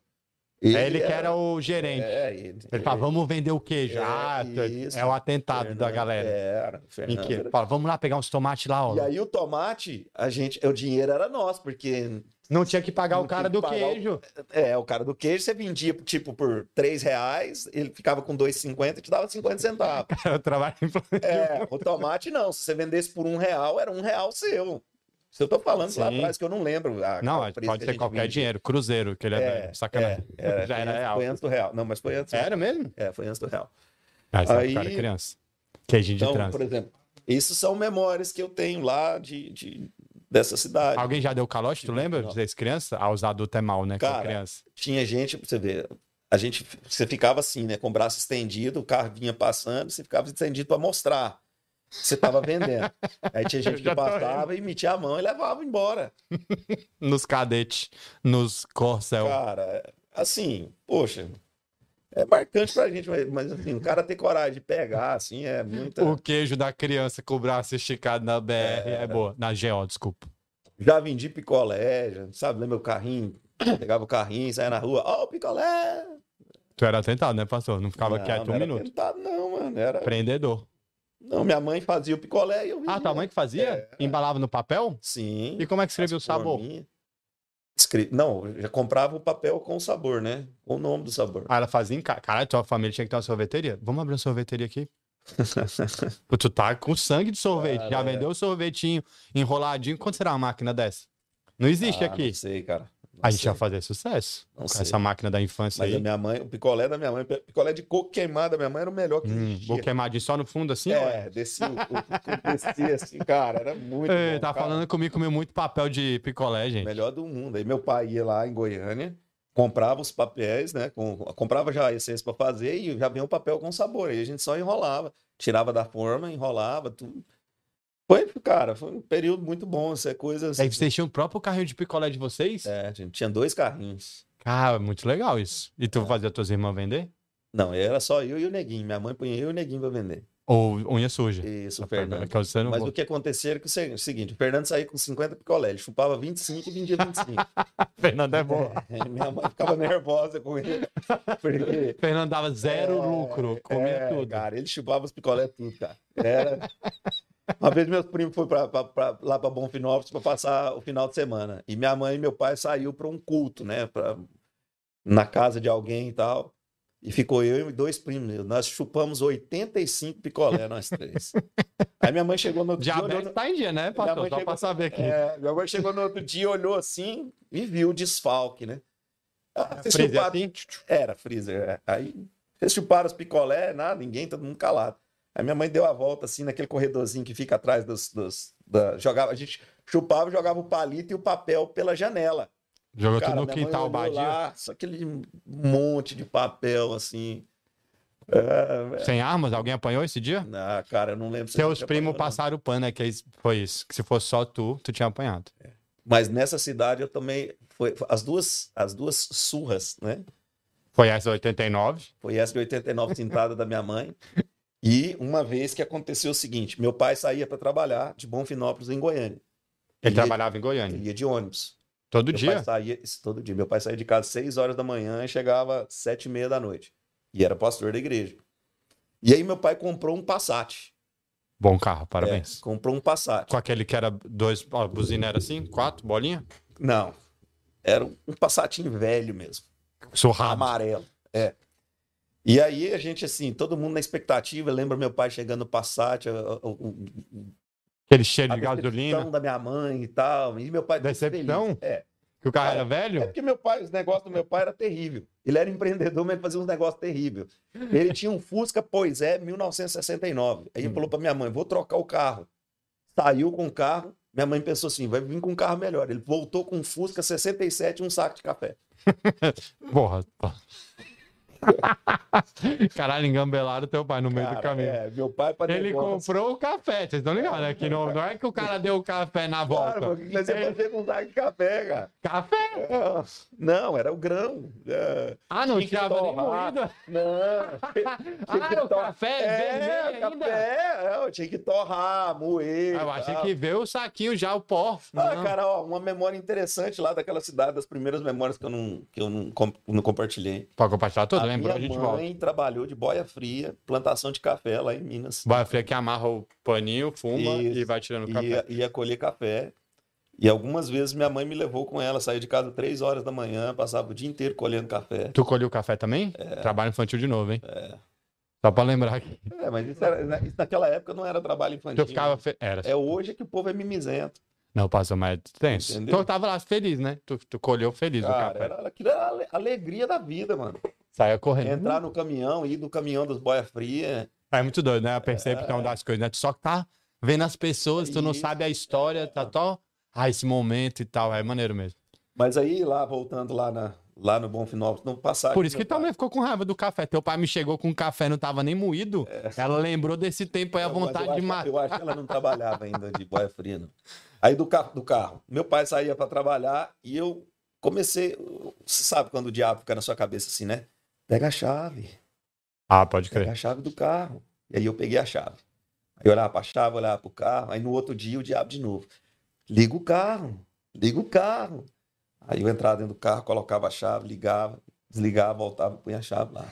Speaker 1: É ele que era o gerente.
Speaker 2: É, ele,
Speaker 1: Ele fala, vamos vender o queijo.
Speaker 2: É,
Speaker 1: ah,
Speaker 2: isso.
Speaker 1: é o atentado da
Speaker 2: Fernando
Speaker 1: galera.
Speaker 2: Era,
Speaker 1: Em
Speaker 2: Fernando
Speaker 1: que ele
Speaker 2: era.
Speaker 1: fala, vamos lá pegar uns tomates lá, ó.
Speaker 2: E aí o tomate, a gente, o dinheiro era nosso, porque
Speaker 1: Não tinha que pagar
Speaker 2: Não
Speaker 1: o cara
Speaker 2: tinha
Speaker 1: do
Speaker 2: que pagar o-
Speaker 1: queijo.
Speaker 2: é, o cara do queijo você vendia tipo por 3 reais, ele ficava com 2,50 e te dava 50 centavos.
Speaker 1: Eu trabalho em plantio.
Speaker 2: É, o tomate não, se você vendesse por um real, era um real seu. Se eu tô falando lá
Speaker 1: Sim.
Speaker 2: atrás, que eu não lembro. a-
Speaker 1: Não,
Speaker 2: qual o preço
Speaker 1: pode
Speaker 2: que a
Speaker 1: ser
Speaker 2: gente
Speaker 1: qualquer
Speaker 2: vendia.
Speaker 1: dinheiro. Cruzeiro, que ele é,
Speaker 2: É,
Speaker 1: sacanagem.
Speaker 2: É,
Speaker 1: Já
Speaker 2: foi
Speaker 1: era
Speaker 2: antes-
Speaker 1: real.
Speaker 2: Foi antes do real. Não, mas foi antes.
Speaker 1: Era mesmo?
Speaker 2: É, foi antes do real.
Speaker 1: Ah, essa
Speaker 2: Aí-
Speaker 1: época eu era criança. Queijinho de
Speaker 2: Então,
Speaker 1: trânsito.
Speaker 2: por exemplo, isso são memórias que eu tenho lá de, de- dessa cidade.
Speaker 1: Alguém já deu calote, tu lembra?
Speaker 2: Não.
Speaker 1: Vocês criança? Ah, os adultos é mal, né? com
Speaker 2: Cara,
Speaker 1: criança.
Speaker 2: tinha gente, pra você ver, a gente, você ficava assim, né, com o braço estendido, o carro vinha passando, você ficava estendido para mostrar que você tava vendendo. Aí tinha gente
Speaker 1: já tô
Speaker 2: que passava e metia a mão e levava embora.
Speaker 1: Nos cadetes, nos corcel.
Speaker 2: Cara, assim, poxa, é marcante pra gente, mas, mas, assim, o cara ter coragem de pegar, assim, é muita...
Speaker 1: O queijo da criança com o braço esticado na BR é, boa. Na GO, desculpa.
Speaker 2: Já vendi picolé, já, sabe, lembra o carrinho? Pegava o carrinho, saia na rua, ó, o picolé!
Speaker 1: Tu era atentado, né, pastor? Não ficava
Speaker 2: não,
Speaker 1: quieto
Speaker 2: não
Speaker 1: um
Speaker 2: era
Speaker 1: minuto.
Speaker 2: tentado, não, mano, era...
Speaker 1: Prendedor.
Speaker 2: Não, minha mãe fazia o picolé e eu vendia.
Speaker 1: Ah, tua mãe que
Speaker 2: É.
Speaker 1: fazia? Embalava no papel?
Speaker 2: Sim.
Speaker 1: E como é que escrevia o
Speaker 2: As
Speaker 1: sabor?
Speaker 2: forminhas. Escre- Não, eu já comprava o papel com o sabor, né? Com o nome do sabor.
Speaker 1: Ah, ela fazia em casa. Caralho, tua família tinha que ter uma sorveteria? Vamos abrir uma sorveteria aqui? Pô, tu tá com sangue de sorvete. Já
Speaker 2: Cara, é.
Speaker 1: vendeu o sorvetinho enroladinho. Quanto será uma máquina dessa? Não existe
Speaker 2: Ah,
Speaker 1: aqui.
Speaker 2: Não sei, cara. Não
Speaker 1: A gente
Speaker 2: sei,
Speaker 1: ia fazer sucesso
Speaker 2: não
Speaker 1: com
Speaker 2: sei.
Speaker 1: essa máquina da infância
Speaker 2: Mas é a
Speaker 1: aí.
Speaker 2: minha mãe, o picolé da minha mãe, o picolé de coco queimado da minha mãe era o melhor que
Speaker 1: Hum,
Speaker 2: existia.
Speaker 1: vou queimadinho só no fundo assim, ó.
Speaker 2: É, descia, o- o- descia assim, cara, era muito
Speaker 1: Ei,
Speaker 2: bom,
Speaker 1: tá
Speaker 2: cara.
Speaker 1: falando comigo, comeu muito papel de picolé, gente.
Speaker 2: Melhor do mundo. Aí meu pai ia lá em Goiânia, comprava os papéis, né? com- comprava já a essência para fazer e já vinha o papel com sabor. Aí a gente só enrolava, tirava da forma, enrolava, tudo. Foi, cara, foi um período muito bom. Isso é coisa.
Speaker 1: Aí vocês tinham o próprio carrinho de picolé de vocês?
Speaker 2: É, a gente tinha dois carrinhos.
Speaker 1: Cara, muito
Speaker 2: É.
Speaker 1: legal isso. E tu fazia tuas irmãs vender?
Speaker 2: Não, era só eu e o neguinho. Minha mãe punha eu e o neguinho para vender.
Speaker 1: Ou unha suja.
Speaker 2: Isso, o
Speaker 1: A perna-
Speaker 2: Fernando.
Speaker 1: que você Ah, tá, não
Speaker 2: Mas
Speaker 1: bota.
Speaker 2: o que acontecia era que o se- o seguinte, o Fernando saía com 50 picolé, ele chupava 25 e vendia 25.
Speaker 1: Fernando é bom.
Speaker 2: É, minha mãe ficava nervosa com ele, porque
Speaker 1: Fernando dava zero
Speaker 2: É,
Speaker 1: lucro, comia
Speaker 2: é,
Speaker 1: tudo.
Speaker 2: Cara, ele chupava os picolé tudo, cara. Era... Uma vez meus primos foram pra, pra- pra- lá para Bonfinópolis para passar o final de semana. E minha mãe e meu pai saiu para um culto, né? Pra... Na casa de alguém e tal. E ficou eu e dois primos. meus. Nós chupamos 85 picolé, nós três. Aí minha mãe chegou no outro dia. olhou
Speaker 1: Diabetes
Speaker 2: no-
Speaker 1: tá em dia, né, pastor?
Speaker 2: mãe
Speaker 1: Só
Speaker 2: chegou-
Speaker 1: pra saber aqui.
Speaker 2: É, minha mãe chegou no outro dia, olhou assim e viu o desfalque, né? Ah, vocês
Speaker 1: Freezer
Speaker 2: chuparam-
Speaker 1: assim?
Speaker 2: era freezer. é. Aí eles chuparam os picolé, nada, ninguém, todo mundo calado. Aí minha mãe deu a volta assim naquele corredorzinho que fica atrás dos. dos da- jogava, a gente chupava e jogava o palito e o papel pela janela.
Speaker 1: Jogou
Speaker 2: Cara,
Speaker 1: tudo no
Speaker 2: minha mãe
Speaker 1: quintal
Speaker 2: olhou
Speaker 1: badio.
Speaker 2: lá, só aquele monte de papel assim. É,
Speaker 1: Sem armas? Alguém apanhou esse dia?
Speaker 2: ah, cara, eu não lembro se a
Speaker 1: Seus
Speaker 2: gente
Speaker 1: primos
Speaker 2: apanhou, não.
Speaker 1: passaram o pano, né? Que eles- foi isso. Que se fosse só tu, tu tinha apanhado.
Speaker 2: Mas nessa cidade eu também. Foi, foi- as, duas, as duas surras, né?
Speaker 1: Foi essa 89?
Speaker 2: Foi essa de 89 cintada da minha mãe. E uma vez que aconteceu o seguinte: meu pai saía para trabalhar de Bonfinópolis em Goiânia.
Speaker 1: Ele
Speaker 2: E-
Speaker 1: trabalhava em Goiânia.
Speaker 2: Ele ia de ônibus.
Speaker 1: Todo
Speaker 2: meu
Speaker 1: dia.
Speaker 2: pai saía isso todo dia. Meu pai saía de casa às 6 horas da manhã e chegava às 7 e meia da noite. E era pastor da igreja. E aí meu pai comprou um Passat.
Speaker 1: Bom carro,
Speaker 2: É,
Speaker 1: parabéns.
Speaker 2: comprou um Passat.
Speaker 1: Com aquele que era dois, ó, a buzina era assim, quatro bolinha,
Speaker 2: Não. Era um Passatinho velho mesmo.
Speaker 1: surrado.
Speaker 2: amarelo. É. E aí a gente, assim, todo mundo na expectativa. Lembra meu pai chegando no Passat, o- o- o-
Speaker 1: Aquele cheiro
Speaker 2: a
Speaker 1: de gasolina.
Speaker 2: decepção da minha mãe e tal. E meu pai. todo
Speaker 1: Decepção?
Speaker 2: feliz. É.
Speaker 1: Que o carro
Speaker 2: Cara,
Speaker 1: era
Speaker 2: É
Speaker 1: velho?
Speaker 2: porque meu pai, os negócios do meu pai era terrível. Ele era empreendedor, mas ele fazia uns negócios terríveis. Ele tinha um Fusca, pois é, 1969. Aí ele
Speaker 1: Hum.
Speaker 2: falou pra minha mãe: vou trocar o carro. Saiu com o carro. Minha mãe pensou assim: vai vir com um carro melhor. Ele voltou com um Fusca 67 e um saco de café.
Speaker 1: Porra. pô. Caralho, engambelaram teu pai no meio do
Speaker 2: Cara,
Speaker 1: caminho.
Speaker 2: é, meu pai para
Speaker 1: Ele
Speaker 2: negócio-
Speaker 1: comprou o café, vocês estão ligados, né? Que não, não é que o cara deu o café na volta.
Speaker 2: Cara, mas o que que você vai
Speaker 1: Ele-
Speaker 2: fazer com um saco de café, cara?
Speaker 1: Café?
Speaker 2: É, Não, era o grão. É,
Speaker 1: Ah, não
Speaker 2: Tinha que
Speaker 1: tinha nem
Speaker 2: torrar.
Speaker 1: moída.
Speaker 2: Não.
Speaker 1: Ah, era o café vermelho ainda.
Speaker 2: É, café, é, eu tinha que torrar, moer.
Speaker 1: Ah, Eu achei
Speaker 2: tal.
Speaker 1: que veio o saquinho já, o pó.
Speaker 2: Ah,
Speaker 1: Não.
Speaker 2: cara, ó, uma memória interessante lá daquela cidade, das primeiras memórias que eu não, que eu não, com- não compartilhei.
Speaker 1: Pode compartilhar tudo,
Speaker 2: a
Speaker 1: lembrou, a
Speaker 2: minha
Speaker 1: gente volta.
Speaker 2: mãe trabalhou de boia fria, plantação de café lá em Minas.
Speaker 1: Boia fria é que amarra o paninho, fuma
Speaker 2: Isso.
Speaker 1: e vai tirando o café.
Speaker 2: Ia, ia colher café. E algumas vezes minha mãe me levou com ela, saía de casa três horas da manhã, passava o dia inteiro colhendo café.
Speaker 1: Tu colheu o café também? Trabalho infantil de novo, hein? Só pra lembrar aqui.
Speaker 2: É, mas isso, era- isso naquela época não era trabalho infantil.
Speaker 1: Tu Então ficava. Fe... Era.
Speaker 2: É hoje que o povo é mimizento.
Speaker 1: Não, passou mais tenso.
Speaker 2: Entendeu?
Speaker 1: Então eu tava lá feliz, né? Tu, tu colheu feliz o
Speaker 2: Cara,
Speaker 1: café. É,
Speaker 2: era, aquilo era a ale- alegria da vida, mano.
Speaker 1: Saia correndo.
Speaker 2: Entrar no caminhão, ir do caminhão dos boia fria.
Speaker 1: É muito doido, né? A percepção das coisas, né? Tu só tá vendo as pessoas, tu não
Speaker 2: É. Isso. É.
Speaker 1: sabe a história, tá só. Ah, esse momento e tal. É maneiro mesmo.
Speaker 2: Mas aí, lá, voltando lá, na, lá no Bonfinópolis, não passar.
Speaker 1: Por isso que tá tua mãe ficou com raiva do café. Teu pai me chegou com um café, não tava nem moído. Ela lembrou desse tempo aí, a vontade de matar.
Speaker 2: É. Eu acho que ela não trabalhava ainda de boia fria, não. Aí do, ca do carro. Meu pai saía para trabalhar e eu comecei. Você sabe quando o diabo fica na sua cabeça assim, né? Pega a chave.
Speaker 1: Ah, pode
Speaker 2: Pegar
Speaker 1: crer.
Speaker 2: a chave do carro. E aí eu peguei a chave. Aí eu olhava pra chave, olhava pro carro. Aí no outro dia o diabo de novo. Liga o carro, liga o carro. Aí eu entrava dentro do carro, colocava a chave, ligava, desligava, voltava, punha a chave lá.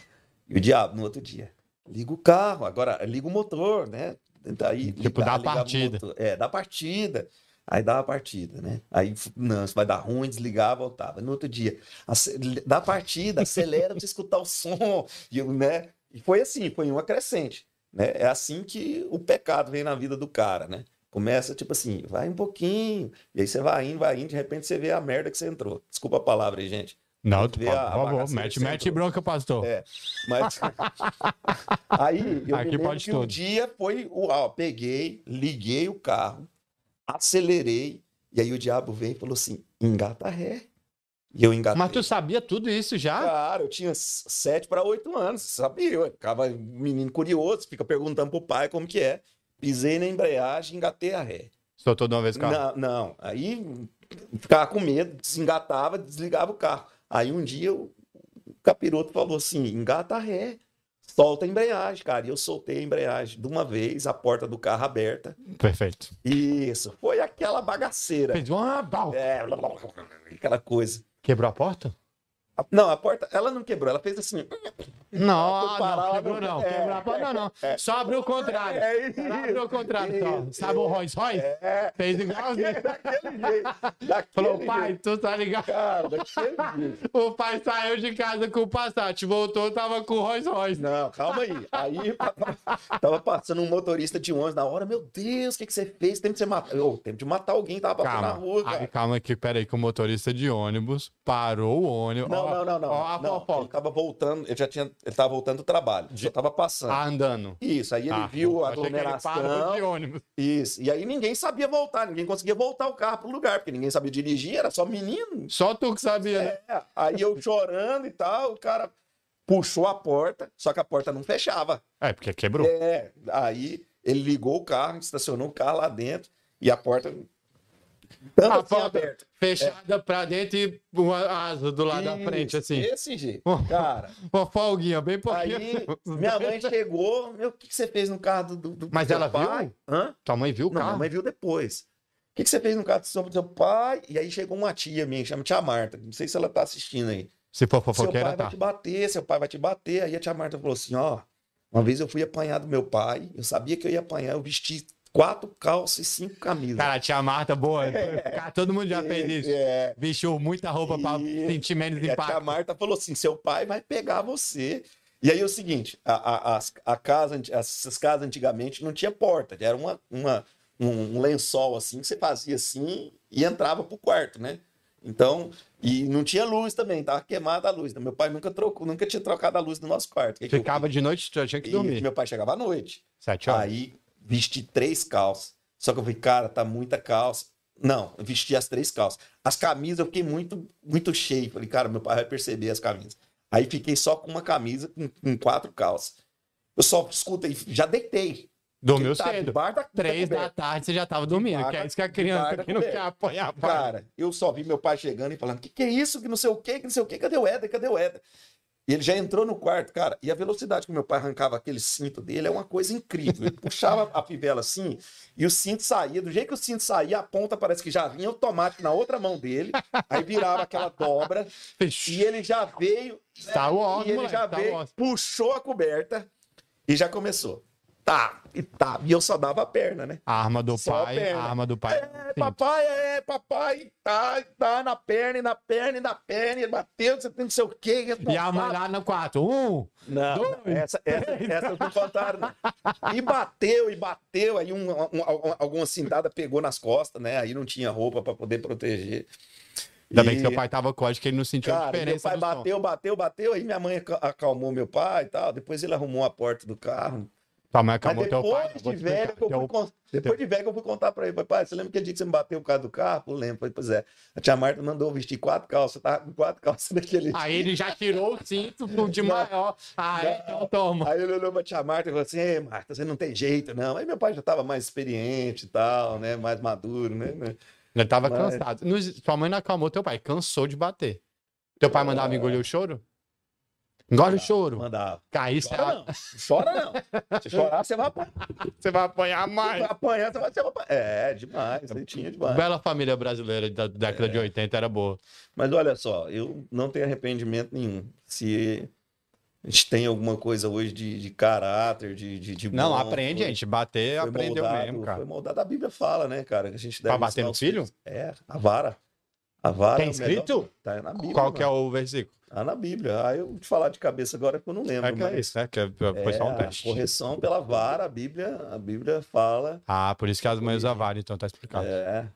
Speaker 2: E o diabo no outro dia. Liga o carro, agora liga o motor, né? Daí,
Speaker 1: Tipo, dá a
Speaker 2: ligava o
Speaker 1: partida.
Speaker 2: motor. É, dá a partida. Aí dava a partida, né? Aí, f- não, isso vai dar ruim, desligava, voltava. No outro dia, ace- dá a partida, acelera pra você escutar o som, e, eu, né? E foi assim, foi uma crescente, né? É assim que o pecado vem na vida do cara, né? Começa, tipo assim, vai um pouquinho, e aí você vai indo, vai indo, de repente você vê a merda que você entrou. Desculpa a palavra aí, gente.
Speaker 1: Não,
Speaker 2: Tem
Speaker 1: tu
Speaker 2: que ver
Speaker 1: pode,
Speaker 2: a-
Speaker 1: por
Speaker 2: a
Speaker 1: favor,
Speaker 2: bagaceira
Speaker 1: mete,
Speaker 2: que você
Speaker 1: mete
Speaker 2: entrou.
Speaker 1: bronca, pastor.
Speaker 2: É. Mas aí eu
Speaker 1: Aqui
Speaker 2: me lembro
Speaker 1: pode
Speaker 2: que
Speaker 1: tudo.
Speaker 2: um dia foi, uau, peguei, liguei o carro, acelerei, e aí o diabo veio e falou assim, engata ré. E eu engatei.
Speaker 1: Mas tu sabia tudo isso já?
Speaker 2: Cara, eu tinha s- sete para oito anos, sabia? Eu ficava um menino curioso, fica perguntando pro pai como que é. Pisei na embreagem, engatei a ré.
Speaker 1: Soltou de uma vez o carro.
Speaker 2: Não, não. Aí ficava com medo, desengatava, desligava o carro. Aí um dia o o capiroto falou assim: engata a ré. Solta a embreagem, cara. E eu soltei a embreagem de uma vez, a porta do carro aberta.
Speaker 1: Perfeito.
Speaker 2: Isso, foi aquela bagaceira.
Speaker 1: Fez uma. bau.
Speaker 2: É, blá, blá, blá, blá, aquela coisa.
Speaker 1: Quebrou a porta?
Speaker 2: A- Não, a porta, ela não quebrou, ela fez assim.
Speaker 1: Não,
Speaker 2: Foi parar
Speaker 1: não,
Speaker 2: lá
Speaker 1: quebrou
Speaker 2: no-
Speaker 1: não.
Speaker 2: É,
Speaker 1: Quebrou a porta não.
Speaker 2: é.
Speaker 1: Só abriu o contrário.
Speaker 2: É isso.
Speaker 1: Ela abriu o contrário, então.
Speaker 2: Isso.
Speaker 1: Sabe o Rolls Royce?
Speaker 2: É,
Speaker 1: Fez igualzinho.
Speaker 2: daquele jeito. Daquele
Speaker 1: Falou,
Speaker 2: jeito.
Speaker 1: pai, tu tá ligado?
Speaker 2: Cara, daquele jeito.
Speaker 1: O pai saiu de casa com o Passat, voltou, tava com o Rolls Royce.
Speaker 2: Não, calma aí. Aí pa- pa- tava passando um motorista de ônibus na hora. Meu Deus, o que, que você fez? Tempo de você matar. Ô, tempo de matar alguém, tava passando na
Speaker 1: Calma,
Speaker 2: rua,
Speaker 1: Aí,
Speaker 2: cara.
Speaker 1: calma que peraí, que o motorista de ônibus parou o ônibus.
Speaker 2: Não,
Speaker 1: ó,
Speaker 2: não, não, não.
Speaker 1: Ó a
Speaker 2: não, Ele
Speaker 1: fofoca.
Speaker 2: tava voltando, ele já tinha. Ele tava voltando do trabalho. Já tava passando.
Speaker 1: Ah, andando.
Speaker 2: Isso, aí ele
Speaker 1: Ah,
Speaker 2: viu a
Speaker 1: achei que ele
Speaker 2: aglomeração.
Speaker 1: parou de ônibus.
Speaker 2: Isso. E aí ninguém sabia voltar, ninguém conseguia voltar o carro pro lugar, porque ninguém sabia dirigir, era só menino.
Speaker 1: Só tu que sabia, né?
Speaker 2: É, Aí eu chorando e tal, o cara puxou a porta, só que a porta não fechava.
Speaker 1: É, porque quebrou.
Speaker 2: É, aí ele ligou o carro, estacionou o carro lá dentro e a porta tanto
Speaker 1: A
Speaker 2: assim
Speaker 1: porta
Speaker 2: aberta. É.
Speaker 1: fechada pra dentro e uma asa do lado da
Speaker 2: Isso,
Speaker 1: frente, assim.
Speaker 2: Desse jeito. Cara,
Speaker 1: Uma folguinha, bem pouquinho.
Speaker 2: aí minha mãe chegou, meu, o que, que você fez no carro do, do, do
Speaker 1: Mas
Speaker 2: seu
Speaker 1: ela
Speaker 2: pai?
Speaker 1: viu?
Speaker 2: Hã?
Speaker 1: Tua mãe viu o
Speaker 2: Não,
Speaker 1: carro?
Speaker 2: minha mãe viu depois. O que, que você fez no caso do seu, do seu pai? E aí chegou uma tia minha, que chama Tia Marta. Não sei se ela tá assistindo aí.
Speaker 1: Se for
Speaker 2: Seu pai
Speaker 1: fofoqueira,
Speaker 2: vai
Speaker 1: tá.
Speaker 2: te bater, seu pai vai te bater. Aí a tia Marta falou assim: ó, uma vez eu fui apanhar do meu pai, eu sabia que eu ia apanhar, eu vesti quatro calças e cinco camisas.
Speaker 1: Cara, a tia Marta, boa. Cara, todo mundo já fez isso.
Speaker 2: É,
Speaker 1: Vestiu muita roupa pra
Speaker 2: Isso.
Speaker 1: sentir menos
Speaker 2: E a tia
Speaker 1: impacto.
Speaker 2: Marta falou assim: seu pai vai pegar você. E aí é o seguinte: a, a, as- a casa, anti- essas casas antigamente não tinha porta, era uma, uma- um, um lençol assim que você fazia assim e entrava pro quarto, né? Então, e não tinha luz também, tava queimada a luz. né? Meu pai nunca trocou, nunca tinha trocado a luz do nosso quarto. O que que eu
Speaker 1: Ficava de noite, tu tinha que
Speaker 2: fiz?
Speaker 1: dormir.
Speaker 2: Meu pai chegava à noite.
Speaker 1: Sete horas.
Speaker 2: Aí vesti três calças. Só que eu falei, cara, tá muita calça. Não, eu vesti as três calças. As camisas eu fiquei muito, muito cheio. Falei, cara, meu pai vai perceber as camisas. Aí fiquei só com uma camisa, com, com quatro calças. Eu só, escuta, já deitei.
Speaker 1: Dormiu
Speaker 2: Tá
Speaker 1: cedo.
Speaker 2: debaixo da- da
Speaker 1: Três da
Speaker 2: coberta.
Speaker 1: tarde você já tava dormindo.
Speaker 2: Debaixo
Speaker 1: Que é
Speaker 2: da-
Speaker 1: isso que a criança
Speaker 2: debaixo da
Speaker 1: que não quer
Speaker 2: coberta.
Speaker 1: apanhar. apanha.
Speaker 2: Cara, eu só vi meu pai chegando e falando: que que é isso? Que não sei o que, que não sei o que, cadê o Éder? Cadê o Éder? E ele já entrou no quarto, cara, e a velocidade que meu pai arrancava aquele cinto dele é uma coisa incrível. Ele puxava a fivela assim e o cinto saía. Do jeito que o cinto saía, a ponta parece que já vinha automático na outra mão dele, aí virava aquela dobra
Speaker 1: Fechou.
Speaker 2: e ele já veio. né?
Speaker 1: Star Wars,
Speaker 2: e ele
Speaker 1: moleque, tá
Speaker 2: já
Speaker 1: Star
Speaker 2: veio,
Speaker 1: Wars.
Speaker 2: puxou a coberta e já começou. Tá, e tá. E eu só dava a perna, né?
Speaker 1: A arma do
Speaker 2: Só a
Speaker 1: pai, a
Speaker 2: perna.
Speaker 1: arma do pai.
Speaker 2: É, papai, é, papai, tá, tá na perna, e na perna, e na perna, e bateu, você tem não sei o quê. é
Speaker 1: E a mãe lá no quarto. Um.
Speaker 2: Não,
Speaker 1: dois,
Speaker 2: não, essa, essa, essa não contaram, não. E bateu, e bateu, aí um, um- um- alguma cintada pegou nas costas, né? Aí não tinha roupa pra poder proteger.
Speaker 1: Ainda bem
Speaker 2: E,
Speaker 1: que seu pai tava com acho que ele não sentiu a
Speaker 2: Cara, meu
Speaker 1: diferença
Speaker 2: pai
Speaker 1: do som.
Speaker 2: bateu, bateu, bateu, aí minha mãe aca- acalmou meu pai e tal, depois ele arrumou a porta do carro.
Speaker 1: Tua mãe
Speaker 2: Mas
Speaker 1: acalmou teu pai.
Speaker 2: depois
Speaker 1: vou
Speaker 2: de
Speaker 1: te explicar.
Speaker 2: velho que eu
Speaker 1: Teu-
Speaker 2: fui con- depois de velho que eu fui contar pra ele, pai, você lembra aquele dia que você me bateu por causa do carro? Eu lembro, Falei, pois é. A tia Marta mandou eu vestir quatro calças, tá? Com Quatro calças daquele dia.
Speaker 1: Aí ele já tirou o cinto pro de
Speaker 2: Não.
Speaker 1: maior. Ah, é, então toma.
Speaker 2: Aí ele olhou pra tia Marta e falou assim: Ei, Marta, você não tem jeito, não. Aí meu pai já tava mais experiente e tal, né? Mais maduro, né?
Speaker 1: Ele tava
Speaker 2: Mas-
Speaker 1: cansado. Nos- Tua mãe não acalmou teu pai, cansou de bater. Teu pai mandava
Speaker 2: Ah.
Speaker 1: engolir o choro? Engole o choro.
Speaker 2: Mandava.
Speaker 1: Cair, você
Speaker 2: Chora não. Chora não. Se chorar, você vai apanhar.
Speaker 1: você vai apanhar
Speaker 2: Vai
Speaker 1: mais.
Speaker 2: apanhar, você vai você vai apanhar. É, demais. Aí tinha demais.
Speaker 1: Bela família brasileira da década
Speaker 2: É.
Speaker 1: de 80 era boa.
Speaker 2: Mas olha só, eu não tenho arrependimento nenhum. Se a gente tem alguma coisa hoje de, de caráter, de, de, de
Speaker 1: Não,
Speaker 2: bom,
Speaker 1: aprende,
Speaker 2: foi-
Speaker 1: gente. Bater,
Speaker 2: foi
Speaker 1: aprendeu
Speaker 2: moldado,
Speaker 1: mesmo, cara.
Speaker 2: Foi moldado, a Bíblia fala, né, cara? Que a gente deve
Speaker 1: Pra bater
Speaker 2: ensinar
Speaker 1: no
Speaker 2: os
Speaker 1: filho?
Speaker 2: filhos. É, a vara. A vara
Speaker 1: Tem
Speaker 2: é o melhor-
Speaker 1: escrito?
Speaker 2: Tá na Bíblia.
Speaker 1: Qual que é
Speaker 2: mano.
Speaker 1: o versículo?
Speaker 2: Tá na Bíblia. Ah, eu te falar de cabeça agora que eu não lembro.
Speaker 1: É que é
Speaker 2: mas
Speaker 1: isso, né? Que é- foi só um
Speaker 2: a
Speaker 1: teste.
Speaker 2: correção pela vara, a Bíblia, a Bíblia fala.
Speaker 1: Ah, por isso que as mães usam vara, então tá explicado.
Speaker 2: É,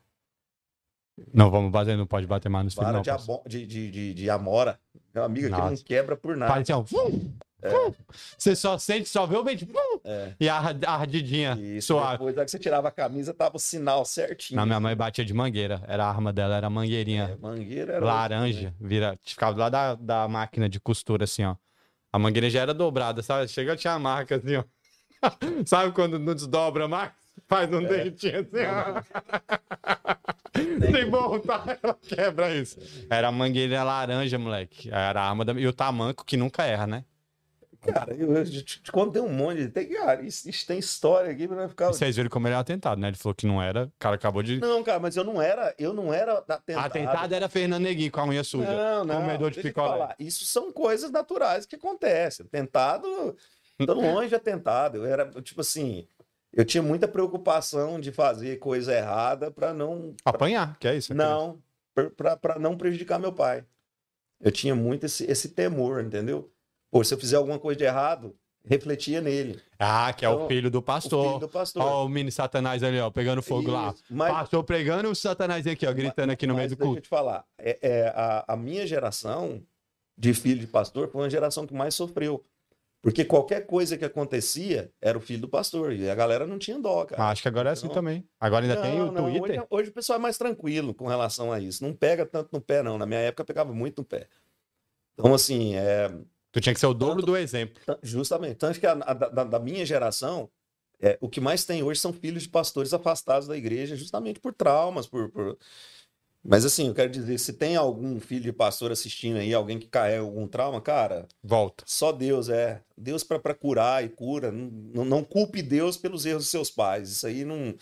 Speaker 1: Não, vamos bater, não pode bater mais nos filhos,
Speaker 2: vara
Speaker 1: não.
Speaker 2: de,
Speaker 1: parceiro.
Speaker 2: abo- de, de, de, de amora. É uma amiga que
Speaker 1: Nossa.
Speaker 2: não quebra por nada.
Speaker 1: Faz assim, ó. vum, vum. Você só sente, só vê o vento. vum,
Speaker 2: É.
Speaker 1: E a ar- a ardidinha
Speaker 2: Isso,
Speaker 1: suave.
Speaker 2: depois da que você tirava a camisa, tava o sinal certinho. É,
Speaker 1: Na minha é. mãe batia de mangueira. Era a arma dela, era a mangueirinha
Speaker 2: Mangueira era
Speaker 1: laranja. Vira, ficava lá da, da máquina de costura, assim, ó. A mangueira já era dobrada, sabe? Chega, tinha a marca, assim, ó. sabe quando não desdobra a marca? Faz um
Speaker 2: É.
Speaker 1: dentinho assim, ó. Sem voltar, ela quebra isso. Era a mangueira laranja, moleque. Era a arma da... E o tamanco que nunca erra, né?
Speaker 2: Cara, eu, eu te, te contei um monte. Tem, cara, isso, isso tem história aqui pra ficar.
Speaker 1: Vocês viram como ele é atentado, né? Ele falou que não era. O cara acabou de.
Speaker 2: Não, cara, mas eu não era, eu não era atentado.
Speaker 1: é
Speaker 2: É.
Speaker 1: Atentado era Fernando Negui com a unha suja.
Speaker 2: Não, não.
Speaker 1: Comedor de é.
Speaker 2: deixa eu te
Speaker 1: picolé.
Speaker 2: falar, Isso são coisas naturais que acontecem. Atentado, tô longe de atentado. Eu era, tipo assim, eu tinha muita preocupação de fazer coisa errada para não.
Speaker 1: Apanhar, que é isso. aqui, né?
Speaker 2: Não, para não prejudicar meu pai. Eu tinha muito esse, esse temor, entendeu? Pô, se eu fizer alguma coisa de errado, refletia nele.
Speaker 1: Ah, que é o
Speaker 2: Então,
Speaker 1: filho do
Speaker 2: O
Speaker 1: pastor.
Speaker 2: filho do pastor.
Speaker 1: Ó, o mini satanás ali, ó, pegando fogo lá.
Speaker 2: Isso, Mas,
Speaker 1: Pastor pregando e o satanás aqui, ó, gritando aqui no meio
Speaker 2: mas
Speaker 1: do
Speaker 2: deixa eu
Speaker 1: culto.
Speaker 2: te falar, é, é, a, a minha geração de filho de pastor foi uma geração que mais sofreu. Porque qualquer coisa que acontecia era o filho do pastor. E a galera não tinha dó, cara.
Speaker 1: Mas acho que agora é assim
Speaker 2: Não.
Speaker 1: também. Agora ainda tem o
Speaker 2: Não, não,
Speaker 1: Twitter.
Speaker 2: Hoje, hoje o pessoal é mais tranquilo com relação a isso. Não pega tanto no pé, não. Na minha época pegava muito no pé. Então, assim, é,
Speaker 1: Tu tinha que ser o dobro do exemplo.
Speaker 2: Tan- Justamente. Tanto que a, a- da, da minha geração, é, o que mais tem hoje são filhos de pastores afastados da igreja, justamente por traumas, por. por- Mas assim, eu quero dizer, se tem algum filho de pastor assistindo aí, alguém que carrega algum trauma, cara,
Speaker 1: Volta.
Speaker 2: só Deus é. Deus para curar e cura. Não, não- não culpe Deus pelos erros dos seus pais. Isso aí não.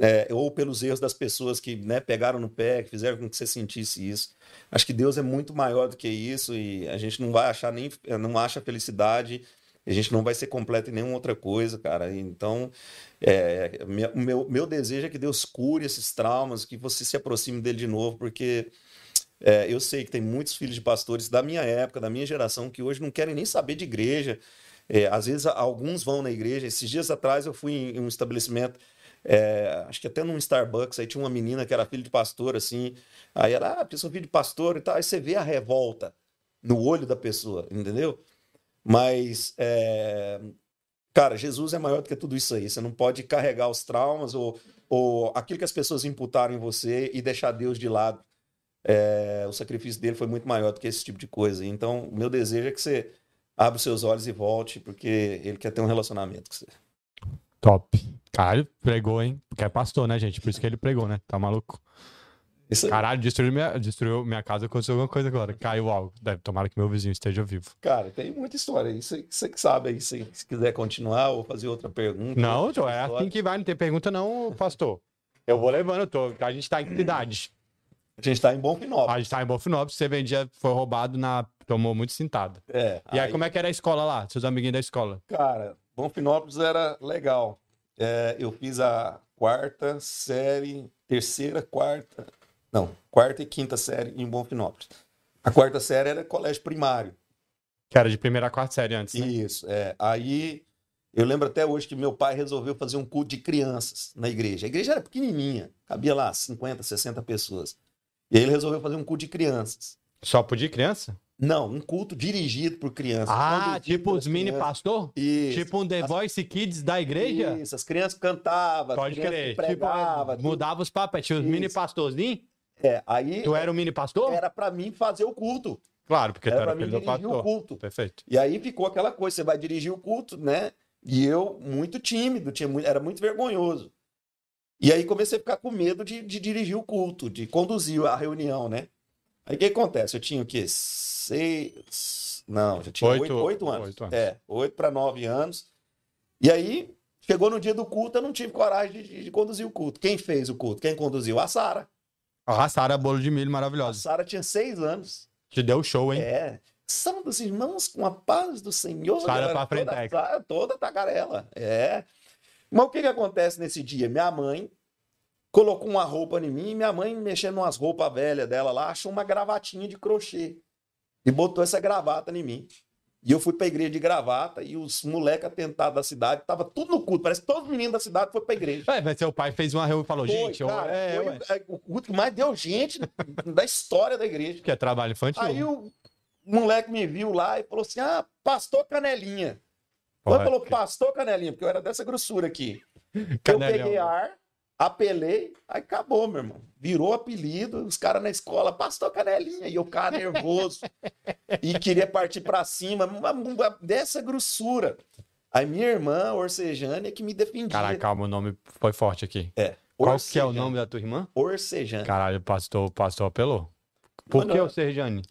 Speaker 2: é, ou pelos erros das pessoas que né, pegaram no pé, que fizeram com que você sentisse isso. Acho que Deus é muito maior do que isso e a gente não vai achar nem. Não acha felicidade. A gente não vai ser completo em nenhuma outra coisa, cara. Então, é, minha- o meu, meu desejo é que Deus cure esses traumas, que você se aproxime dele de novo, porque é, eu sei que tem muitos filhos de pastores da minha época, da minha geração, que hoje não querem nem saber de igreja. É, às vezes, a- alguns vão na igreja. Esses dias atrás, eu fui em, em um estabelecimento, é, acho que até num Starbucks, aí tinha uma menina que era filha de pastor, assim. Aí ela, ah, porque sou filho de pastor e tal. Aí você vê a revolta no olho da pessoa, entendeu? Mas, é, cara, Jesus é maior do que tudo isso aí. Você não pode carregar os traumas ou, ou aquilo que as pessoas imputaram em você e deixar Deus de lado É, o sacrifício dele foi muito maior do que esse tipo de coisa. Então, o meu desejo é que você abra os seus olhos e volte, porque ele quer ter um relacionamento com você.
Speaker 1: Top. Caralho, pregou, hein? Porque é pastor, né, gente? Por isso que ele pregou, né? Tá maluco?
Speaker 2: Isso aí.
Speaker 1: Caralho, destruiu minha, destruiu minha casa, aconteceu alguma coisa agora. Caiu algo. Deve, tomara que meu vizinho esteja vivo.
Speaker 2: Cara, tem muita história aí. Você, você que sabe aí, se, se quiser continuar ou fazer outra pergunta.
Speaker 1: Não,
Speaker 2: outra
Speaker 1: Joe, é
Speaker 2: história.
Speaker 1: assim que vai. Não tem pergunta, não, pastor. Eu vou levando, eu tô. A gente tá em que cidade?
Speaker 2: A gente tá em bom final.
Speaker 1: A gente tá em Bofinópolis, você vendia, foi roubado na. Tomou muito cintada.
Speaker 2: É,
Speaker 1: E aí, como é que era a escola lá? Seus amiguinhos da escola?
Speaker 2: Cara, Bonfinópolis era legal. É, eu fiz a quarta série, terceira, quarta. Não, quarta e quinta série em Bonfinópolis. A quarta série era colégio primário.
Speaker 1: Que era de primeira a quarta série antes, né?
Speaker 2: Isso, é. Aí eu lembro até hoje que meu pai resolveu fazer um culto de crianças na igreja. A igreja era pequenininha, cabia lá 50, 60 pessoas. E aí ele resolveu fazer um culto de crianças.
Speaker 1: Só podia criança?
Speaker 2: Não, um culto dirigido por crianças.
Speaker 1: Ah,
Speaker 2: conduzido
Speaker 1: tipo os
Speaker 2: pelas
Speaker 1: mini
Speaker 2: crianças.
Speaker 1: pastor?
Speaker 2: Isso,
Speaker 1: Tipo um The Voice Kids da igreja?
Speaker 2: isso, as crianças cantavam, as
Speaker 1: Pode
Speaker 2: crianças
Speaker 1: crer. Tipo,
Speaker 2: pregavam. tudo.
Speaker 1: mudava os papéis. Tinha os
Speaker 2: Isso.
Speaker 1: mini pastorzinhos.
Speaker 2: É, aí
Speaker 1: Tu era o mini pastor?
Speaker 2: era para mim fazer o culto.
Speaker 1: Claro, porque
Speaker 2: Era
Speaker 1: tu
Speaker 2: para
Speaker 1: era
Speaker 2: mim
Speaker 1: filho do
Speaker 2: dirigir o
Speaker 1: pastor.
Speaker 2: culto.
Speaker 1: Perfeito.
Speaker 2: E aí ficou aquela coisa, você vai dirigir o culto, né? E eu, muito tímido, tinha muito- era muito vergonhoso. E aí comecei a ficar com medo de, de dirigir o culto, de conduzir a reunião, né? Aí o que acontece? Eu tinha o quê? Seis. Não, já tinha
Speaker 1: Oito-
Speaker 2: oito, oito, anos.
Speaker 1: oito anos.
Speaker 2: É, oito para nove anos. E aí, chegou no dia do culto, eu não tive coragem de, de conduzir o culto. Quem fez o culto? Quem conduziu? A Sara.
Speaker 1: Arrastaram a bolo de milho
Speaker 2: A
Speaker 1: maravilhosa.
Speaker 2: Sara tinha seis anos.
Speaker 1: Te deu show, hein?
Speaker 2: É. São dos irmãos com a paz do Senhor.
Speaker 1: Sara
Speaker 2: galera,
Speaker 1: pra frente,
Speaker 2: toda,
Speaker 1: é.
Speaker 2: toda, toda tagarela. É. Mas o que, que acontece nesse dia? Minha mãe colocou uma roupa em mim e minha mãe, mexendo umas roupas velhas dela lá, achou uma gravatinha de crochê e botou essa gravata em mim. E eu fui pra igreja de gravata e os moleques atentados da cidade, tava tudo no culto. Parece que todos os meninos da cidade foram pra igreja.
Speaker 1: É, mas seu pai fez uma reunião e falou,
Speaker 2: Foi,
Speaker 1: gente, eu-
Speaker 2: cara,
Speaker 1: é,
Speaker 2: foi
Speaker 1: ué,
Speaker 2: é, o culto que mais deu gente da história da igreja.
Speaker 1: que é trabalho infantil.
Speaker 2: Aí o moleque me viu lá e falou assim: Ah, pastor Canelinha.
Speaker 1: Porra,
Speaker 2: Quando falou pastor Canelinha, porque eu era dessa grossura aqui. Eu
Speaker 1: Canelhão.
Speaker 2: peguei ar, apelei, aí acabou, meu irmão. Virou apelido, os caras na escola, pastor Canelinha. E eu, cara, nervoso. e queria partir pra cima, uma- uma- dessa grossura. Aí minha irmã, Orsejane, é que me defendia.
Speaker 1: Caralho, calma, o nome foi forte aqui.
Speaker 2: É.
Speaker 1: Qual que é o
Speaker 2: Orsejane,
Speaker 1: nome da tua irmã?
Speaker 2: Orsejane.
Speaker 1: Caralho, o pastor, o pastor apelou. Por
Speaker 2: Mano,
Speaker 1: que o Serjane?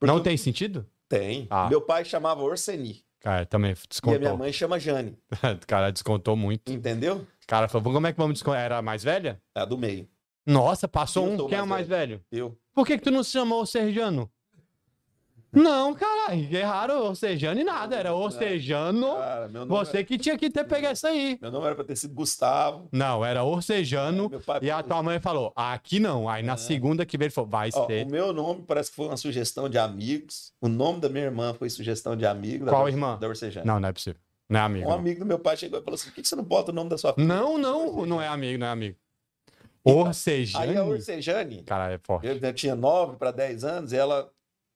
Speaker 2: porque
Speaker 1: Não
Speaker 2: eu-
Speaker 1: tem sentido?
Speaker 2: Tem.
Speaker 1: Ah.
Speaker 2: Meu pai chamava Orseni.
Speaker 1: Cara, também
Speaker 2: E a minha
Speaker 1: descontou.
Speaker 2: mãe chama Jane,
Speaker 1: Cara, descontou muito.
Speaker 2: entendeu?
Speaker 1: Cara, falou, "Vamos- como é que vamos descontar? Era a mais velha?
Speaker 2: A do meio.
Speaker 1: Nossa, passou
Speaker 2: Eu
Speaker 1: um.
Speaker 2: sou
Speaker 1: Quem é o mais
Speaker 2: mais
Speaker 1: velho?
Speaker 2: Eu.
Speaker 1: Por que, que tu não se chamou Sergiano? Não, caralho, erraram o Sergiano e nada. Era o Sergiano.
Speaker 2: Cara, meu nome,
Speaker 1: Você que tinha que ter pego essa aí.
Speaker 2: meu nome era pra ter sido Gustavo.
Speaker 1: Não, era Orcejano.
Speaker 2: Meu pai-
Speaker 1: E a tua mãe falou, aqui não. Aí na segunda que veio, ele falou, vai
Speaker 2: É. Ó,
Speaker 1: ser.
Speaker 2: o meu nome parece que foi uma sugestão de amigos. O nome da minha irmã foi sugestão de amigo. da
Speaker 1: Qual
Speaker 2: Dor-
Speaker 1: irmã?
Speaker 2: Da Orsejane.
Speaker 1: Não, não é possível. Não é amigo.
Speaker 2: Um amigo do meu pai chegou e falou assim: por que que você não bota o nome da sua filha?
Speaker 1: Não, não, não, não é amigo, não é amigo.
Speaker 2: Aí a
Speaker 1: Orcejano.
Speaker 2: Orsejane,
Speaker 1: Cara, é forte.
Speaker 2: eu eu tinha 9 para 10 anos, e ela,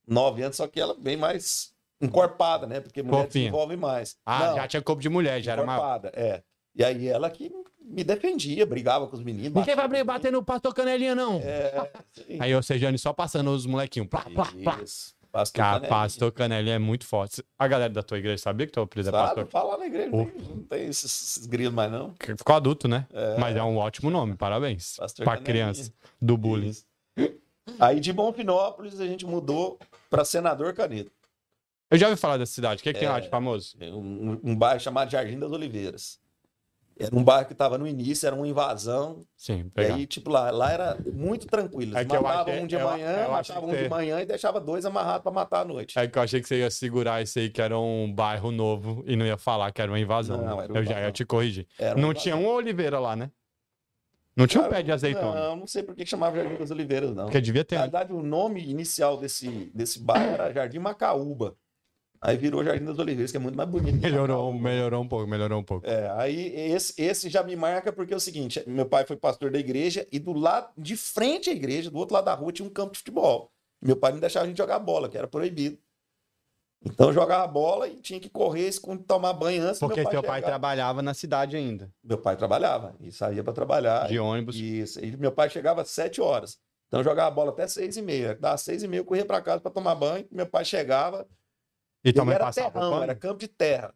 Speaker 2: 9 anos, só que ela bem mais encorpada, né? Porque mulher
Speaker 1: Fofinha.
Speaker 2: desenvolve mais.
Speaker 1: Ah,
Speaker 2: Não,
Speaker 1: já tinha corpo de mulher, já era uma...
Speaker 2: encorpada, é. E aí ela que me defendia, brigava com os meninos.
Speaker 1: Ninguém vai
Speaker 2: batia
Speaker 1: abrir- bater no pato canelinha, não.
Speaker 2: É. em mim.
Speaker 1: Aí Orcejano só passando os molequinhos. Plá, plá, plá.
Speaker 2: Isso. Pastor
Speaker 1: Cara,
Speaker 2: Canelinha.
Speaker 1: pastor canelinha é muito forte. A galera da tua igreja sabia que teu apelido é
Speaker 2: Sabe?
Speaker 1: pastor?
Speaker 2: Fala na igreja,
Speaker 1: Ufa.
Speaker 2: não tem esses, esses grilos mais não.
Speaker 1: Ficou adulto, né? Mas é um ótimo nome, parabéns.
Speaker 2: Pastor
Speaker 1: Pra
Speaker 2: Canelinha.
Speaker 1: criança, do bullying.
Speaker 2: Isso. Aí de Bonfinópolis a gente mudou para Senador Canedo,
Speaker 1: Eu já ouvi falar dessa cidade. O que, que tem lá
Speaker 2: É.
Speaker 1: de famoso?
Speaker 2: um, um bairro chamado Jardim das Oliveiras. Era um bairro que estava no início, era uma invasão.
Speaker 1: Sim,
Speaker 2: E
Speaker 1: pegar.
Speaker 2: aí, tipo, lá, lá era muito tranquilo.
Speaker 1: É
Speaker 2: Eles
Speaker 1: que eu
Speaker 2: matavam
Speaker 1: achei-
Speaker 2: um de
Speaker 1: eu-
Speaker 2: manhã,
Speaker 1: eu acho
Speaker 2: matavam um
Speaker 1: que
Speaker 2: de
Speaker 1: você-
Speaker 2: manhã e deixava dois amarrados para matar à noite.
Speaker 1: É que eu achei que você ia segurar isso aí, que era um bairro novo, e não ia falar que era uma invasão.
Speaker 2: Não,
Speaker 1: né?
Speaker 2: era
Speaker 1: eu
Speaker 2: uma
Speaker 1: já ia
Speaker 2: invasão.
Speaker 1: te corrigir.
Speaker 2: Era uma
Speaker 1: não
Speaker 2: invasão.
Speaker 1: tinha uma oliveira lá, né? Não tinha um
Speaker 2: Cara,
Speaker 1: pé de azeitona.
Speaker 2: Não, não sei por que que chamava Jardim das Oliveiras, não.
Speaker 1: Porque devia ter.
Speaker 2: Na verdade, o nome inicial desse, desse bairro era Jardim Macaúba. Aí virou Jardim das Oliveiras, que é muito mais bonito. que
Speaker 1: Melhorou,
Speaker 2: Macaúba.
Speaker 1: melhorou um pouco, melhorou um pouco.
Speaker 2: É, aí esse, esse já me marca porque é o seguinte: meu pai foi pastor da igreja e do lado de frente à igreja, do outro lado da rua, tinha um campo de futebol. Meu pai não deixava a gente jogar bola, que era proibido. Então eu jogava bola e tinha que correr, esconder, tomar banho antes. do
Speaker 1: Porque
Speaker 2: meu pai
Speaker 1: teu pai
Speaker 2: chegar.
Speaker 1: trabalhava na cidade ainda,
Speaker 2: Meu pai trabalhava e saía para trabalhar.
Speaker 1: de ônibus.
Speaker 2: Isso. E meu pai chegava às 7 horas. Então eu jogava bola até seis e meia. Das seis e meia eu corria para casa para tomar banho. Meu pai chegava.
Speaker 1: E
Speaker 2: Ele
Speaker 1: também
Speaker 2: era
Speaker 1: passava
Speaker 2: terrão,
Speaker 1: pano.
Speaker 2: era campo de terra.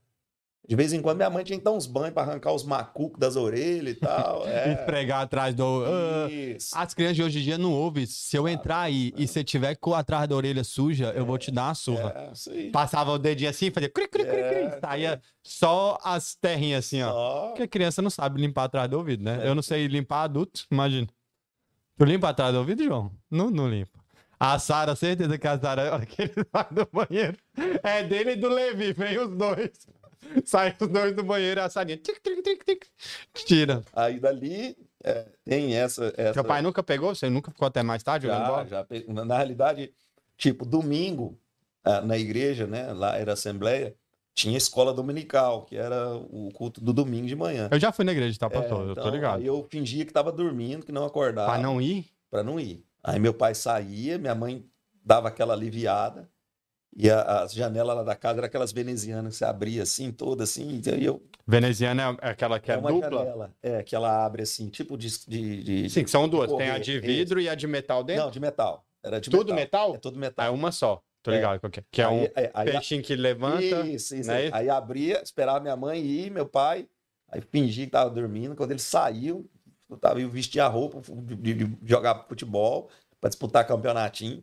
Speaker 2: De vez em quando minha mãe tinha que dar uns banhos para arrancar os macucos das orelhas e tal. É.
Speaker 1: Esfregar atrás do. Ah,
Speaker 2: Isso.
Speaker 1: As crianças de hoje em dia não ouvem. Se eu entrar aí e você tiver com atrás da orelha suja, eu vou te dar uma surra.
Speaker 2: É, isso aí.
Speaker 1: Passava o dedinho assim, fazia cri, cri, cri, cri.
Speaker 2: É.
Speaker 1: Saía só as terrinhas assim, ó.
Speaker 2: Ó,
Speaker 1: Porque a criança não sabe limpar atrás do ouvido, né?
Speaker 2: É.
Speaker 1: Eu não sei limpar adulto, imagina. Tu limpa atrás do ouvido, João? Não, não limpa. A Sara, certeza que a Sara, a hora que ele sai do banheiro, é dele e do Levi, vem os dois. Sai os dois do banheiro, a Sarinha, tic, tic, tic, tic, tira.
Speaker 2: Aí dali é, tem essa. essa...
Speaker 1: Seu pai nunca pegou? Você nunca ficou até mais tarde jogando
Speaker 2: Já,
Speaker 1: bola?
Speaker 2: já. pe- Na na realidade, tipo, domingo, ah, na igreja, né? Lá era assembleia, tinha escola dominical, que era o culto do domingo de manhã.
Speaker 1: Eu já fui na igreja, tá,
Speaker 2: É,
Speaker 1: pastor? eu tô
Speaker 2: então,
Speaker 1: ligado.
Speaker 2: Aí eu fingia que tava dormindo, que não acordava,
Speaker 1: Pra não ir,
Speaker 2: pra não ir. Aí meu pai saía, minha mãe dava aquela aliviada, e a, as janelas lá da casa eram aquelas venezianas que você abria assim, toda assim, então eu...
Speaker 1: veneziana é aquela que é,
Speaker 2: uma
Speaker 1: dupla?
Speaker 2: janela, é, que ela abre assim, tipo de... de, de-
Speaker 1: Sim, que são duas. Tem a
Speaker 2: Correr,
Speaker 1: de
Speaker 2: isso.
Speaker 1: vidro e a de metal dentro.
Speaker 2: Não, de metal. Era de
Speaker 1: Tudo
Speaker 2: É
Speaker 1: metal?
Speaker 2: tudo
Speaker 1: É
Speaker 2: metal.
Speaker 1: uma só. Tô
Speaker 2: É.
Speaker 1: ligado qual que é. Que é um
Speaker 2: Aí- aí- aí-
Speaker 1: peixinho que levanta.
Speaker 2: Isso, isso.
Speaker 1: não é isso?
Speaker 2: Aí abria, esperava minha mãe ir, meu pai. Aí fingia que tava dormindo. Quando ele saiu, eu tava eu vestia a roupa de, de- de jogar futebol para disputar campeonatinho.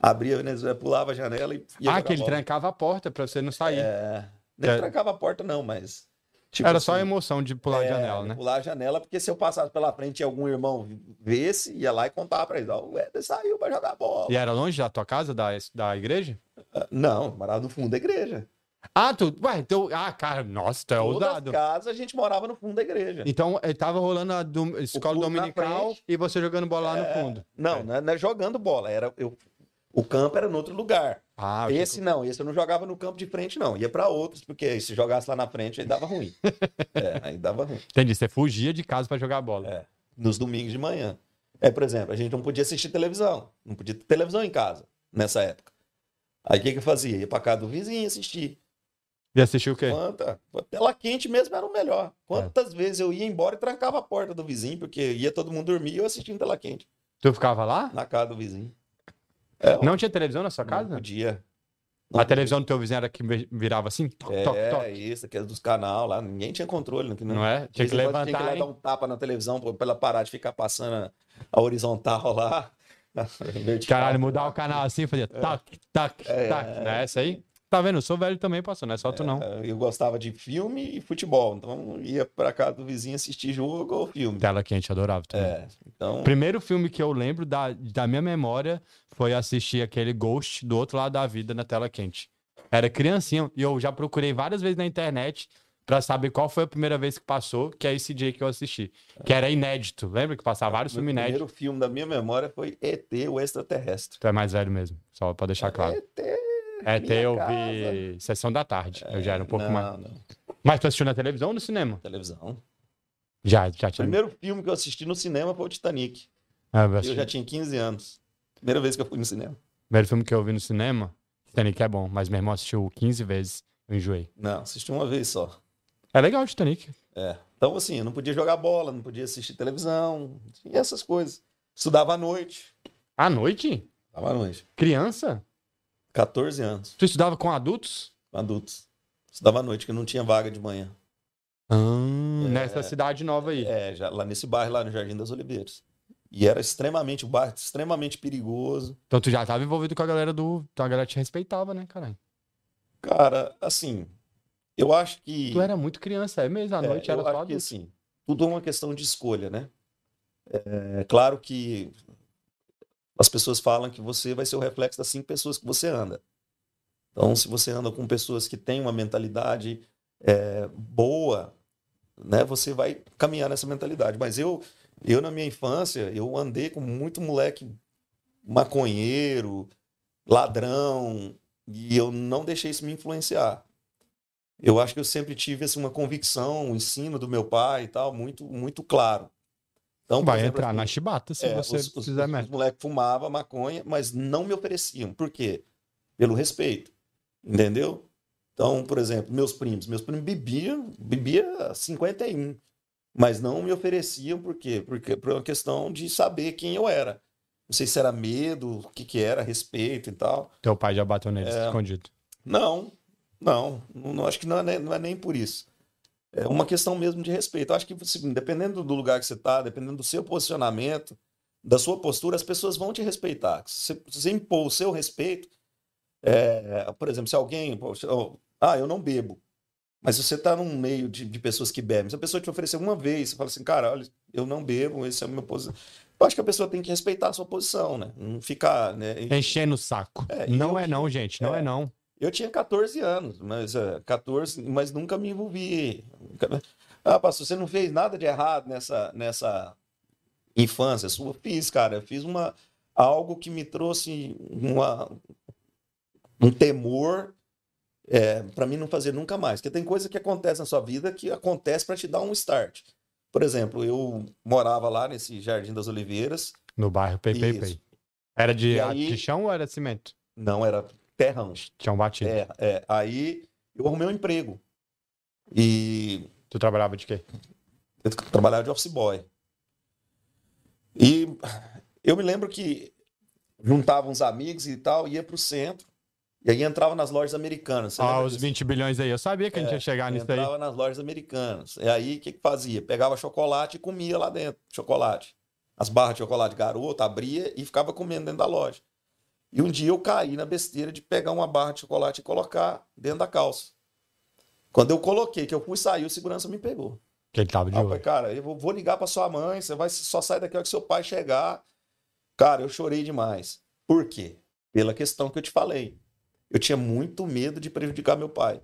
Speaker 2: Abria a Venezuela, pulava a janela e ia
Speaker 1: ah,
Speaker 2: jogar
Speaker 1: que ele
Speaker 2: bola.
Speaker 1: trancava a porta pra você não sair.
Speaker 2: É, nem
Speaker 1: É.
Speaker 2: trancava a porta, não, mas. tipo
Speaker 1: Era só a
Speaker 2: assim,
Speaker 1: emoção de pular a
Speaker 2: é,
Speaker 1: janela, né?
Speaker 2: Pular a janela, porque se eu passasse pela frente e algum irmão vesse, ia lá e contava pra eles: Ó, o Éder saiu pra jogar bola.
Speaker 1: E era longe da tua casa, da, da igreja?
Speaker 2: Não, morava no fundo da igreja.
Speaker 1: Ah, tu. Ué, então. Ah, cara, nossa, tu é
Speaker 2: Todas as
Speaker 1: ousado.
Speaker 2: casas a gente morava no fundo da igreja.
Speaker 1: Então, ele tava rolando a dom- escola
Speaker 2: culto na
Speaker 1: dominical
Speaker 2: frente.
Speaker 1: e você jogando bola lá no fundo.
Speaker 2: Não,
Speaker 1: É.
Speaker 2: não, é, não é jogando bola. Era eu, o campo era em outro lugar.
Speaker 1: Ah, eu
Speaker 2: esse não, esse eu não jogava no campo de frente, não. Ia pra outros, porque se jogasse lá na frente, aí dava ruim. é, aí dava ruim.
Speaker 1: entendi. Você fugia de casa pra jogar bola.
Speaker 2: É. Nos domingos de manhã. É, por exemplo, a gente não podia assistir televisão. Não podia ter televisão em casa nessa época. Aí o que, que eu fazia? Ia pra casa do vizinho assistir.
Speaker 1: E assistiu o quê?
Speaker 2: Quanta, tela quente mesmo era o melhor. Quantas
Speaker 1: É.
Speaker 2: vezes eu ia embora e trancava a porta do vizinho, porque ia todo mundo dormir e eu assistindo tela quente
Speaker 1: Tu ficava lá?
Speaker 2: na casa do vizinho. É,
Speaker 1: Não tinha televisão na sua casa?
Speaker 2: Não podia. Não
Speaker 1: A televisão do teu vizinho era que vi- virava assim? Toc,
Speaker 2: É,
Speaker 1: toc, toc.
Speaker 2: isso, aquele dos canal lá, ninguém tinha controle. né? Não,
Speaker 1: Não é? Tinha que
Speaker 2: Tinha que ir lá
Speaker 1: levantar.
Speaker 2: dar
Speaker 1: hein?
Speaker 2: um tapa na televisão pra pra ela parar de ficar passando a, a horizontal lá. a vertical.
Speaker 1: Caralho, mudar o canal assim, fazia tac, tac,
Speaker 2: É,
Speaker 1: tac.
Speaker 2: é,
Speaker 1: Não é essa aí? Tá vendo? Eu sou velho também, passou, não é só tu não.
Speaker 2: Eu gostava de filme e futebol, então ia pra casa do vizinho assistir jogo ou filme.
Speaker 1: Tela quente, adorava também.
Speaker 2: É, então
Speaker 1: Primeiro filme que eu lembro da, da minha memória foi assistir aquele Ghost do outro lado da vida na tela quente. Era criancinha e eu já procurei várias vezes na internet pra saber qual foi a primeira vez que passou, que é esse dia que eu assisti. Que era inédito. Lembra que passava vários
Speaker 2: o
Speaker 1: filmes inéditos?
Speaker 2: primeiro filme da minha memória foi ET, o extraterrestre.
Speaker 1: Tu é mais velho mesmo, só pra deixar Tá claro.
Speaker 2: ET,
Speaker 1: É,
Speaker 2: minha
Speaker 1: até eu
Speaker 2: casa. É,
Speaker 1: vi Sessão da Tarde. eu já era um pouco
Speaker 2: não,
Speaker 1: mais.
Speaker 2: Não,
Speaker 1: Mas tu assistiu na televisão ou no cinema?
Speaker 2: televisão.
Speaker 1: Já, já
Speaker 2: O
Speaker 1: tinha.
Speaker 2: primeiro filme que eu assisti no cinema foi o Titanic.
Speaker 1: Ah, eu
Speaker 2: E Eu
Speaker 1: assisti.
Speaker 2: já tinha 15 anos. Primeira vez que eu fui no cinema.
Speaker 1: Primeiro filme que eu vi no cinema, Titanic é bom, mas meu irmão assistiu 15 vezes, eu enjoei.
Speaker 2: Não, assisti uma vez só.
Speaker 1: É legal o Titanic.
Speaker 2: É. Então, assim, eu não podia jogar bola, não podia assistir televisão, e essas coisas. Estudava à noite.
Speaker 1: À noite?
Speaker 2: Estudava à noite.
Speaker 1: Criança?
Speaker 2: 14 anos,
Speaker 1: Tu estudava com adultos?
Speaker 2: adultos. Estudava à noite, que não tinha vaga de manhã.
Speaker 1: Ah, Nessa cidade nova aí.
Speaker 2: É, já lá nesse bairro, lá no Jardim das Oliveiras. E era extremamente, o bairro extremamente perigoso.
Speaker 1: Então tu já tava envolvido com a galera do. Então a galera te respeitava, né, caralho?
Speaker 2: Cara, assim, eu acho que.
Speaker 1: Tu era muito criança, é mesmo, à
Speaker 2: É,
Speaker 1: noite era
Speaker 2: eu
Speaker 1: só
Speaker 2: acho que,
Speaker 1: adulto.
Speaker 2: assim, tudo é uma questão de escolha, né? É claro que as pessoas falam que você vai ser o reflexo das cinco pessoas que você anda. Então, se você anda com pessoas que têm uma mentalidade é, boa, né, você vai caminhar nessa mentalidade. Mas eu, eu na minha infância, eu andei com muito moleque maconheiro, ladrão, e eu não deixei isso me influenciar. Eu acho que eu sempre tive assim, uma convicção, um ensino do meu pai e tal, muito, muito claro. Então, por
Speaker 1: Vai
Speaker 2: exemplo,
Speaker 1: entrar
Speaker 2: assim,
Speaker 1: na chibata se
Speaker 2: é,
Speaker 1: você
Speaker 2: os, os,
Speaker 1: fizer
Speaker 2: os-
Speaker 1: merda.
Speaker 2: os moleques fumavam maconha, mas não me ofereciam. Por quê? Pelo respeito. Entendeu? Então, por exemplo, meus primos. Meus primos bebiam, bebia 51. Mas não me ofereciam, por quê? Porque, por uma questão de saber quem eu era. Não sei se era medo, o que, que era, respeito e tal.
Speaker 1: Teu pai já bateu neles,
Speaker 2: É.
Speaker 1: escondido.
Speaker 2: Não, não, não acho que não é, nem- não é nem por isso. É uma questão mesmo de respeito. Eu acho que assim, dependendo do lugar que você está, dependendo do seu posicionamento, da sua postura, as pessoas vão te respeitar. Se você- se você impor o seu respeito, é, por exemplo, se alguém, pô, se- ó, ah, eu não bebo, mas se você está num meio de, de pessoas que bebem, se a pessoa te oferecer uma vez, você fala assim, cara, olha, eu não bebo, esse é o meu posicionamento. Eu acho que a pessoa tem que respeitar a sua posição, né? Não ficar, né?
Speaker 1: Enchendo o saco.
Speaker 2: É, e
Speaker 1: não
Speaker 2: eu
Speaker 1: é
Speaker 2: que-
Speaker 1: não, gente, não é,
Speaker 2: é.
Speaker 1: não.
Speaker 2: Eu tinha 14 anos, mas eh, 14, mas nunca me envolvi. Nunca- Ah, pastor, você não fez nada de errado nessa nessa infância sua? Fiz, cara, eu fiz uma algo que me trouxe uma- um temor para mim não fazer nunca mais. Porque tem coisa que acontece na sua vida que acontece para te dar um start. Por exemplo, eu morava lá nesse Jardim das Oliveiras,
Speaker 1: No bairro PPP.
Speaker 2: Isso.
Speaker 1: Era de,
Speaker 2: E aí-
Speaker 1: de chão ou era cimento?
Speaker 2: não era terrão.
Speaker 1: Chão batido.
Speaker 2: É, é. Aí eu arrumei um emprego. E
Speaker 1: Tu trabalhava de quê?
Speaker 2: Eu trabalhava de office boy. E eu me lembro que juntava uns amigos e tal, ia pro centro, e aí entrava nas lojas americanas. Você
Speaker 1: Ah,
Speaker 2: lembra
Speaker 1: os
Speaker 2: disso? É,
Speaker 1: 20 bilhões aí. Eu sabia que a gente ia chegar nisso aí.
Speaker 2: entrava nas lojas americanas. E aí, o que, que fazia? Pegava chocolate e comia lá dentro, chocolate. As barras de chocolate garoto, abria e ficava comendo dentro da loja. E um dia eu caí na besteira de pegar uma barra de chocolate e colocar dentro da calça. Quando eu coloquei, que eu fui sair, o segurança me pegou.
Speaker 1: Que ele tava de
Speaker 2: Ah, eu falei,
Speaker 1: olho.
Speaker 2: cara, eu vou- vou ligar pra sua mãe, você vai só sai daqui a hora que seu pai chegar. Cara, eu chorei demais. Por quê? Pela questão que eu te falei. Eu tinha muito medo de prejudicar meu pai.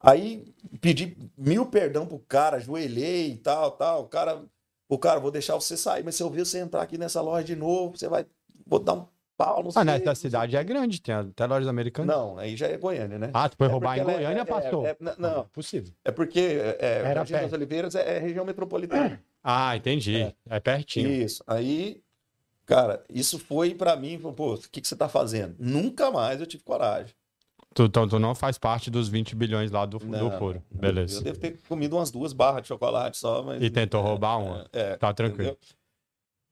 Speaker 2: Aí pedi mil perdão pro cara, ajoelhei e tal, tal. O cara, o cara, vou deixar você sair, mas se eu ver você entrar aqui nessa loja de novo, você vai, vou dar um pau, não sei.
Speaker 1: Ah, nessa
Speaker 2: não sei.
Speaker 1: cidade é grande, tem até lojas americanas.
Speaker 2: Não, aí já é Goiânia, né?
Speaker 1: Ah, tu foi
Speaker 2: É
Speaker 1: roubar em
Speaker 2: porque ela é-
Speaker 1: Goiânia,
Speaker 2: é-
Speaker 1: passou.
Speaker 2: é- é- não,
Speaker 1: possível.
Speaker 2: é porque é,
Speaker 1: Era
Speaker 2: Jardim das
Speaker 1: perto.
Speaker 2: Oliveiras é- é região metropolitana.
Speaker 1: Ah, entendi. É, pertinho.
Speaker 2: Isso. Aí, cara, isso foi pra mim, falou, pô, o que, que você tá fazendo? Nunca mais eu tive coragem.
Speaker 1: Tu, então tu não faz parte dos 20 bilhões lá do,
Speaker 2: Não,
Speaker 1: do furo.
Speaker 2: não.
Speaker 1: um Beleza.
Speaker 2: Eu devo ter comido umas duas barras de chocolate só, mas.
Speaker 1: E tentou roubar uma.
Speaker 2: É,
Speaker 1: Tá tranquilo.
Speaker 2: entendeu?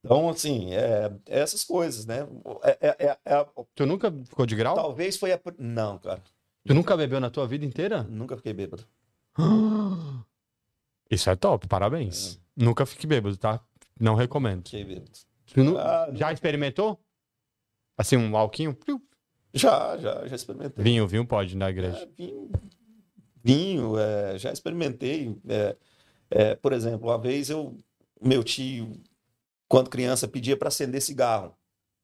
Speaker 2: Então, assim, é, é essas coisas, né? É- é- é- é a-
Speaker 1: Tu nunca ficou de grau?
Speaker 2: talvez foi a. pr- Não, cara,
Speaker 1: Tu nunca bebeu na tua vida inteira?
Speaker 2: nunca fiquei bêbado.
Speaker 1: Isso é top, parabéns. Nunca fique bêbado, tá? Não recomendo.
Speaker 2: Fiquei bêbado.
Speaker 1: Tu nu-
Speaker 2: Ah,
Speaker 1: Já experimentou? Assim, um alquinho? Piu.
Speaker 2: Já, já, já experimentei.
Speaker 1: Vinho, vinho pode né, na igreja.
Speaker 2: É, vinho, vinho, é, já experimentei. é, é, por exemplo, uma vez eu, meu tio, quando criança, pedia para acender cigarro.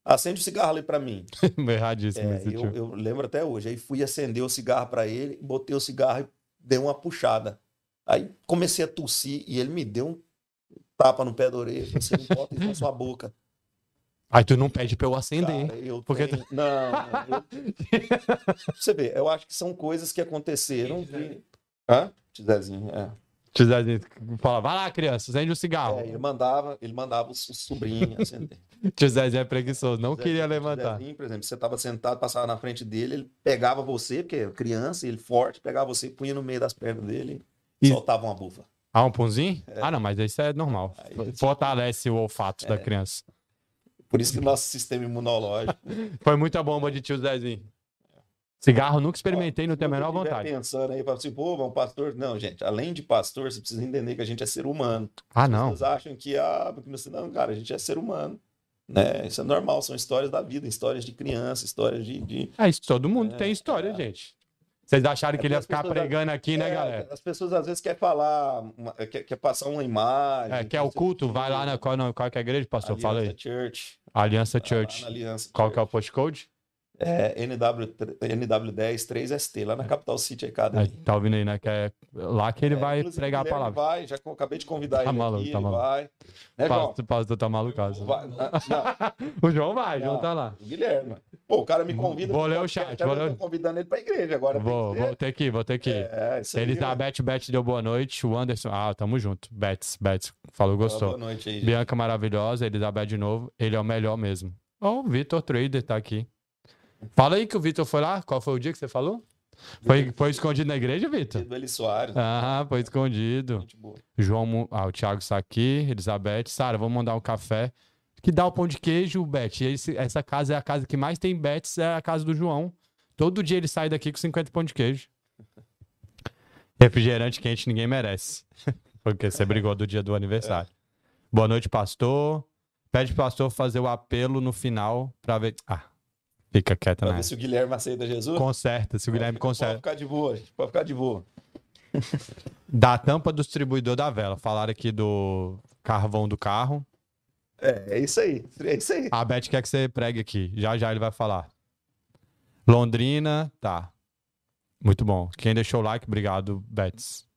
Speaker 2: Acende o cigarro ali para mim.
Speaker 1: Erradíssimo
Speaker 2: É,
Speaker 1: esse tipo.
Speaker 2: eu,
Speaker 1: tio.
Speaker 2: eu lembro até hoje. Aí fui acender o cigarro para ele, botei o cigarro e dei uma puxada. Aí comecei a tossir e ele me deu um tapa no pé da orelha. Você não bota isso na sua boca.
Speaker 1: Aí tu não pede pra eu acender.
Speaker 2: Cara, eu
Speaker 1: Porque
Speaker 2: tenho- Não, não, eu- Você vê, eu acho que são coisas que aconteceram que... Hã? Tizezinho, é.
Speaker 1: Tio Zezinho fala, vai lá, criança, acende o cigarro.
Speaker 2: É, ele mandava, ele mandava os os sobrinhos acender.
Speaker 1: Tio Zezinho é preguiçoso, não queria
Speaker 2: Zezinho,
Speaker 1: levantar.
Speaker 2: Zezinho, por exemplo, você estava sentado, passava na frente dele, ele pegava você, porque é criança, ele forte, pegava você, punha no meio das pernas dele e
Speaker 1: E-
Speaker 2: soltava uma bufa.
Speaker 1: Ah, um punzinho? Ah, não, mas isso é normal.
Speaker 2: Aí eu-
Speaker 1: Fortalece o olfato da criança.
Speaker 2: Por isso que o nosso sistema imunológico.
Speaker 1: Foi muita bomba de tio Zezinho. Cigarro nunca experimentei, não
Speaker 2: Se
Speaker 1: tenho a
Speaker 2: você
Speaker 1: menor
Speaker 2: tiver
Speaker 1: vontade.
Speaker 2: pensando aí, fala assim, pô, mas um pastor. Não, gente, além de pastor, você precisa entender que a gente é ser humano.
Speaker 1: Ah,
Speaker 2: As
Speaker 1: não.
Speaker 2: pessoas acham que, ah, porque você não, cara, a gente é ser humano. Né? Isso é normal, são histórias da vida, histórias de criança, histórias de. de-
Speaker 1: É isso, todo mundo
Speaker 2: É,
Speaker 1: tem história,
Speaker 2: é.
Speaker 1: gente. Vocês acharam
Speaker 2: É
Speaker 1: que ele ia
Speaker 2: porque as
Speaker 1: ficar
Speaker 2: pessoas-
Speaker 1: pregando aqui, né,
Speaker 2: É,
Speaker 1: galera?
Speaker 2: As pessoas às vezes querem falar, uma- quer, quer passar uma imagem.
Speaker 1: É, que é o culto, vai lá na qual, não, qual que é a igreja, pastor? Fala aí. Aliança
Speaker 2: Aliança Church. tá lá
Speaker 1: Church.
Speaker 2: na Aliança
Speaker 1: Qual que é
Speaker 2: Church.
Speaker 1: o postcode?
Speaker 2: É, NW, NW10 3ST, lá na Capital City
Speaker 1: É,
Speaker 2: Academy.
Speaker 1: tá ouvindo aí, né? Que é lá que ele
Speaker 2: É,
Speaker 1: vai
Speaker 2: inclusive,
Speaker 1: pregar a
Speaker 2: Guilherme
Speaker 1: palavra.
Speaker 2: Vai, já co- acabei de convidar
Speaker 1: Tá
Speaker 2: ele
Speaker 1: maluco,
Speaker 2: aqui,
Speaker 1: tá
Speaker 2: ele
Speaker 1: maluco.
Speaker 2: vai. Né, João?
Speaker 1: Pastor, pastor tá malucazo.
Speaker 2: Vai- ah, não,
Speaker 1: O João vai, o João
Speaker 2: Não.
Speaker 1: tá lá.
Speaker 2: o Guilherme. Pô, o cara me convida.
Speaker 1: Vou
Speaker 2: pro
Speaker 1: ler o
Speaker 2: podcast,
Speaker 1: chat,
Speaker 2: agora
Speaker 1: vou
Speaker 2: eu
Speaker 1: ler
Speaker 2: tô convidando ele pra igreja agora. tem
Speaker 1: Vou,
Speaker 2: que ser.
Speaker 1: vou ter que ir, vou ter que tá ir.
Speaker 2: É, isso aí, né?
Speaker 1: Elizabeth Betts deu boa noite. O Anderson. Ah, tamo junto. Betts, Betts. Falou,
Speaker 2: Fala, Boa
Speaker 1: gostou.
Speaker 2: noite aí. gente.
Speaker 1: Bianca maravilhosa. Elizabeth de novo. Ele é o melhor mesmo. Ó, o Vitor Trader tá aqui. Fala aí que o Vitor foi lá. Qual foi o dia que você falou? Foi, foi escondido na igreja, Vitor?
Speaker 2: Do Eli Soares, né?
Speaker 1: Ah, foi escondido.
Speaker 2: gente boa.
Speaker 1: João. Mu- Ah, o Thiago está aqui. Elizabeth. Sara, vamos mandar um café. Que dá o pão de queijo, Bet. Esse- essa casa é a casa que mais tem Bets, é a casa do João. Todo dia ele sai daqui com 50 pão de queijo. Refrigerante quente ninguém merece. Porque você brigou do dia do aniversário. Boa noite, pastor. Pede pro pastor fazer o apelo no final pra ver. Ah, fica quieta,
Speaker 2: Pra
Speaker 1: né?
Speaker 2: ver se É, o Guilherme aceita Jesus.
Speaker 1: Conserta, se o Guilherme
Speaker 2: Pode
Speaker 1: conserta.
Speaker 2: ficar de boa, gente, pode ficar de boa.
Speaker 1: Da tampa do distribuidor da vela. Falaram aqui do carvão do carro.
Speaker 2: É, é isso aí, é isso aí.
Speaker 1: A Beth quer que você pregue aqui. Já já ele vai falar. Londrina, tá. Muito bom. Quem deixou o like, obrigado, Betis.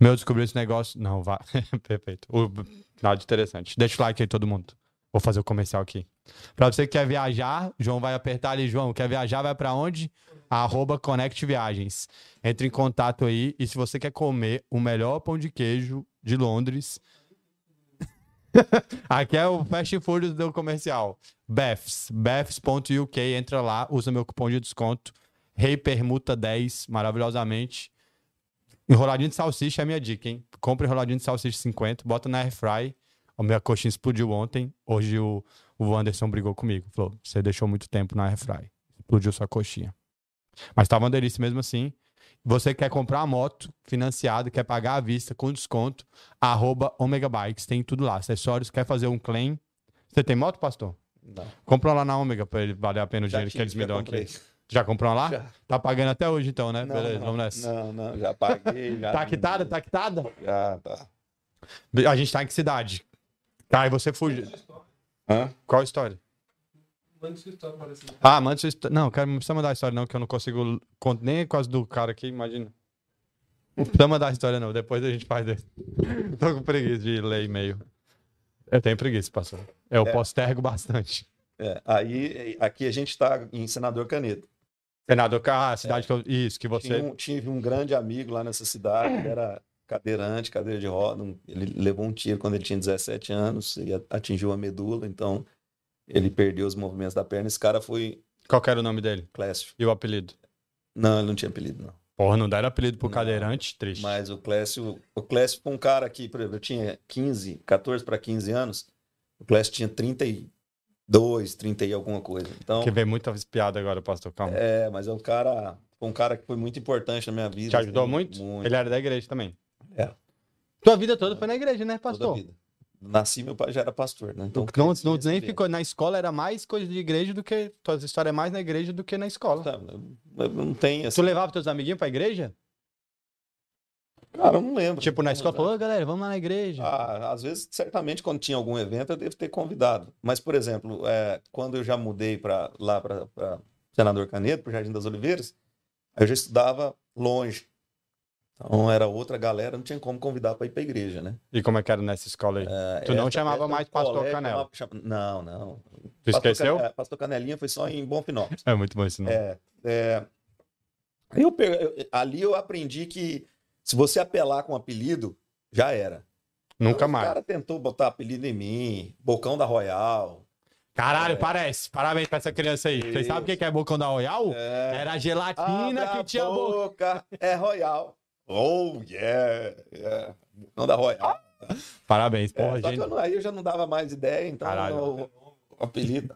Speaker 1: Meu, descobri esse negócio. Não, vai. Perfeito. O- Nada de interessante. Deixa o like aí, todo mundo. Vou fazer o comercial aqui. Pra você que quer viajar, João vai apertar ali. João, quer viajar, vai pra onde? Arroba Connect Viagens. Entre em contato aí. E se você quer comer o melhor pão de queijo de Londres, Aqui é o Fast Food do comercial. Beths, beths.uk, entra lá, usa meu cupom de desconto. Rei Permuta 10, maravilhosamente. Enroladinho de salsicha é a minha dica, hein? Compra enroladinho de salsicha 50, bota na airfry. A minha coxinha explodiu ontem. Hoje o, o Anderson brigou comigo. Falou, você deixou muito tempo na airfry. Explodiu sua coxinha. Mas tava uma delícia mesmo assim. Você quer comprar a moto financiado, quer pagar à vista com desconto, arroba Omega Bikes, tem tudo lá. Acessórios, quer fazer um claim. Você tem moto, pastor?
Speaker 2: Não,
Speaker 1: Compra lá na Ômega pra ele valer a pena o
Speaker 2: já
Speaker 1: Ah, dinheiro que
Speaker 2: tive,
Speaker 1: eles me
Speaker 2: já
Speaker 1: dão
Speaker 2: comprei.
Speaker 1: aqui. Já comprou lá?
Speaker 2: Já.
Speaker 1: Tá pagando até hoje então, né?
Speaker 2: Não,
Speaker 1: Beleza,
Speaker 2: não,
Speaker 1: vamos nessa.
Speaker 2: Não, não, já paguei. Já
Speaker 1: Tá quitada? Tá quitada?
Speaker 2: Já, tá.
Speaker 1: A gente tá em que cidade? Tá, e você fugiu.
Speaker 2: Hã?
Speaker 1: Qual a história? Ah, manda sua história. Não, cara, não precisa mandar a história, não, que eu não consigo. con- Nem por causa do cara aqui, imagina. Não precisa mandar a história, não. Depois a gente faz desse. Tô com preguiça de ler e-mail. Eu tenho preguiça, pastor. Eu postergo bastante.
Speaker 2: É, aí, aqui a gente tá em Senador Canedo.
Speaker 1: Senador Carra, a cidade que eu. Isso, que você.
Speaker 2: É. Tinha um- tive um grande amigo lá nessa cidade, ele era cadeirante, cadeira de roda. um- Ele levou um tiro quando ele tinha 17 anos e a- atingiu a medula, então ele perdeu os movimentos da perna. Esse cara foi
Speaker 1: Qual que era o nome dele?
Speaker 2: Clécio.
Speaker 1: E o apelido?
Speaker 2: Não, ele não tinha apelido, não.
Speaker 1: Porra, não deram apelido pro
Speaker 2: Não.
Speaker 1: cadeirante, triste.
Speaker 2: Mas o Clécio, o Clécio foi um cara que, por exemplo, eu tinha 15, 14 para 15 anos, o Clécio tinha 32, 30 e alguma coisa. Então,
Speaker 1: Que vem muitas piadas agora, pastor. Calma.
Speaker 2: é, mas é um cara, foi um cara que foi muito importante na minha vida.
Speaker 1: Te ajudou é
Speaker 2: assim,
Speaker 1: muito? Ele era da igreja também.
Speaker 2: É.
Speaker 1: Tua vida toda foi na igreja, né,
Speaker 2: toda a
Speaker 1: pastor?
Speaker 2: vida. Nasci, meu pai já era pastor, né?
Speaker 1: Não, não, não nem ficou. Na escola era mais coisa de igreja do que. Tuas histórias é mais na igreja do que na escola.
Speaker 2: Tá, eu não tem assim.
Speaker 1: Tu levava teus amiguinhos pra igreja?
Speaker 2: Cara, eu não lembro.
Speaker 1: Tipo, na
Speaker 2: Não
Speaker 1: escola,
Speaker 2: lembro.
Speaker 1: falou, "Ô, galera, vamos lá na igreja.
Speaker 2: Ah, às vezes, certamente, quando tinha algum evento, eu devo ter convidado. Mas, por exemplo, é, quando eu já mudei para lá para Senador Canedo, para Jardim das Oliveiras, eu já estudava longe. Então era outra galera, não tinha como convidar para ir para igreja, né?
Speaker 1: E como é que era nessa escola aí?
Speaker 2: É,
Speaker 1: Tu não chamava mais Pastor
Speaker 2: colégio,
Speaker 1: Canela.
Speaker 2: chamava- chama- Não, não.
Speaker 1: tu
Speaker 2: Pastor
Speaker 1: esqueceu?
Speaker 2: Cane- Pastor Canelinha foi só em Bom Final.
Speaker 1: É muito bom esse nome.
Speaker 2: É, é. Eu, pe- eu- ali eu aprendi que se você apelar com apelido, já era. Então,
Speaker 1: Nunca
Speaker 2: O
Speaker 1: mais.
Speaker 2: cara tentou botar apelido em mim, Bocão da Royal.
Speaker 1: Caralho,
Speaker 2: É.
Speaker 1: parece. Parabéns pra essa criança aí. Vocês
Speaker 2: Isso.
Speaker 1: sabem o que que é bocão da Royal? Era a gelatina
Speaker 2: é. Abre
Speaker 1: que
Speaker 2: a
Speaker 1: tinha boca.
Speaker 2: boca, é Royal. Oh, yeah, yeah. Bocão da Royal.
Speaker 1: Parabéns,
Speaker 2: É,
Speaker 1: porra,
Speaker 2: só que
Speaker 1: Ah, gente.
Speaker 2: eu não- aí eu já não dava mais ideia, então
Speaker 1: Caralho.
Speaker 2: eu- o apelido.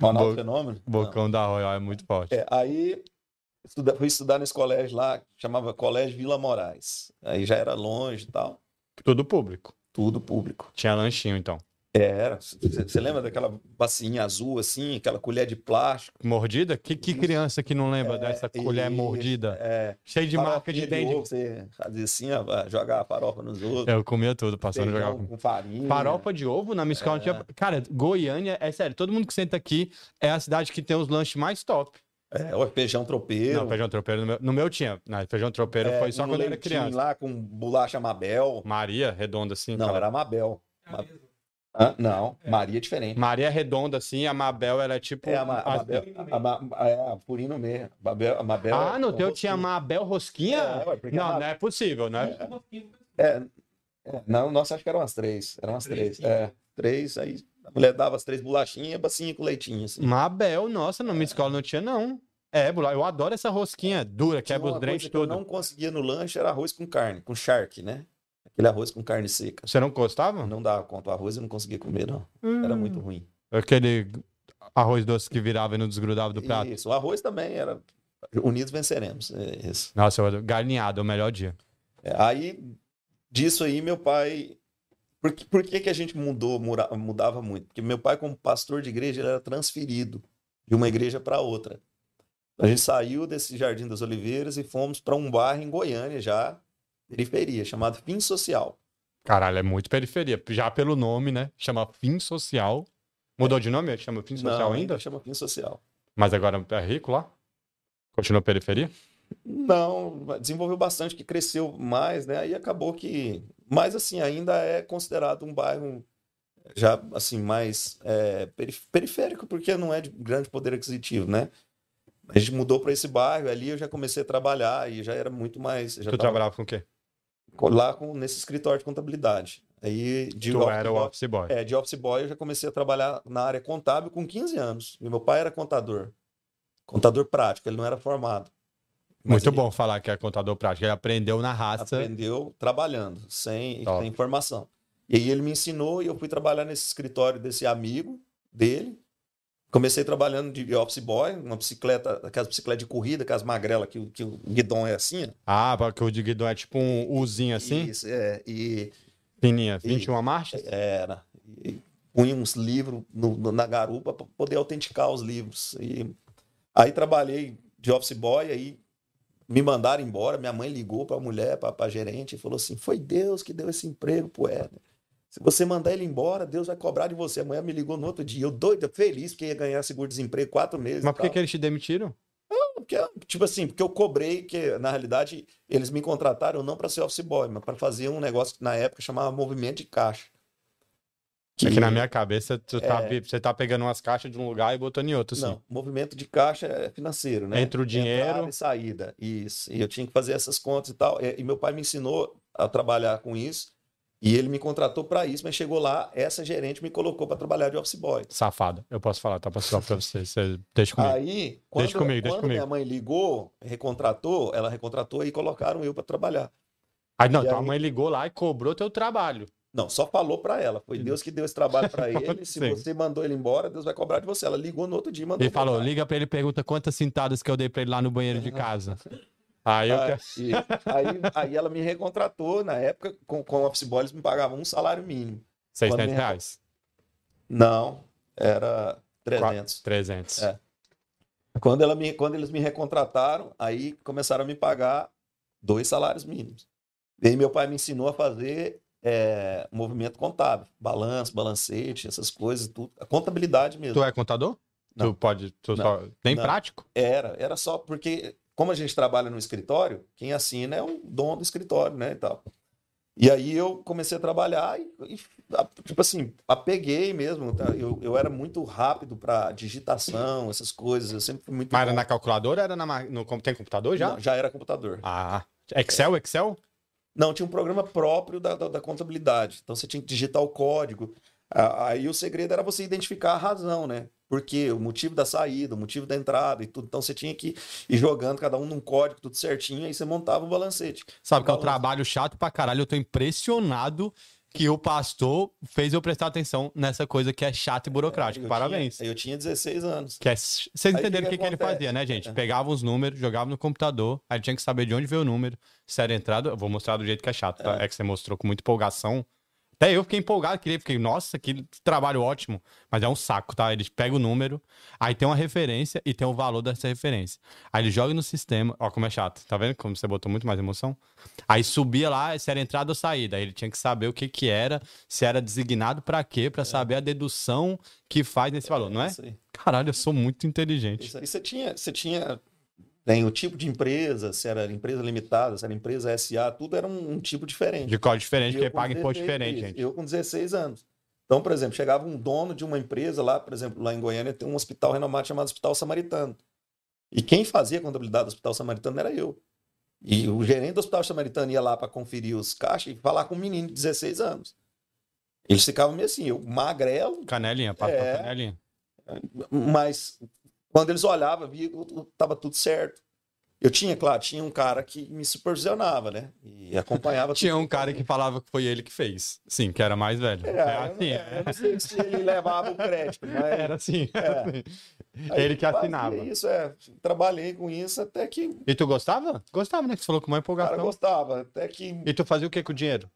Speaker 2: Ronaldo
Speaker 1: Bo-
Speaker 2: Fenômeno. Não.
Speaker 1: Bocão da Royal é muito forte.
Speaker 2: É, aí estuda- fui estudar nesse colégio lá, que chamava Colégio Vila Moraes. Aí já era longe e tal.
Speaker 1: Tudo público.
Speaker 2: Tudo público.
Speaker 1: Tinha lanchinho, então.
Speaker 2: Era. Você lembra daquela bacinha azul assim, aquela colher de plástico?
Speaker 1: Mordida? Que, que criança que não lembra dessa colher
Speaker 2: É, isso,
Speaker 1: mordida?
Speaker 2: É,
Speaker 1: Cheia de marca de
Speaker 2: farofinha
Speaker 1: dente. É,
Speaker 2: ovo, Você fazia assim, ó, vai jogar a farofa nos outros.
Speaker 1: Eu comia tudo, passando a
Speaker 2: feijão
Speaker 1: jogar com...
Speaker 2: com farinha.
Speaker 1: Farofa de ovo na minha escola não tinha.
Speaker 2: É.
Speaker 1: Cara, Goiânia, é sério, todo mundo que senta aqui é a cidade que tem os lanches mais top.
Speaker 2: É, ó, feijão tropeiro.
Speaker 1: Não, feijão tropeiro no meu, no meu tinha. Não, feijão tropeiro
Speaker 2: é,
Speaker 1: foi só
Speaker 2: um
Speaker 1: quando eu era
Speaker 2: leitinho
Speaker 1: criança.
Speaker 2: lá com bolacha Mabel.
Speaker 1: Maria, redonda assim.
Speaker 2: Não,
Speaker 1: cara.
Speaker 2: era Mabel. Ma- Hã? não, Maria é diferente.
Speaker 1: Maria redonda assim, a Mabel era tipo.
Speaker 2: É, a, Ma- a
Speaker 1: as-
Speaker 2: Mabel, a, Ma- é, a Purino mesmo. Mabel, a Mabel
Speaker 1: Ah, no
Speaker 2: é-
Speaker 1: teu tinha Mabel Rosquinha?
Speaker 2: É, ué, porque
Speaker 1: não,
Speaker 2: a Ma-
Speaker 1: não é possível, né?
Speaker 2: É, é, não, nossa, acho que eram umas três. Eram umas três. É, três, aí a mulher dava as três bolachinhas, bacinha com leitinho, assim.
Speaker 1: Hum, Mabel, nossa, na minha escola não tinha, não. É, Bula, eu adoro essa rosquinha dura,
Speaker 2: Tinha
Speaker 1: quebra os
Speaker 2: uma
Speaker 1: dentes
Speaker 2: coisa que eu
Speaker 1: tudo.
Speaker 2: não conseguia no lanche era arroz com carne, com charque, né? Aquele arroz com carne seca.
Speaker 1: Você não gostava?
Speaker 2: Não dava conta. O arroz eu não conseguia comer, não. Era
Speaker 1: Hum.
Speaker 2: muito ruim.
Speaker 1: Aquele arroz doce que virava e não desgrudava do prato.
Speaker 2: Isso. O arroz também era. Unidos venceremos. É isso.
Speaker 1: Nossa, eu adoro. galinhada, é o melhor dia.
Speaker 2: É, aí, disso aí, meu pai. Por que, por que, que a gente mudou, mura- mudava muito? Porque meu pai, como pastor de igreja, ele era transferido de uma igreja para outra. A gente saiu desse Jardim das Oliveiras e fomos para um bairro em Goiânia, já, periferia, chamado Fim Social.
Speaker 1: Caralho, é muito periferia. Já pelo nome, né? Chama Fim Social. Mudou de nome? Chama Fim Social
Speaker 2: Não,
Speaker 1: ainda?
Speaker 2: Chama Fim Social.
Speaker 1: Mas agora é rico lá? Continua periferia?
Speaker 2: Não, desenvolveu bastante, que cresceu mais, né? Aí acabou que. Mas, assim, ainda é considerado um bairro já, assim, mais é, perif- periférico, porque não é de grande poder aquisitivo, né? A gente mudou para esse bairro, ali eu já comecei a trabalhar e já era muito mais. Já
Speaker 1: tu
Speaker 2: tava
Speaker 1: trabalhava com o quê?
Speaker 2: co- lá com, nesse escritório de contabilidade. Aí, de
Speaker 1: tu
Speaker 2: office
Speaker 1: era o
Speaker 2: boy-
Speaker 1: office boy.
Speaker 2: é, de office boy, eu já comecei a trabalhar na área contábil com 15 anos. E meu pai era contador, contador prático, ele não era formado. Mas
Speaker 1: muito
Speaker 2: ele-
Speaker 1: bom falar que é contador prático. Ele aprendeu na raça.
Speaker 2: aprendeu trabalhando, sem,
Speaker 1: Top.
Speaker 2: sem formação. E aí ele me ensinou e eu fui trabalhar nesse escritório desse amigo dele. Comecei trabalhando de office boy, uma bicicleta, aquelas bicicletas de corrida, aquelas magrelas que, o- que o guidão é assim. ó.
Speaker 1: Ah, porque o de Guidon é tipo um Uzinho assim,
Speaker 2: Isso, é, e
Speaker 1: fininha, 21 marchas.
Speaker 2: era. E punha uns livros no- no- na garupa para poder autenticar os livros. E aí trabalhei de office boy, aí me mandaram embora. Minha mãe ligou para a mulher, para a gerente, e falou assim: Foi Deus que deu esse emprego pro Éder. Se você mandar ele embora, Deus vai cobrar de você. Amanhã me ligou no outro dia. Eu doida, feliz, porque ia ganhar seguro-desemprego quatro meses.
Speaker 1: Mas
Speaker 2: e
Speaker 1: por que,
Speaker 2: tal.
Speaker 1: que eles te demitiram?
Speaker 2: Porque, tipo assim, porque eu cobrei, que na realidade eles me contrataram não para ser office boy, mas para fazer um negócio que na época chamava movimento de caixa.
Speaker 1: É que na minha cabeça tu tá,
Speaker 2: É.
Speaker 1: vi- você tá pegando umas caixas de um lugar e botando em outro, assim.
Speaker 2: Não, movimento de caixa é financeiro, né?
Speaker 1: Entra o dinheiro.
Speaker 2: Entrada e saída. Isso. E eu tinha que fazer essas contas e tal. É, E, e meu pai me ensinou a trabalhar com isso. E ele me contratou para isso, mas chegou lá, essa gerente me colocou para trabalhar de office boy.
Speaker 1: Safado. Eu posso falar, tá passando pra você. você deixa comigo.
Speaker 2: Aí, quando,
Speaker 1: Deixa comigo, deixa
Speaker 2: quando
Speaker 1: comigo.
Speaker 2: minha mãe ligou, recontratou, ela recontratou e colocaram eu para trabalhar.
Speaker 1: Aí não,
Speaker 2: E
Speaker 1: tua
Speaker 2: aí-
Speaker 1: mãe ligou lá e cobrou teu trabalho.
Speaker 2: Não, só falou para ela. Foi Deus que deu esse trabalho para ele. Se
Speaker 1: Sim.
Speaker 2: você mandou ele embora, Deus vai cobrar de você. Ela ligou no outro dia e mandou
Speaker 1: E falou:
Speaker 2: voltar.
Speaker 1: liga pra ele e pergunta quantas cintadas que eu dei pra ele lá no banheiro
Speaker 2: É.
Speaker 1: de casa. Aí eu.
Speaker 2: Ah, e- aí, aí ela me recontratou na época com, com office boy, eles me pagavam um salário mínimo.
Speaker 1: 600
Speaker 2: Flamengo.
Speaker 1: reais?
Speaker 2: Não, era 300.
Speaker 1: 300.
Speaker 2: É. Quando, ela me, quando eles me recontrataram, aí começaram a me pagar dois salários mínimos. E aí meu pai me ensinou a fazer é, movimento contábil, balanço, balancete, essas coisas, tudo. A contabilidade mesmo.
Speaker 1: Tu é contador?
Speaker 2: Não.
Speaker 1: Tu pode. Tu
Speaker 2: Não.
Speaker 1: só... Nem
Speaker 2: Não.
Speaker 1: prático?
Speaker 2: Era, era só porque, como a gente trabalha no escritório, quem assina é o dono do escritório, né, e tal. E aí eu comecei a trabalhar e, e, a- tipo assim, apeguei mesmo, tá? Eu, eu era muito rápido para digitação, essas coisas, eu sempre fui muito
Speaker 1: Mas era
Speaker 2: bom.
Speaker 1: na calculadora? Era na... ma- No... com- Tem computador já?
Speaker 2: Não, já era computador.
Speaker 1: Ah. Excel, Excel?
Speaker 2: Não, tinha um programa próprio da, da, da contabilidade. Então você tinha que digitar o código. A- Aí o segredo era você identificar a razão, né? Porque o motivo da saída, o motivo da entrada e tudo. Então você tinha que ir jogando cada um num código, tudo certinho, aí você montava o balancete.
Speaker 1: Sabe que é um
Speaker 2: Balanço.
Speaker 1: trabalho chato pra caralho. Eu tô impressionado que o pastor fez eu prestar atenção nessa coisa que é chata e burocrática.
Speaker 2: Eu
Speaker 1: Parabéns.
Speaker 2: Tinha, eu tinha 16 anos.
Speaker 1: Que é- vocês
Speaker 2: Aí
Speaker 1: entenderam o
Speaker 2: o
Speaker 1: que,
Speaker 2: que
Speaker 1: que ele
Speaker 2: acontece?
Speaker 1: fazia, né, gente?
Speaker 2: É.
Speaker 1: Pegava os números, jogava no computador, aí tinha que saber de onde veio o número, se era entrada. Eu vou mostrar do jeito que é chato, tá? É, que você mostrou com muita empolgação. Até eu fiquei empolgado, queria, fiquei, nossa, que trabalho ótimo. Mas é um saco, tá? Ele pega o número, aí tem uma referência e tem o valor dessa referência. Aí ele joga no sistema, ó, como é chato, tá vendo? Como você botou muito mais emoção. Aí subia lá, se era entrada ou saída. Aí ele tinha que saber o que que era, se era designado pra quê, pra saber a dedução que faz nesse valor, não é?
Speaker 2: Isso aí.
Speaker 1: Caralho, eu sou muito inteligente.
Speaker 2: Isso aí. Você tinha, você tinha tem o tipo de empresa, se era empresa limitada, se era empresa SA, tudo era um, um tipo diferente.
Speaker 1: De código diferente,
Speaker 2: E
Speaker 1: porque
Speaker 2: eu com
Speaker 1: paga imposto
Speaker 2: 16
Speaker 1: diferente,
Speaker 2: isso,
Speaker 1: gente.
Speaker 2: Eu com 16 anos. Então, por exemplo, chegava um dono de uma empresa lá, por exemplo, lá em Goiânia tem um hospital renomado chamado Hospital Samaritano. E quem fazia a contabilidade do Hospital Samaritano era eu. E o gerente do Hospital Samaritano ia lá para conferir os caixas e falar com um menino de 16 anos. Eles ficavam meio assim, eu magrelo,
Speaker 1: Canelinha, passa pra
Speaker 2: É.
Speaker 1: canelinha.
Speaker 2: mas quando eles olhavam, via que tava tudo certo. Eu tinha, claro, tinha um cara que me supervisionava, né? E acompanhava tudo.
Speaker 1: Tinha um cara que falava que foi ele que fez. Sim, que era mais velho.
Speaker 2: É,
Speaker 1: É,
Speaker 2: eu,
Speaker 1: assim,
Speaker 2: não- eu não sei se ele levava o crédito, mas
Speaker 1: é. Era assim. era assim.
Speaker 2: Aí
Speaker 1: Ele que
Speaker 2: fazia
Speaker 1: assinava.
Speaker 2: Isso, é. Trabalhei com isso até que o
Speaker 1: E tu gostava? Gostava, né? Que você falou com uma
Speaker 2: cara
Speaker 1: empolgação.
Speaker 2: gostava, até que
Speaker 1: E tu fazia o que com o dinheiro?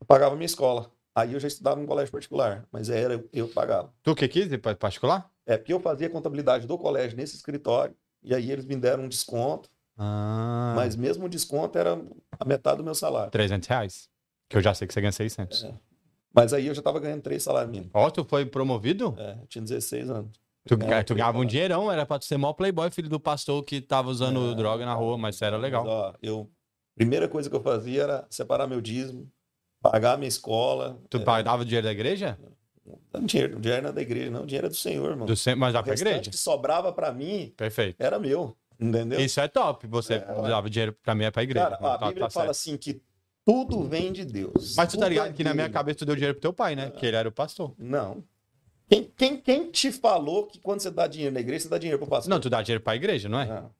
Speaker 2: eu pagava minha escola. Aí eu já estudava em um colégio particular, mas era eu, eu que pagava.
Speaker 1: Tu que quis ir pra particular?
Speaker 2: É porque eu fazia contabilidade do colégio nesse escritório, e aí eles me deram um desconto,
Speaker 1: Ah,
Speaker 2: mas mesmo o desconto era a metade do meu salário.
Speaker 1: 300 reais. Que eu já sei que você ganha 600.
Speaker 2: É. Mas aí eu já estava ganhando três salários mínimos.
Speaker 1: Ó, tu foi promovido?
Speaker 2: É, eu tinha 16 anos.
Speaker 1: Tu,
Speaker 2: É,
Speaker 1: tu ganhava um
Speaker 2: é.
Speaker 1: dinheirão, era pra tu ser mó playboy, filho do pastor que tava usando
Speaker 2: É.
Speaker 1: droga na rua, mas era legal.
Speaker 2: Mas, ó, eu, primeira coisa que eu fazia era separar meu dízimo, pagar minha escola.
Speaker 1: Tu pagava o dinheiro da igreja?
Speaker 2: Não, dinheiro, o dinheiro não era da igreja, não. O dinheiro era do Senhor, irmão.
Speaker 1: Do centro, mas dava
Speaker 2: O
Speaker 1: pra
Speaker 2: restante
Speaker 1: igreja?
Speaker 2: que sobrava pra mim
Speaker 1: Perfeito.
Speaker 2: era meu, entendeu?
Speaker 1: Isso é top. Você
Speaker 2: É, ué.
Speaker 1: dava dinheiro pra mim é pra igreja.
Speaker 2: Cara, ó, a
Speaker 1: Tá-
Speaker 2: Bíblia
Speaker 1: tá
Speaker 2: fala
Speaker 1: certo.
Speaker 2: assim que tudo vem de Deus.
Speaker 1: Mas tu tá
Speaker 2: Tudo
Speaker 1: ligado
Speaker 2: é
Speaker 1: que na minha
Speaker 2: dele.
Speaker 1: cabeça tu deu dinheiro pro teu pai, né? Que ele era o pastor.
Speaker 2: Não. Quem, quem, quem te falou que quando você dá dinheiro na igreja, você dá dinheiro pro pastor?
Speaker 1: Não, tu dá dinheiro pra igreja, não é?
Speaker 2: Não.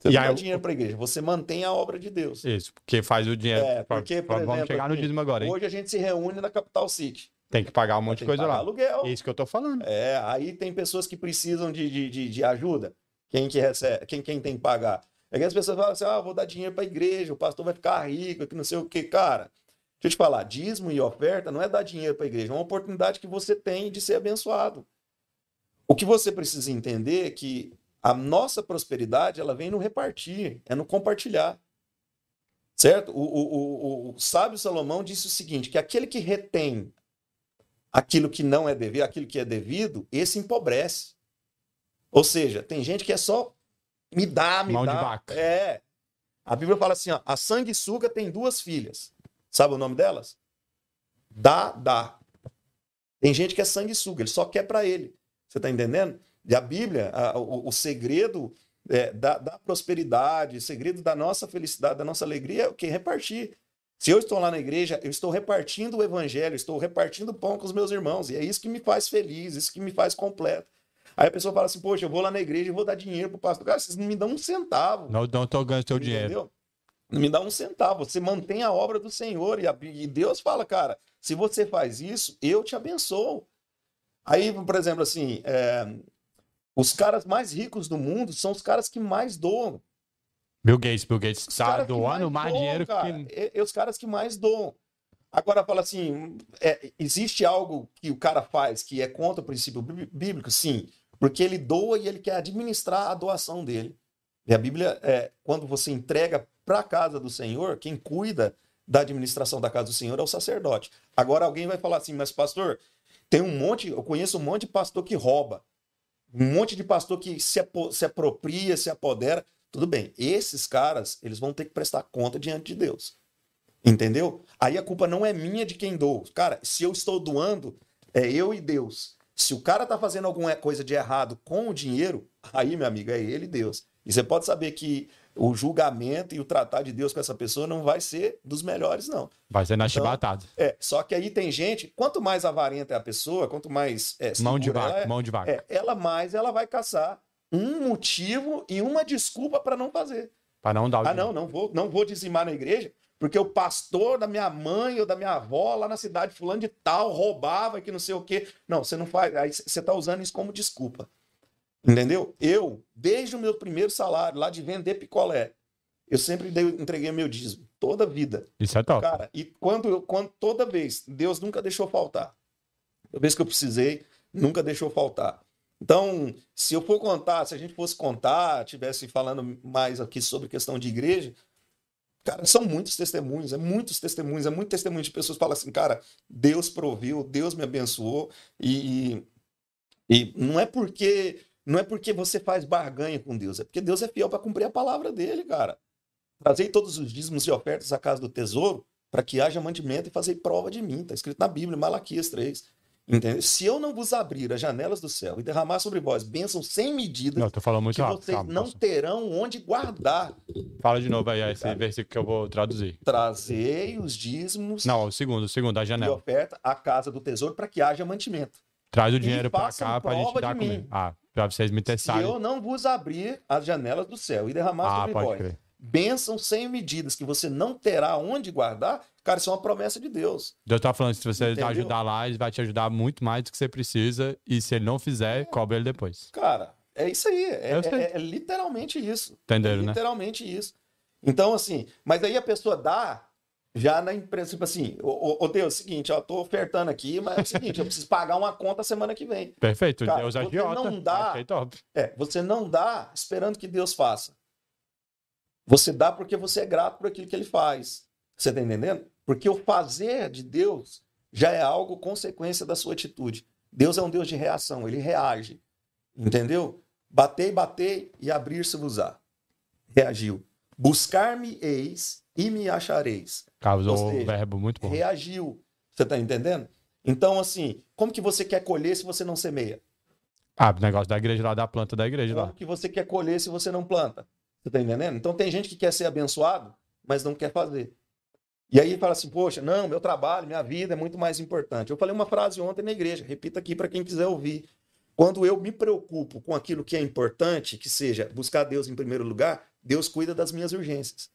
Speaker 2: Você
Speaker 1: E
Speaker 2: não
Speaker 1: aí
Speaker 2: dá
Speaker 1: eu-
Speaker 2: dinheiro pra igreja, você mantém a obra de Deus.
Speaker 1: Isso, porque faz o dinheiro.
Speaker 2: É,
Speaker 1: pra-
Speaker 2: porque, por
Speaker 1: pra- vamos
Speaker 2: exemplo,
Speaker 1: chegar no
Speaker 2: aqui,
Speaker 1: dízimo agora, hein?
Speaker 2: Hoje a gente se reúne na Capital City.
Speaker 1: Tem que pagar um monte de
Speaker 2: Tem que
Speaker 1: coisa
Speaker 2: pagar
Speaker 1: lá.
Speaker 2: aluguel.
Speaker 1: É isso que eu tô falando.
Speaker 2: É, aí tem pessoas que precisam de, de, de, de ajuda. Quem que recebe, quem, quem tem que pagar. É que as pessoas falam assim: ah, vou dar dinheiro para a igreja, o pastor vai ficar rico, que não sei o quê. Cara, deixa eu te falar: dízimo e oferta não é dar dinheiro para a igreja, é uma oportunidade que você tem de ser abençoado. O que você precisa entender é que a nossa prosperidade ela vem no repartir, é no compartilhar. Certo? O, o, o, o- o sábio Salomão disse o seguinte: que aquele que retém aquilo que não é devido, aquilo que é devido, esse empobrece. Ou seja, tem gente que é só me dá, me
Speaker 1: Mão de
Speaker 2: dá.
Speaker 1: vaca.
Speaker 2: É. A Bíblia fala assim: ó, a sanguessuga tem duas filhas. Sabe o nome delas? Dá, dá. Tem gente que é sanguessuga, ele só quer para ele. Você tá entendendo? E a Bíblia, a- o, o segredo é, da, da prosperidade, o segredo da nossa felicidade, da nossa alegria é o que? Repartir. Se eu estou lá na igreja, eu estou repartindo o evangelho, estou repartindo o pão com os meus irmãos. E é isso que me faz feliz, isso que me faz completo. Aí a pessoa fala assim, poxa, eu vou lá na igreja e vou dar dinheiro pro pastor. Cara, vocês não me dão um centavo.
Speaker 1: Não, não tô ganhando teu dinheiro.
Speaker 2: Entendeu? Não me dá um centavo. Você mantém a obra do Senhor. E, a- e Deus fala, cara, se você faz isso, eu te abençoo. Aí, por exemplo, assim, é, os caras mais ricos do mundo são os caras que mais doam.
Speaker 1: Bill Gates, Bill Gates
Speaker 2: Os
Speaker 1: tá
Speaker 2: caras que
Speaker 1: doando mais
Speaker 2: doam,
Speaker 1: dinheiro
Speaker 2: cara.
Speaker 1: que.
Speaker 2: E, e os caras que mais doam. Agora fala assim, é, existe algo que o cara faz que é contra o princípio bí- bíblico? Sim, porque ele doa e ele quer administrar a doação dele. E a Bíblia é quando você entrega para a casa do Senhor, quem cuida da administração da casa do Senhor é o sacerdote. Agora alguém vai falar assim, mas pastor, tem um monte, eu conheço um monte de pastor que rouba, um monte de pastor que se, apo- se apropria, se apodera. Tudo bem, esses caras, eles vão ter que prestar conta diante de Deus. Entendeu? Aí a culpa não é minha de quem dou. Cara, se eu estou doando, é eu e Deus. Se o cara tá fazendo alguma coisa de errado com o dinheiro, aí, meu amigo, é ele e Deus. E você pode saber que o julgamento e o tratar de Deus com essa pessoa não vai ser dos melhores, não.
Speaker 1: Vai ser na
Speaker 2: Então,
Speaker 1: chibatada.
Speaker 2: É, só que aí tem gente, quanto mais avarenta é a pessoa, quanto mais é,
Speaker 1: Mão de
Speaker 2: segura
Speaker 1: vaca,
Speaker 2: ela é,
Speaker 1: mão de vaca.
Speaker 2: é, ela mais ela vai caçar um motivo e uma desculpa para não fazer.
Speaker 1: Pra não dar o
Speaker 2: Ah,
Speaker 1: dinheiro.
Speaker 2: não, não vou, não vou dizimar na igreja, porque o pastor da minha mãe ou da minha avó lá na cidade, fulano de tal, roubava que não sei o quê. Não, você não faz. Aí c- você está usando isso como desculpa. Entendeu? Eu, desde o meu primeiro salário lá de vender picolé, eu sempre dei- entreguei meu dízimo, toda a vida.
Speaker 1: Isso é top.
Speaker 2: Cara, e quando eu, quando toda vez, Deus nunca deixou faltar. Toda vez que eu precisei, nunca deixou faltar. Então, se eu for contar, se a gente fosse contar, tivesse falando mais aqui sobre questão de igreja, cara, são muitos testemunhos, é muitos testemunhos, é muito testemunho de pessoas que falam assim, cara, Deus proviu, Deus me abençoou e, e- e não é porque não é porque você faz barganha com Deus, é porque Deus é fiel para cumprir a palavra dele, cara. Trazei todos os dízimos e ofertas à casa do tesouro para que haja mantimento e fazei prova de mim. Está escrito na Bíblia, em Malaquias 3. Entendeu? Se eu não vos abrir as janelas do céu e derramar sobre vós bênçãos sem medida,
Speaker 1: Não, tô falando muito
Speaker 2: que
Speaker 1: rápido.
Speaker 2: vocês
Speaker 1: Calma,
Speaker 2: não
Speaker 1: calma.
Speaker 2: terão onde guardar.
Speaker 1: Fala de novo aí esse
Speaker 2: Cara.
Speaker 1: versículo que eu vou traduzir.
Speaker 2: Trazei os dízimos
Speaker 1: Não, o segundo, o segundo, a
Speaker 2: e
Speaker 1: janela.
Speaker 2: oferta à casa do tesouro para que haja mantimento.
Speaker 1: Traz o dinheiro pra
Speaker 2: façam
Speaker 1: cá pra gente
Speaker 2: prova
Speaker 1: dar
Speaker 2: de
Speaker 1: comigo.
Speaker 2: mim.
Speaker 1: Ah, pra vocês me
Speaker 2: Se
Speaker 1: testarem.
Speaker 2: eu não vos abrir as janelas do céu e derramar
Speaker 1: Ah,
Speaker 2: sobre
Speaker 1: pode
Speaker 2: vós
Speaker 1: crer.
Speaker 2: bênçãos sem medidas que você não terá onde guardar, cara, isso é uma promessa de Deus.
Speaker 1: Deus tá falando, se você
Speaker 2: Entendeu?
Speaker 1: ajudar lá, ele vai te ajudar muito mais do que você precisa. E se ele não
Speaker 2: É.
Speaker 1: fizer, cobra ele depois.
Speaker 2: Cara, é isso aí. É,
Speaker 1: Eu sei.
Speaker 2: é- é literalmente isso. É
Speaker 1: Entenderam, né?
Speaker 2: literalmente isso. Então, assim, mas aí a pessoa dá já na empresa, tipo assim, ô, ô, ô Deus, seguinte, ó, tô ofertando aqui, mas é o seguinte, eu preciso pagar uma conta semana que vem.
Speaker 1: Perfeito,
Speaker 2: Cara,
Speaker 1: Deus
Speaker 2: você
Speaker 1: agiota.
Speaker 2: não dá-
Speaker 1: Achei top.
Speaker 2: É, você não dá esperando que Deus faça. Você dá porque você é grato por aquilo que ele faz. Você tá entendendo? Porque o fazer de Deus já é algo consequência da sua atitude. Deus é um Deus de reação, ele reage. Entendeu? Batei, batei e abrir-se-vos-á. Reagiu. Buscar-me eis e me achareis
Speaker 1: Causou
Speaker 2: Ou
Speaker 1: um
Speaker 2: seja,
Speaker 1: verbo muito bom.
Speaker 2: reagiu. Você tá entendendo? Então, assim, como que você quer colher se você não semeia?
Speaker 1: Ah, o negócio da igreja lá, da planta da igreja
Speaker 2: Como
Speaker 1: lá.
Speaker 2: que você quer colher se você não planta? Você tá entendendo? Então, tem gente que quer ser abençoado, mas não quer fazer. E aí fala assim, poxa, não, meu trabalho, minha vida é muito mais importante. Eu falei uma frase ontem na igreja, repita aqui para quem quiser ouvir. Quando eu me preocupo com aquilo que é importante, que seja buscar Deus em primeiro lugar, Deus cuida das minhas urgências.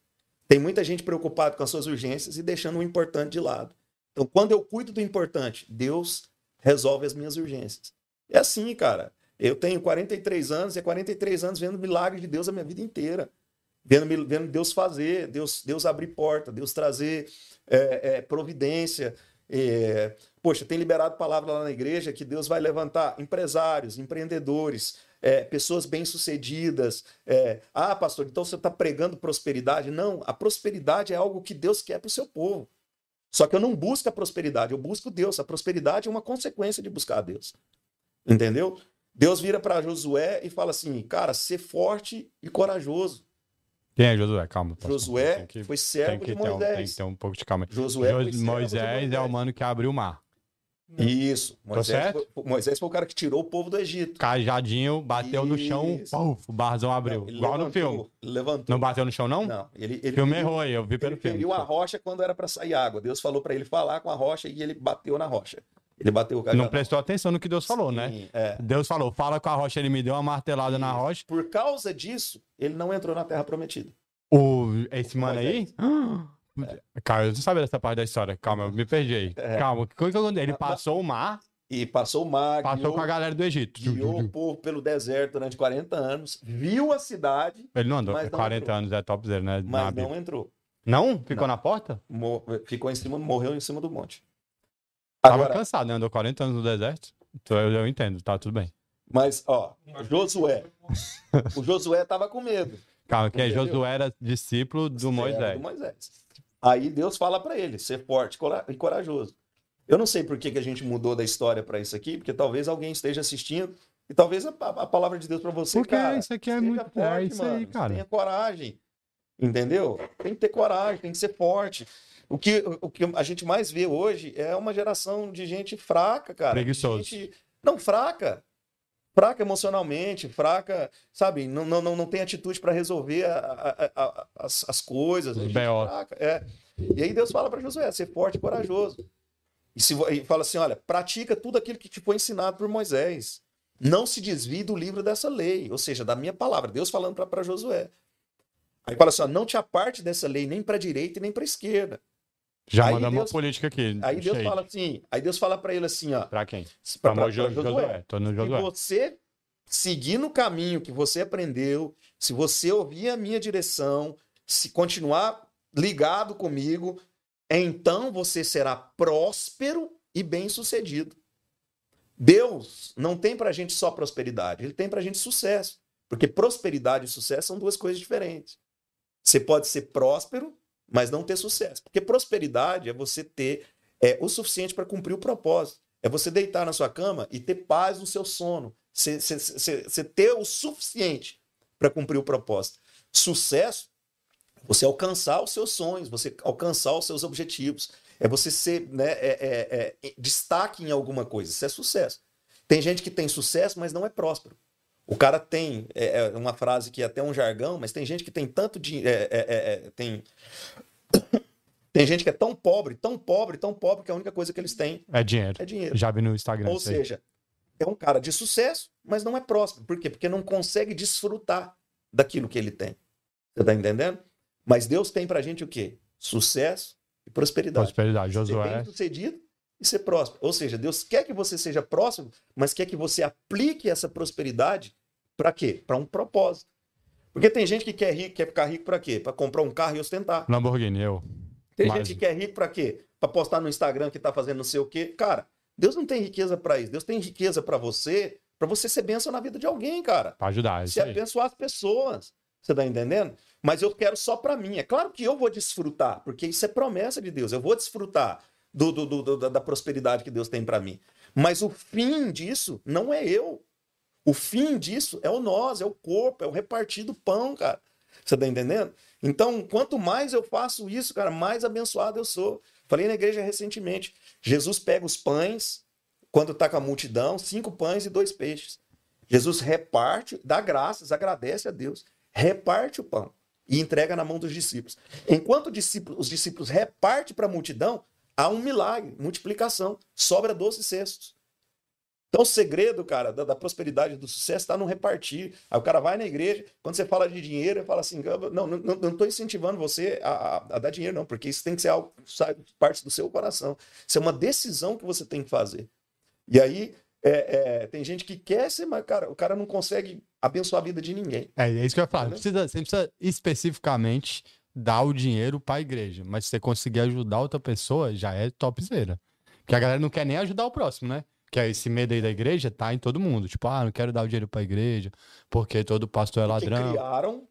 Speaker 2: Tem muita gente preocupada com as suas urgências e deixando o importante de lado. Então, quando eu cuido do importante, Deus resolve as minhas urgências. É assim, cara. Eu tenho 43 anos e há 43 anos vendo o milagre de Deus a minha vida inteira. Vendo, mil- vendo Deus fazer, Deus, Deus abrir porta, Deus trazer é, é, providência. é, poxa, tem liberado palavra lá na igreja que Deus vai levantar empresários, empreendedores, é, pessoas bem-sucedidas. é, ah, pastor, então você está pregando prosperidade? Não, a prosperidade é algo que Deus quer para o seu povo. Só que eu não busco a prosperidade, eu busco Deus. A prosperidade é uma consequência de buscar a Deus. Entendeu? Deus vira para Josué e fala assim: cara, ser forte e corajoso.
Speaker 1: Quem é Josué? Calma. posso-
Speaker 2: Josué
Speaker 1: tem que,
Speaker 2: foi
Speaker 1: tem
Speaker 2: servo
Speaker 1: que ter
Speaker 2: de
Speaker 1: um, tem que
Speaker 2: Moisés.
Speaker 1: ter um pouco de calma. aí.
Speaker 2: Josué foi
Speaker 1: Jos-
Speaker 2: servo de
Speaker 1: Moisés é o mano que abriu o mar.
Speaker 2: Isso. Moisés
Speaker 1: certo?
Speaker 2: foi, Moisés foi o cara que tirou o povo do Egito.
Speaker 1: Cajadinho, bateu no chão,
Speaker 2: Isso.
Speaker 1: puf, o barzão abriu.
Speaker 2: Não, ele
Speaker 1: Igual no
Speaker 2: levantou,
Speaker 1: filme.
Speaker 2: Levantou.
Speaker 1: Não bateu no chão, não?
Speaker 2: Não, ele,
Speaker 1: O
Speaker 2: ele,
Speaker 1: filme
Speaker 2: ele,
Speaker 1: errou aí, eu vi pelo
Speaker 2: ele
Speaker 1: filme.
Speaker 2: feriu a rocha quando era para sair água. Deus falou para ele falar com a rocha e ele bateu na rocha. Ele bateu o cajado.
Speaker 1: Não prestou atenção no que Deus falou, né?
Speaker 2: Sim, é.
Speaker 1: Deus falou, fala com a rocha, ele me deu uma martelada na
Speaker 2: Isso.
Speaker 1: rocha.
Speaker 2: Por causa disso, ele não entrou na Terra Prometida.
Speaker 1: O, esse mano aí?
Speaker 2: Moisés.
Speaker 1: Cara, eu não sabia dessa parte da história. Calma, eu me perdi aí.
Speaker 2: É.
Speaker 1: Calma, o que que aconteceu? Ele passou o mar,
Speaker 2: E passou o mar,
Speaker 1: passou
Speaker 2: guiou-
Speaker 1: com a galera do Egito.
Speaker 2: guiou o povo pelo deserto durante 40 anos, viu a cidade,
Speaker 1: Ele não andou.
Speaker 2: Mas não
Speaker 1: 40
Speaker 2: entrou.
Speaker 1: anos é top zero, né? Na
Speaker 2: mas
Speaker 1: Bíblia.
Speaker 2: não entrou.
Speaker 1: Não? Ficou na porta?
Speaker 2: Mo- Ficou em cima, morreu em cima do monte.
Speaker 1: Tava
Speaker 2: Agora,
Speaker 1: cansado, né? Andou 40 anos no deserto. Então eu, eu entendo, tá tudo bem.
Speaker 2: mas, ó, Josué. O Josué estava com medo.
Speaker 1: Calma, que é
Speaker 2: Entendeu?
Speaker 1: Josué era discípulo do
Speaker 2: Era
Speaker 1: Moisés.
Speaker 2: do Moisés. Aí Deus fala para ele, ser forte cora- e corajoso. Eu não sei por que, que a gente mudou da história para isso aqui, porque talvez alguém esteja assistindo e talvez a, a- a palavra de Deus para você,
Speaker 1: Porque
Speaker 2: cara,
Speaker 1: isso aqui é
Speaker 2: seja
Speaker 1: muito. é
Speaker 2: forte,
Speaker 1: isso aí,
Speaker 2: mano.
Speaker 1: cara.
Speaker 2: Tenha coragem. Entendeu? Tem que ter coragem, tem que ser forte. O que, o que a gente mais vê hoje é uma geração de gente fraca, cara. de
Speaker 1: Preguiçoso.
Speaker 2: gente- Não, fraca. Fraca emocionalmente, fraca, sabe? Não, não, não, não tem atitude para resolver a- a- a- a- as, as coisas.
Speaker 1: Os
Speaker 2: gente
Speaker 1: BO.
Speaker 2: fraca, é. E aí Deus fala para Josué: ser forte e corajoso. E, se, vo- e fala assim: olha, pratica tudo aquilo que te foi ensinado por Moisés não se desvie do livro dessa lei, ou seja, da minha palavra, Deus falando para Josué. Aí fala assim, ó, não te aparte dessa lei nem para direita e nem para esquerda.
Speaker 1: Já
Speaker 2: Aí
Speaker 1: mandamos uma
Speaker 2: Deus-
Speaker 1: política aqui.
Speaker 2: Aí Deus
Speaker 1: shade.
Speaker 2: fala assim, aí Deus fala para ele assim, ó,
Speaker 1: Pra quem? Pra,
Speaker 2: pra- pra- pra
Speaker 1: Jo- Tá Josué. Tô no
Speaker 2: Se
Speaker 1: Josué.
Speaker 2: você seguir no caminho que você aprendeu, se você ouvir a minha direção, se continuar ligado comigo, então você será próspero e bem-sucedido. Deus não tem pra gente só prosperidade, ele tem pra gente sucesso. Porque prosperidade e sucesso são duas coisas diferentes. Você pode ser próspero, mas não ter sucesso. Porque prosperidade é você ter é, o suficiente para cumprir o propósito. É você deitar na sua cama e ter paz no seu sono. Você- Você você- você ter o suficiente para cumprir o propósito. Sucesso, você alcançar os seus sonhos, você alcançar os seus objetivos. É você ser né, é- é- é, destaque em alguma coisa. Isso é sucesso. Tem gente que tem sucesso, mas não é próspero. O cara tem é, é uma frase que é até um jargão, mas tem gente que tem tanto é, dinheiro. tem, tem gente que é tão pobre, tão pobre, tão pobre que a única coisa que eles têm
Speaker 1: É dinheiro.
Speaker 2: é dinheiro.
Speaker 1: Já vi no Instagram.
Speaker 2: Ou
Speaker 1: isso aí.
Speaker 2: seja, é um cara de sucesso, mas não é próspero. Por quê? Porque não consegue desfrutar daquilo que ele tem. Você tá entendendo? Mas Deus tem pra gente o quê? Sucesso e prosperidade.
Speaker 1: prosperidade.
Speaker 2: Ser
Speaker 1: Josué.
Speaker 2: bem sucedido e ser próspero. Ou seja, Deus quer que você seja próximo, mas quer que você aplique essa prosperidade pra quê? Pra um propósito. Porque tem gente que quer rico, quer ficar rico pra quê? Pra comprar um carro e ostentar.
Speaker 1: Lamborghini, eu.
Speaker 2: Tem
Speaker 1: Mas-
Speaker 2: gente que é rico pra quê? Pra postar no Instagram que tá fazendo não sei o quê. Cara, Deus não tem riqueza pra isso. Deus tem riqueza pra você, pra você ser bênção na vida de alguém, cara.
Speaker 1: Pra ajudar. é
Speaker 2: Se
Speaker 1: Isso aí.
Speaker 2: abençoar as pessoas. Você tá entendendo? Mas eu quero só pra mim. É claro que eu vou desfrutar, porque isso é promessa de Deus. Eu vou desfrutar do, do- do- do- da, da prosperidade que Deus tem pra mim. Mas o fim disso não é eu. O fim disso é o nós, é o corpo, é o repartido pão, cara. Você tá entendendo? Então, quanto mais eu faço isso, cara, mais abençoado eu sou. Falei na igreja recentemente. Jesus pega os pães, quando está com a multidão, cinco pães e dois peixes. Jesus reparte, dá graças, agradece a Deus, reparte o pão e entrega na mão dos discípulos. Enquanto os discípulos, os discípulos repartem para a multidão, há um milagre, multiplicação, sobra 12 cestos. Então o segredo, cara, da, da prosperidade do sucesso está no repartir. Aí o cara vai na igreja, quando você fala de dinheiro, ele fala assim, não, não- não estou incentivando você a, a- a dar dinheiro não, porque isso tem que ser algo que sai parte do seu coração. Isso é uma decisão que você tem que fazer. E aí, é, é, tem gente que quer ser, mas cara, o cara não consegue abençoar a vida de ninguém.
Speaker 1: É, é isso que eu ia falar. Não
Speaker 2: Entendeu?
Speaker 1: precisa, você não precisa especificamente dar o dinheiro pra igreja, mas se você conseguir ajudar outra pessoa, já é topzera. Porque a galera não quer nem ajudar o próximo, né? Que é esse medo aí da igreja tá em todo mundo. Tipo, ah, não quero dar o dinheiro pra igreja, porque todo pastor é
Speaker 2: Que
Speaker 1: ladrão.
Speaker 2: criaram,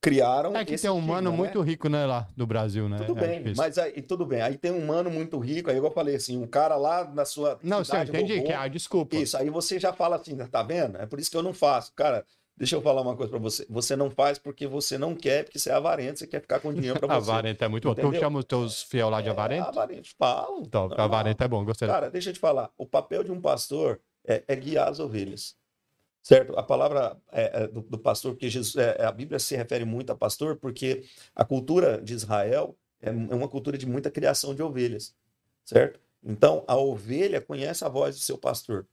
Speaker 2: criaram.
Speaker 1: É que
Speaker 2: esse
Speaker 1: tem um mano
Speaker 2: estigma, né?
Speaker 1: muito rico, né, lá do Brasil, né?
Speaker 2: Tudo
Speaker 1: É
Speaker 2: bem,
Speaker 1: difícil.
Speaker 2: mas aí, tudo bem. Aí tem um mano muito rico, aí igual eu falei assim, um cara lá na sua.
Speaker 1: Não, sim, eu
Speaker 2: cidade
Speaker 1: entendi
Speaker 2: roubou.
Speaker 1: que é a desculpa.
Speaker 2: Isso, aí você já fala assim, tá vendo? É por isso que eu não faço. Cara, deixa eu falar uma coisa pra você. Você não faz porque você não quer, porque você é avarento, você quer ficar com dinheiro pra
Speaker 1: A
Speaker 2: você.
Speaker 1: varenta é muito boa. Tu
Speaker 2: Entendeu?
Speaker 1: chama os teus fiel lá de
Speaker 2: É,
Speaker 1: avarento?
Speaker 2: avarento, falo.
Speaker 1: Top,
Speaker 2: Não, tá.
Speaker 1: avarento é bom, gostei.
Speaker 2: Cara, deixa eu te falar. O papel de um pastor é, é guiar as ovelhas. Certo? A palavra é, é, do, do pastor, porque Jesus, é, é, a Bíblia se refere muito a pastor, porque a cultura de Israel é, um- é uma cultura de muita criação de ovelhas. Certo? Então, a ovelha conhece a voz do seu pastor.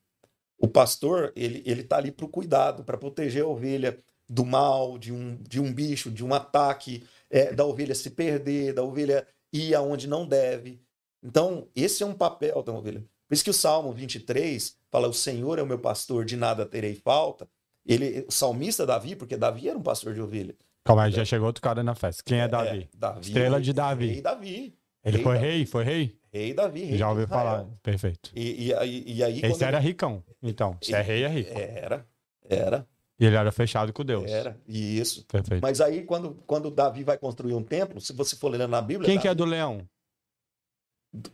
Speaker 2: O pastor, ele, ele tá ali para o cuidado, para proteger a ovelha do mal, de um, de um bicho, de um ataque, é, da ovelha se perder, da ovelha ir aonde não deve. Então, esse é um papel da ovelha. Por isso que o Salmo 23 fala: O Senhor é o meu pastor, de nada terei falta. Ele, o salmista Davi, porque Davi era um pastor de ovelha.
Speaker 1: Calma aí, já chegou outro cara na festa. Quem é Davi? Estrela de Davi.
Speaker 2: Rei Davi.
Speaker 1: Ele
Speaker 2: Rei
Speaker 1: foi
Speaker 2: Davi.
Speaker 1: rei? Foi rei?
Speaker 2: Rei Davi, é. rei
Speaker 1: já
Speaker 2: de
Speaker 1: ouviu
Speaker 2: Israel.
Speaker 1: falar. Perfeito.
Speaker 2: E, e aí, e aí quando
Speaker 1: Esse era ricão, então. Se é rei, é
Speaker 2: ele-
Speaker 1: rico.
Speaker 2: Era, era,
Speaker 1: E ele era fechado com Deus.
Speaker 2: era. E isso.
Speaker 1: Perfeito.
Speaker 2: Mas aí, quando, quando Davi vai construir um templo, se você for lendo na Bíblia.
Speaker 1: Quem que é do leão?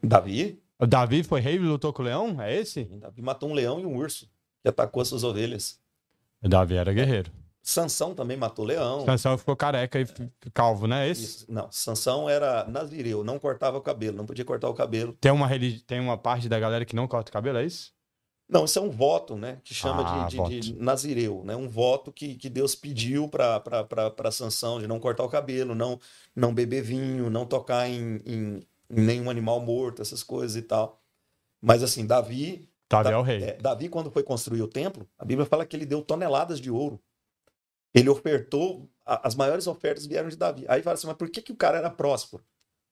Speaker 2: Davi,
Speaker 1: O Davi foi rei e lutou com o leão? É esse?
Speaker 2: Davi matou um leão e um urso, que atacou as suas ovelhas.
Speaker 1: O
Speaker 2: É.
Speaker 1: Davi era guerreiro.
Speaker 2: Sansão também matou leão.
Speaker 1: Sansão ficou careca e f- calvo, né? Esse?
Speaker 2: É. Isso. Não, Sansão era nazireu, não cortava o cabelo, não podia cortar o cabelo.
Speaker 1: Tem uma, religi... Tem uma parte da galera que não corta o cabelo, é isso?
Speaker 2: Não, isso é um voto, né? Que chama de-
Speaker 1: Ah,
Speaker 2: de, de nazireu, né? Um voto que, que Deus pediu para Sansão de não cortar o cabelo, não, não beber vinho, não tocar em, em- em nenhum animal morto, essas coisas e tal. Mas assim, Davi,
Speaker 1: Davi
Speaker 2: Da-
Speaker 1: é o rei.
Speaker 2: é, Davi, quando foi construir o templo, a Bíblia fala que ele deu toneladas de ouro. Ele ofertou, a- as maiores ofertas vieram de Davi. Aí fala assim, mas por que, que o cara era próspero?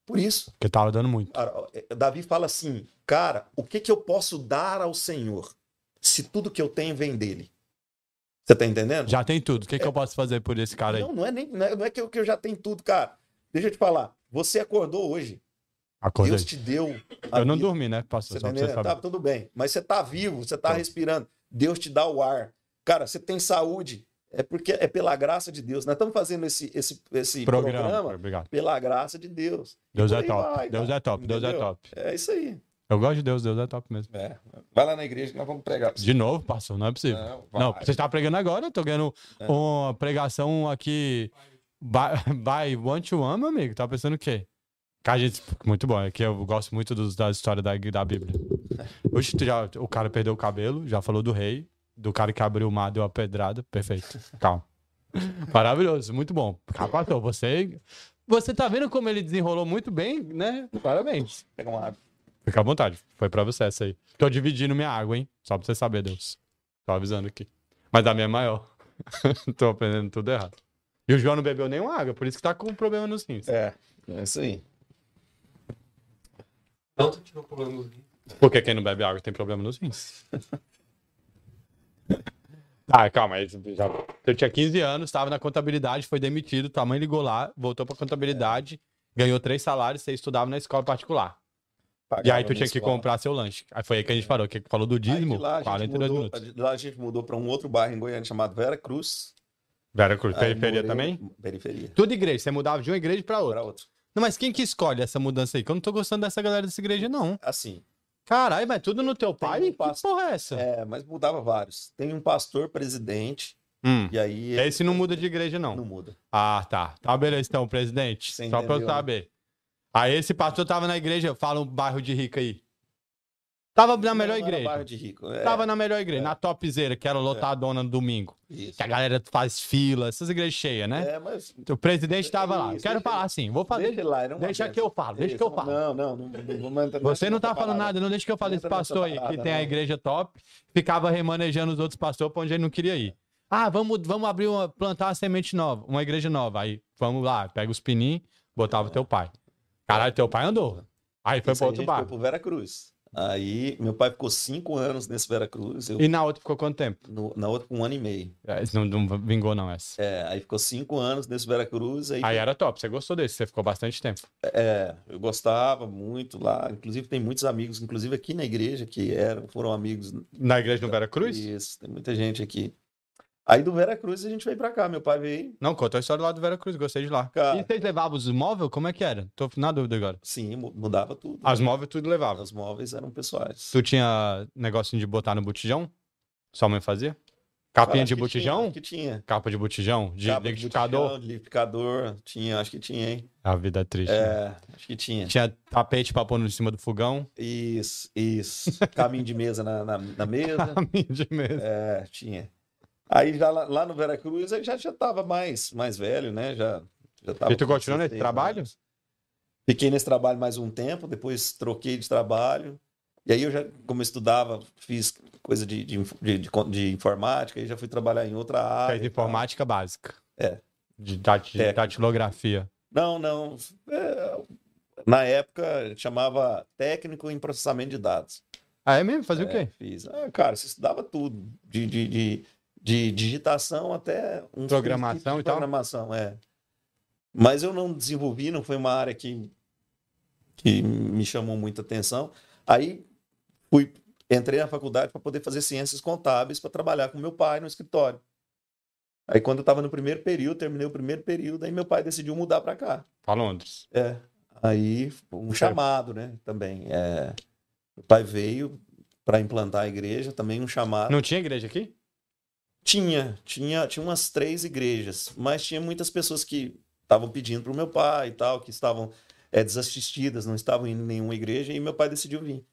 Speaker 2: Por isso.
Speaker 1: Porque tava dando muito.
Speaker 2: Cara, é, Davi fala assim, cara, o que que eu posso dar ao Senhor se tudo que eu tenho vem dele? Você tá entendendo?
Speaker 1: Já tem tudo. O que, que eu posso fazer por esse cara aí?
Speaker 2: não, não é nem, não é, não é que, eu, que eu já tenho tudo, cara. Deixa eu te falar, você acordou hoje,
Speaker 1: Acordei.
Speaker 2: Deus te deu. a
Speaker 1: Eu não
Speaker 2: vida.
Speaker 1: dormi, né, pastor?
Speaker 2: Você
Speaker 1: Só
Speaker 2: tá
Speaker 1: pra você
Speaker 2: entendendo? Tá
Speaker 1: saber.
Speaker 2: tudo bem. Mas você tá vivo, você tá
Speaker 1: Tá.
Speaker 2: respirando. Deus te dá o ar. Cara, você tem saúde. É porque é pela graça de Deus. Nós estamos fazendo esse, esse, esse programa,
Speaker 1: Programa. Obrigado.
Speaker 2: pela graça de Deus.
Speaker 1: Deus
Speaker 2: por
Speaker 1: é
Speaker 2: aí
Speaker 1: top.
Speaker 2: vai,
Speaker 1: Deus
Speaker 2: cara.
Speaker 1: é top. Deus é
Speaker 2: Entendeu?
Speaker 1: top.
Speaker 2: É isso aí.
Speaker 1: Eu gosto de Deus. Deus é top mesmo.
Speaker 2: É. Vai lá na igreja que nós vamos pregar. pra você.
Speaker 1: De novo, pastor? Não é possível.
Speaker 2: Não, vai.
Speaker 1: Não, você está pregando agora, eu tô ganhando
Speaker 2: É.
Speaker 1: uma pregação aqui by, by One to One, meu amigo. Tá pensando o quê? Cara, gente, muito bom. É que eu gosto muito dos, da história da, da Bíblia. Oxe, tu já, o cara perdeu o cabelo, já falou do rei, do cara que abriu o mar, deu a pedrada. Perfeito. Calma. Maravilhoso, muito bom. Capatou, você. Você tá vendo como ele desenrolou muito bem, né? Parabéns.
Speaker 2: Pega um uma água.
Speaker 1: Fica à vontade. Foi pra você essa aí. Tô dividindo minha água, hein? Só pra você saber, Deus. Tô avisando aqui. Mas a minha é maior. Tô aprendendo tudo errado. E o João não bebeu nenhuma água, por isso que tá com problema nos rins.
Speaker 2: É. É isso aí.
Speaker 1: Porque quem não bebe água tem problema nos rins. Ah, calma aí. já- Eu tinha 15 anos, tava na contabilidade, foi demitido, tua mãe ligou lá, voltou pra contabilidade, ganhou três salários, você estudava na escola particular. E aí tu tinha que comprar seu lanche. Aí foi aí que a gente parou, que falou do
Speaker 2: Aí de
Speaker 1: dízimo,
Speaker 2: lá, a gente
Speaker 1: 42
Speaker 2: mudou, tá
Speaker 1: minutos.
Speaker 2: de lá a gente mudou para um outro bairro em Goiânia chamado Vera Cruz.
Speaker 1: Vera Cruz,
Speaker 2: Aí
Speaker 1: periferia
Speaker 2: morei- um-
Speaker 1: também?
Speaker 2: Periferia.
Speaker 1: Tudo igreja, você mudava de uma igreja pra outra.
Speaker 2: Para outro.
Speaker 1: Não, mas quem que escolhe essa mudança aí? Que eu não tô gostando dessa galera dessa igreja, não.
Speaker 2: Assim,
Speaker 1: Caralho, mas tudo no teu pai?
Speaker 2: um
Speaker 1: que
Speaker 2: pastor-
Speaker 1: porra é essa?
Speaker 2: É, mas mudava vários. Tem um pastor presidente,
Speaker 1: Hum,
Speaker 2: e aí ele
Speaker 1: Esse não muda de igreja,
Speaker 2: não
Speaker 1: não.
Speaker 2: muda.
Speaker 1: Ah, tá. Tá, beleza, então, presidente.
Speaker 2: Você
Speaker 1: Só pra eu
Speaker 2: entendeu, né?
Speaker 1: saber. Aí esse pastor tava na igreja, fala um bairro de rico aí. Tava na melhor
Speaker 2: Não, não era
Speaker 1: igreja.
Speaker 2: bairro de rico. é,
Speaker 1: Tava na melhor igreja,
Speaker 2: É.
Speaker 1: na topzera, que era lotadona no domingo.
Speaker 2: isso.
Speaker 1: Que a galera faz fila, essas igrejas cheias, né?
Speaker 2: É, mas
Speaker 1: O presidente tava lá.
Speaker 2: Isso,
Speaker 1: Quero
Speaker 2: deixa
Speaker 1: falar assim, vou fazer.
Speaker 2: deixa ele lá, era uma
Speaker 1: Deixa
Speaker 2: benção.
Speaker 1: que eu falo, deixa que eu
Speaker 2: Isso,
Speaker 1: falo.
Speaker 2: Não, não, não, não vamos entrar
Speaker 1: Você não
Speaker 2: nessa
Speaker 1: tá falando
Speaker 2: parada.
Speaker 1: nada, não deixa que eu fale
Speaker 2: Não
Speaker 1: esse
Speaker 2: entra nessa
Speaker 1: pastor aí, que
Speaker 2: parada,
Speaker 1: tem a
Speaker 2: não.
Speaker 1: igreja top, ficava remanejando os outros pastores pra onde ele não queria ir. Ah, vamos, vamos abrir uma, plantar uma semente nova, uma igreja nova. Aí, vamos lá, pega os pininhos, botava teu pai. Caralho, teu pai andou. Aí foi
Speaker 2: Isso
Speaker 1: pra outro
Speaker 2: aí, a gente
Speaker 1: bar.
Speaker 2: Foi pro Vera Cruz. Aí meu pai ficou cinco anos nesse Vera Cruz, eu
Speaker 1: E na outra ficou quanto tempo?
Speaker 2: no- na outra um ano e meio.
Speaker 1: É, isso Não, não vingou, não, essa.
Speaker 2: É, aí ficou cinco anos nesse Vera Cruz, aí,
Speaker 1: Aí era top, você gostou desse, você ficou bastante tempo.
Speaker 2: é, eu gostava muito lá. Inclusive tem muitos amigos, inclusive aqui na igreja que eram, foram amigos
Speaker 1: Na igreja do Vera Cruz?
Speaker 2: Isso, tem muita gente aqui. Aí do Vera Cruz a gente veio pra cá, meu pai veio.
Speaker 1: Não, conta a história lá do Vera Cruz, gostei de lá.
Speaker 2: Cara.
Speaker 1: E vocês levavam os móveis? Como é que era? Tô na dúvida agora.
Speaker 2: Sim, mu- mudava tudo.
Speaker 1: As móveis tudo levava.
Speaker 2: Os móveis eram pessoais.
Speaker 1: Ah. Tu tinha negocinho de botar no botijão? Sua mãe fazia? Capinha
Speaker 2: Cara,
Speaker 1: de
Speaker 2: acho que tinha,
Speaker 1: botijão?
Speaker 2: acho que tinha.
Speaker 1: Capa de botijão? De
Speaker 2: Capa de
Speaker 1: liquidificador?
Speaker 2: botijão, de liquidificador, tinha, acho que tinha, hein?
Speaker 1: A vida é triste. né?
Speaker 2: É, acho que tinha.
Speaker 1: Tinha tapete pra pôr em cima do fogão.
Speaker 2: Isso, isso. Caminho de mesa na, na, na mesa.
Speaker 1: Caminho de mesa.
Speaker 2: É, tinha. Aí já lá, lá no Vera Cruz eu já, já tava mais, mais velho, né? Já, já tava
Speaker 1: E tu
Speaker 2: com
Speaker 1: continuou nesse
Speaker 2: 16
Speaker 1: trabalho?
Speaker 2: anos. Fiquei nesse trabalho mais um tempo, depois troquei de trabalho. E aí eu já, como eu estudava, fiz coisa de, de, inf- de, de con- de informática, aí já fui trabalhar em outra área.
Speaker 1: Fez
Speaker 2: e tal.
Speaker 1: informática básica.
Speaker 2: então. É.
Speaker 1: De dati-
Speaker 2: Técnico.
Speaker 1: datilografia.
Speaker 2: Não, não. É, na época chamava técnico em processamento de dados.
Speaker 1: Ah, é mesmo? Fazia o quê?
Speaker 2: Fiz. Ah, cara, você estudava tudo. De, de, de, de digitação até um
Speaker 1: Programação
Speaker 2: princípio de
Speaker 1: e tal?
Speaker 2: Programação, é. Mas eu não desenvolvi, não foi uma área que, que me chamou muita atenção. Aí fui, entrei na faculdade para poder fazer ciências contábeis para trabalhar com meu pai no escritório. Aí quando eu estava no primeiro período, terminei o primeiro período, aí meu pai decidiu mudar para cá.
Speaker 1: Pra Londres.
Speaker 2: É. Aí um chamado, né? Também. É, meu pai veio para implantar a igreja, também um chamado.
Speaker 1: Não tinha igreja aqui?
Speaker 2: Tinha, tinha, tinha umas três igrejas, mas tinha muitas pessoas que estavam pedindo para o meu pai e tal, que estavam é, desassistidas, não estavam indo em nenhuma igreja, e meu pai decidiu vir.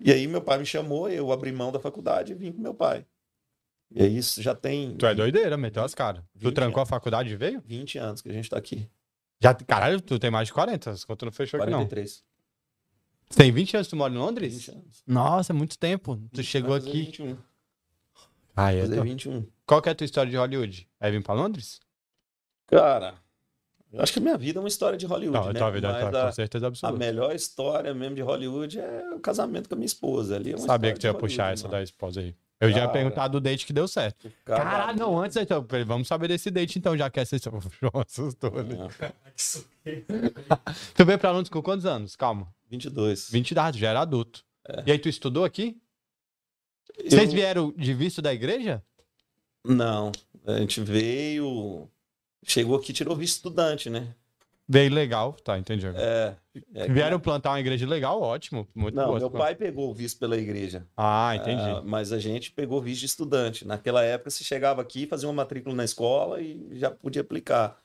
Speaker 2: E aí meu pai me chamou, eu abri mão da faculdade e vim com meu pai. E aí isso já tem
Speaker 1: Tu é doideira, meteu as caras. Tu
Speaker 2: Vinte
Speaker 1: trancou a faculdade e veio?
Speaker 2: 20 anos que a gente está aqui.
Speaker 1: Já, caralho, tu tem mais de 40. As contas não fechou aqui, não.
Speaker 2: 43.
Speaker 1: Tem 20 anos que tu mora em Londres?
Speaker 2: 20 anos.
Speaker 1: Nossa, é muito tempo. Tu chegou
Speaker 2: Vai fazer
Speaker 1: aqui.
Speaker 2: 21. Vai
Speaker 1: Ah, é.
Speaker 2: Fazer
Speaker 1: tô-
Speaker 2: 21.
Speaker 1: Qual que é a tua história de Hollywood? É vir pra Londres?
Speaker 2: Cara, eu acho que a minha vida é uma história de Hollywood,
Speaker 1: Não,
Speaker 2: né?
Speaker 1: tua vida, é
Speaker 2: Mas
Speaker 1: tua,
Speaker 2: a-
Speaker 1: com certeza
Speaker 2: a,
Speaker 1: absoluta.
Speaker 2: melhor história mesmo de Hollywood é o casamento com a minha esposa ali. É uma
Speaker 1: Sabia
Speaker 2: história
Speaker 1: que tu ia
Speaker 2: de
Speaker 1: puxar
Speaker 2: Hollywood,
Speaker 1: essa
Speaker 2: mano. Tá.
Speaker 1: da esposa aí. Eu já ia
Speaker 2: Cara.
Speaker 1: perguntar do date que deu certo. Caralho, não, antes, então, peraí, vamos saber desse date então, já que essa história. João assustou ali.
Speaker 2: É,
Speaker 1: Tu veio pra Londres com quantos anos? Calma.
Speaker 2: 22.
Speaker 1: 20 da já era adulto. E aí tu estudou aqui?
Speaker 2: É. Eu-
Speaker 1: Vocês vieram de visto da igreja?
Speaker 2: Não, a gente veio... Chegou aqui, tirou visto estudante, né?
Speaker 1: Veio legal, tá, entendi. agora.
Speaker 2: É. é que-
Speaker 1: Vieram plantar uma igreja legal, ótimo. Muito
Speaker 2: Não,
Speaker 1: boa.
Speaker 2: meu pai pegou o visto pela igreja.
Speaker 1: Ah, entendi.
Speaker 2: Ah, mas a gente pegou visto de estudante. Naquela época, você chegava aqui, fazia uma matrícula na escola e já podia aplicar.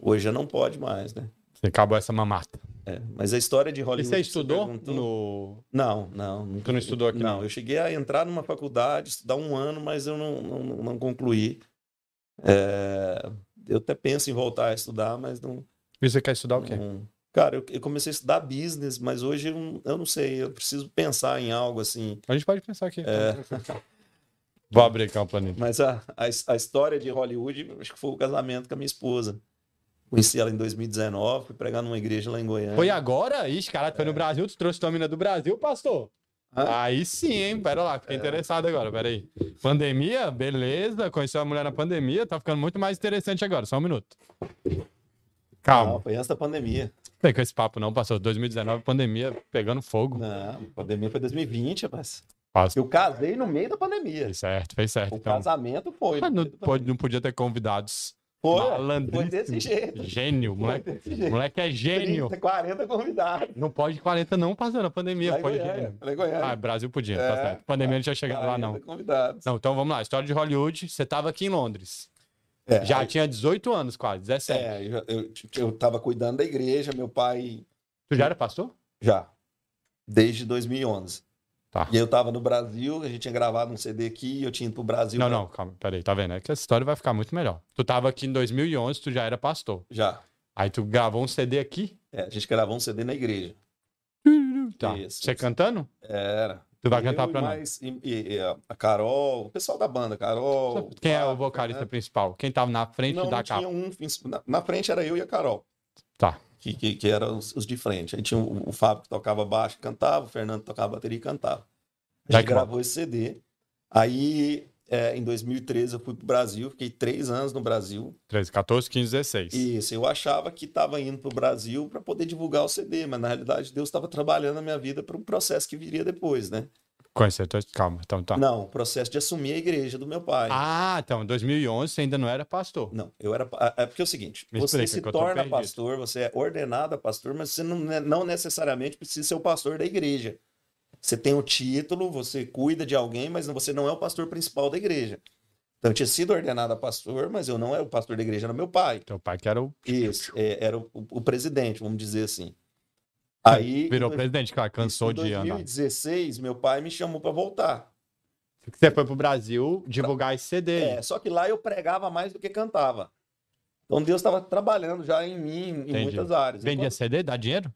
Speaker 2: Hoje já não pode mais, né?
Speaker 1: Você acabou essa mamata.
Speaker 2: É, mas a história de
Speaker 1: E
Speaker 2: Hollywood.
Speaker 1: você
Speaker 2: que
Speaker 1: estudou
Speaker 2: perguntou-
Speaker 1: no.
Speaker 2: Não, não. nunca-
Speaker 1: Tu não estudou aqui,
Speaker 2: Não,
Speaker 1: não?
Speaker 2: eu cheguei a entrar numa faculdade, estudar um ano, mas eu não, não, não concluí. É, eu até penso em voltar a estudar, mas não.
Speaker 1: E você quer estudar o quê?
Speaker 2: não- Cara, eu, eu comecei a estudar business, mas hoje eu, não- eu não sei. Eu preciso pensar em algo assim.
Speaker 1: A gente pode pensar aqui.
Speaker 2: É.
Speaker 1: Vou abrir aqui uma planilha.
Speaker 2: Mas a, a, his- a história de Hollywood, acho que foi o casamento com a minha esposa. Conheci ela em 2019, fui pregar numa igreja lá em Goiânia.
Speaker 1: Foi agora? Ixi, caralho, foi no Brasil, tu trouxe tua mina do Brasil, pastor.
Speaker 2: É. Hã? É.
Speaker 1: Aí sim, hein? Pera lá, fiquei interessado agora, pera aí. Pandemia, beleza, conheceu a mulher na pandemia, tá ficando muito mais interessante agora, só um minuto.
Speaker 2: Não,
Speaker 1: Calma,
Speaker 2: foi antes da pandemia.
Speaker 1: não tem com esse papo não, pastor. 2019, pandemia, pegando fogo.
Speaker 2: Não, a pandemia foi 2020, rapaz.
Speaker 1: Pastor,
Speaker 2: Eu casei no meio da pandemia.
Speaker 1: fez certo, fez certo.
Speaker 2: O
Speaker 1: Então,
Speaker 2: casamento Um foi.
Speaker 1: Mas
Speaker 2: no
Speaker 1: não, é
Speaker 2: meio da
Speaker 1: pode- não podia ter convidados.
Speaker 2: pandemia. Foi,
Speaker 1: malandríssimo.
Speaker 2: foi desse jeito.
Speaker 1: Gênio,
Speaker 2: Foi
Speaker 1: moleque.
Speaker 2: desse jeito.
Speaker 1: Moleque é gênio.
Speaker 2: 30, 40 convidados.
Speaker 1: Não pode 40 não passando a pandemia,
Speaker 2: Lá em
Speaker 1: pode
Speaker 2: Goiânia.
Speaker 1: gênio.
Speaker 2: Lá em
Speaker 1: Ah,
Speaker 2: Goiânia.
Speaker 1: Brasil podia, tá
Speaker 2: É, né?
Speaker 1: certo. Pandemia não tinha chegado lá
Speaker 2: 40
Speaker 1: não.
Speaker 2: convidados.
Speaker 1: Não, então vamos lá. História de Hollywood, você tava aqui em Londres.
Speaker 2: É,
Speaker 1: Já
Speaker 2: aí-
Speaker 1: tinha 18 anos quase, 17.
Speaker 2: é, eu, eu, eu tava cuidando da igreja, meu pai
Speaker 1: Tu já era pastor?
Speaker 2: Já. Desde 2011.
Speaker 1: Tá.
Speaker 2: E eu tava no Brasil, a gente tinha gravado um CD aqui, eu tinha ido pro Brasil.
Speaker 1: Não, não, calma, peraí, tá vendo? É que essa história vai ficar muito melhor. Tu tava aqui em 2011, tu já era pastor.
Speaker 2: Já.
Speaker 1: Aí tu gravou um CD aqui.
Speaker 2: É, a gente gravou um CD na igreja.
Speaker 1: Tá.
Speaker 2: Isso,
Speaker 1: Você
Speaker 2: isso.
Speaker 1: cantando?
Speaker 2: Era.
Speaker 1: Tu vai
Speaker 2: Eu
Speaker 1: cantar
Speaker 2: e
Speaker 1: pra nós.
Speaker 2: mais- e- e- e a a Carol, o pessoal da banda, Carol.
Speaker 1: Quem é o
Speaker 2: Fábio,
Speaker 1: vocalista
Speaker 2: né?
Speaker 1: principal? Quem tava na frente
Speaker 2: Não,
Speaker 1: da
Speaker 2: não
Speaker 1: capa?
Speaker 2: tinha um. em- Na, na frente era eu e a Carol.
Speaker 1: Tá.
Speaker 2: Que, que, que eram os, os de frente. Aí tinha o, o Fábio que tocava baixo, cantava, o Fernando tocava bateria e cantava. A
Speaker 1: Vai
Speaker 2: gente
Speaker 1: que
Speaker 2: gravou esse CD. Aí, é, em 2013, eu fui pro Brasil, fiquei três anos no Brasil.
Speaker 1: 13, 14, 15, 16.
Speaker 2: Isso, eu achava que estava indo para o Brasil para poder divulgar o CD, mas na realidade Deus estava trabalhando a minha vida para um processo que viria depois, né?
Speaker 1: Conheceu, tu- calma, então tá.
Speaker 2: Não, o processo de assumir a igreja do meu pai.
Speaker 1: Ah, então, em 2011 você ainda não era pastor.
Speaker 2: Não, eu era. pa- É porque é o seguinte:
Speaker 1: Me
Speaker 2: você
Speaker 1: explica,
Speaker 2: se
Speaker 1: que eu tô
Speaker 2: torna
Speaker 1: perdido.
Speaker 2: pastor, você é ordenado a pastor, mas você não, ne- não necessariamente precisa ser o pastor da igreja. Você tem o título, você cuida de alguém, mas você não é o pastor principal da igreja. Então, eu tinha sido ordenado a pastor, mas eu não era o pastor da igreja, era meu pai.
Speaker 1: Teu pai que era o.
Speaker 2: Isso, é, era o, o presidente, vamos dizer assim. Aí,
Speaker 1: Virou
Speaker 2: em dois-
Speaker 1: presidente, cara, cansou
Speaker 2: em
Speaker 1: de andar.
Speaker 2: 2016, meu pai me chamou para voltar.
Speaker 1: Você foi pro Brasil divulgar esse CD. aí.
Speaker 2: É, só que lá eu pregava mais do que cantava. Então Deus estava trabalhando já em mim, em
Speaker 1: Entendi.
Speaker 2: muitas áreas.
Speaker 1: Vendia
Speaker 2: Enquanto-
Speaker 1: CD? Dá dinheiro?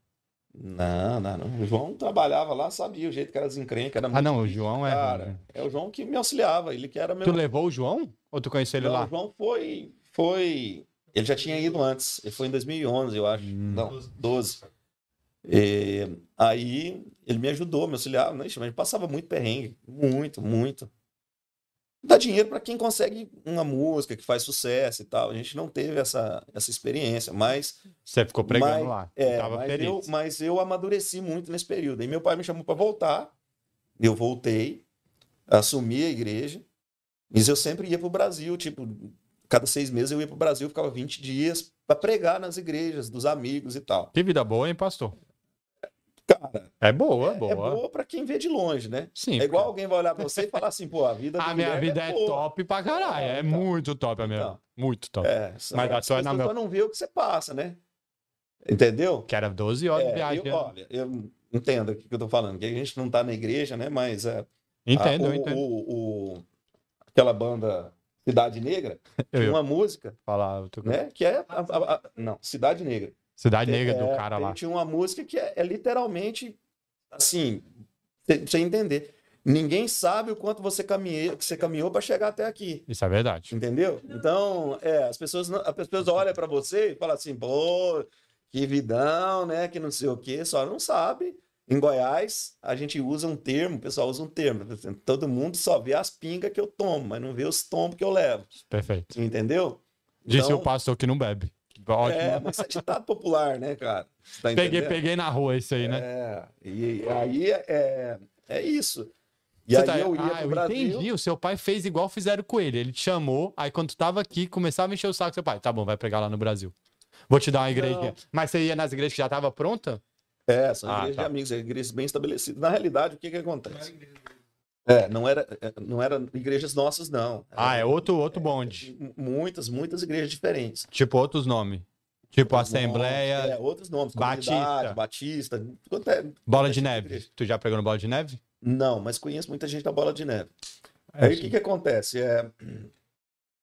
Speaker 2: Não, não, não. O João trabalhava lá, sabia o jeito que era as encrencas. Era
Speaker 1: Ah,
Speaker 2: muito
Speaker 1: não, o
Speaker 2: difícil,
Speaker 1: João é.
Speaker 2: Cara, é o João que me auxiliava, ele que era meu.
Speaker 1: Tu levou o João? Ou tu conheceu ele
Speaker 2: Não,
Speaker 1: lá?
Speaker 2: O João foi, foi. Ele já tinha ido antes. Ele foi em 2011, eu acho.
Speaker 1: Hum.
Speaker 2: Não, 12. É, aí ele me ajudou, me auxiliava. Né? Ixi, mas ele passava muito perrengue. Muito, muito. dá dinheiro para quem consegue uma música que faz sucesso e tal. A gente não teve essa, essa experiência, mas
Speaker 1: Você ficou pregando
Speaker 2: Mas-
Speaker 1: lá.
Speaker 2: é,
Speaker 1: tava
Speaker 2: mas,
Speaker 1: feliz.
Speaker 2: eu, mas eu amadureci muito nesse período. E meu pai me chamou para voltar. Eu voltei, assumi a igreja, mas eu sempre ia para o Brasil. Tipo, cada seis meses eu ia para o Brasil, ficava 20 dias para pregar nas igrejas dos amigos e tal.
Speaker 1: Que vida boa, hein, pastor?
Speaker 2: Cara,
Speaker 1: É boa, boa.
Speaker 2: é boa para quem vê de longe, né?
Speaker 1: Sim.
Speaker 2: é igual alguém vai olhar para você e falar assim, pô, a vida
Speaker 1: A
Speaker 2: do
Speaker 1: minha
Speaker 2: Guilherme
Speaker 1: vida é,
Speaker 2: boa.
Speaker 1: top pra caralho. É
Speaker 2: Ah, então.
Speaker 1: muito top a minha.
Speaker 2: Então.
Speaker 1: Muito top. Mas
Speaker 2: É,
Speaker 1: a
Speaker 2: as
Speaker 1: sua é
Speaker 2: pessoas
Speaker 1: na
Speaker 2: só não vê o que você passa, né? Entendeu?
Speaker 1: Que era 12 horas
Speaker 2: É,
Speaker 1: de viagem.
Speaker 2: eu, olha, eu entendo o que eu tô falando, que a gente não tá na igreja, né? Mas é,
Speaker 1: entendo,
Speaker 2: a-
Speaker 1: eu
Speaker 2: o,
Speaker 1: entendo.
Speaker 2: o- o- aquela banda Cidade Negra
Speaker 1: eu
Speaker 2: tem
Speaker 1: ia
Speaker 2: uma música,
Speaker 1: falar outra coisa.
Speaker 2: né? Que é. a- a- a- não, Cidade Negra.
Speaker 1: Cidade Negra do
Speaker 2: É,
Speaker 1: cara
Speaker 2: tem-
Speaker 1: lá.
Speaker 2: Tinha uma música que é, é literalmente assim, pra você entender. Ninguém sabe o quanto você caminhou, que você caminhou para chegar até aqui.
Speaker 1: Isso é verdade.
Speaker 2: Entendeu? Então, é, as pessoas, não- as pessoas olham para você e falam assim, pô, que vidão, né? Que não sei o quê, só não sabe. Em Goiás, a gente usa um termo, o pessoal usa um termo. por exemplo, Todo mundo só vê as pingas que eu tomo, mas não vê os tombos que eu levo.
Speaker 1: Perfeito.
Speaker 2: Entendeu?
Speaker 1: Disse
Speaker 2: Então,
Speaker 1: o pastor que não bebe. Ótimo.
Speaker 2: É, mas isso é ditado popular, né, cara? Você tá
Speaker 1: peguei,
Speaker 2: entendendo?
Speaker 1: peguei na rua isso aí, né?
Speaker 2: É, e aí é, é isso. E
Speaker 1: Você
Speaker 2: aí
Speaker 1: tá-
Speaker 2: eu ia
Speaker 1: ah,
Speaker 2: pro
Speaker 1: eu
Speaker 2: Brasil.
Speaker 1: entendi. O seu pai fez igual fizeram com ele. Ele te chamou, aí quando tu tava aqui, começava a encher o saco seu pai. Tá bom, vai pregar lá no Brasil. Vou te dar uma igreja.
Speaker 2: Não.
Speaker 1: Mas você ia nas igrejas que já tava pronta?
Speaker 2: É, são
Speaker 1: Ah,
Speaker 2: igrejas
Speaker 1: tá.
Speaker 2: de amigos, é igrejas bem estabelecidas. Na realidade, o que que acontece? É, não era, é, não era igrejas nossas, não.
Speaker 1: Ah, é
Speaker 2: Eram
Speaker 1: outro, outro bonde.
Speaker 2: m- um, Muitas, muitas igrejas diferentes.
Speaker 1: Tipo, outros nomes. Tipo,
Speaker 2: Outros
Speaker 1: Assembleia,
Speaker 2: nomes, é, outros nomes.
Speaker 1: Batista.
Speaker 2: Comunidade, Batista. quanto é-
Speaker 1: Bola de
Speaker 2: Esse tipo de
Speaker 1: Neve.
Speaker 2: igreja.
Speaker 1: Tu já pegou no Bola de Neve?
Speaker 2: Não, mas conheço muita gente da Bola de Neve.
Speaker 1: É,
Speaker 2: Aí o que, que acontece? É,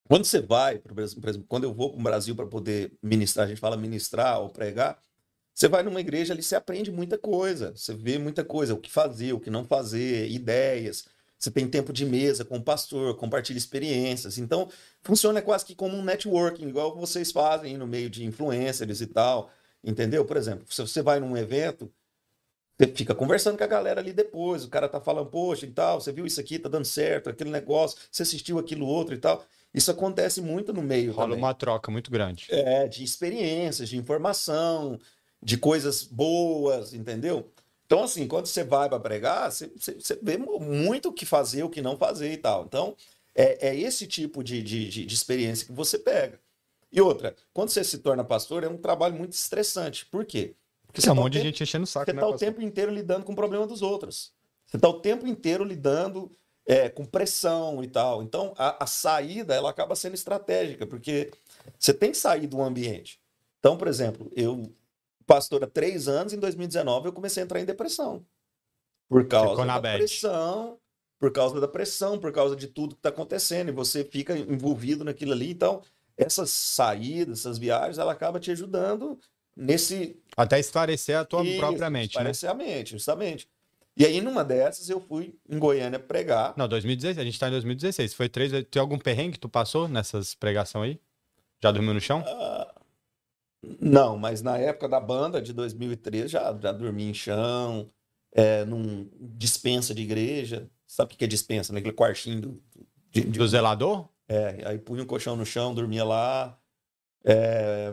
Speaker 2: quando você vai, pro Brasil- por exemplo, quando eu vou para o Brasil para poder ministrar, a gente fala ministrar ou pregar, você vai numa igreja ali, você aprende muita coisa, você vê muita coisa, o que fazer, o que não fazer, ideias. Você tem tempo de mesa com o pastor, compartilha experiências. Então, funciona quase que como um networking, igual vocês fazem aí no meio de influencers e tal. Entendeu? Por exemplo, se você vai num evento, você fica conversando com a galera ali depois. O cara tá falando, poxa, e tal, você viu isso aqui, tá dando certo, aquele negócio, você assistiu aquilo outro e tal. Isso acontece muito no meio.
Speaker 1: Rola
Speaker 2: também.
Speaker 1: uma troca muito grande.
Speaker 2: É, de experiências, de informação, de coisas boas, entendeu? Então, assim, quando você vai para pregar, você, você- você vê mu- muito o que fazer, o que não fazer e tal. Então, é, é esse tipo de, de, de- de experiência que você pega. E outra, quando você se torna pastor, é um trabalho muito estressante. Por quê? Porque
Speaker 1: Porque é um
Speaker 2: tá o
Speaker 1: monte de
Speaker 2: tempo-
Speaker 1: gente enchendo o saco,
Speaker 2: você
Speaker 1: né?
Speaker 2: está o
Speaker 1: pastor?
Speaker 2: tempo inteiro lidando com o problema dos outros. Você está o tempo inteiro lidando é, com pressão e tal. Então, a, a saída ela acaba sendo estratégica, porque você tem que sair do ambiente. Então, por exemplo, eu, pastor há três anos, em 2019, eu comecei a entrar em depressão. Por
Speaker 1: Ficou
Speaker 2: causa
Speaker 1: na
Speaker 2: da
Speaker 1: bad.
Speaker 2: pressão, por causa da pressão, por causa de tudo que está acontecendo, e você fica envolvido naquilo ali. Então, essas saídas, essas viagens, ela acaba te ajudando nesse
Speaker 1: Até esclarecer a tua
Speaker 2: Isso,
Speaker 1: própria mente, né?
Speaker 2: Parece a mente, justamente. E aí, numa dessas, eu fui em Goiânia pregar.
Speaker 1: Não, 2016, a gente tá em 2016. Foi três. Tem algum perrengue que tu passou nessas pregações aí? Já dormiu no chão?
Speaker 2: Ah, não, mas na época da banda, de 2013, já, já dormi em chão, é, num dispensa de igreja. Sabe o que que é dispensa? Naquele quartinho do, de- de-
Speaker 1: Do zelador?
Speaker 2: É, aí punha um colchão no chão, dormia lá. É,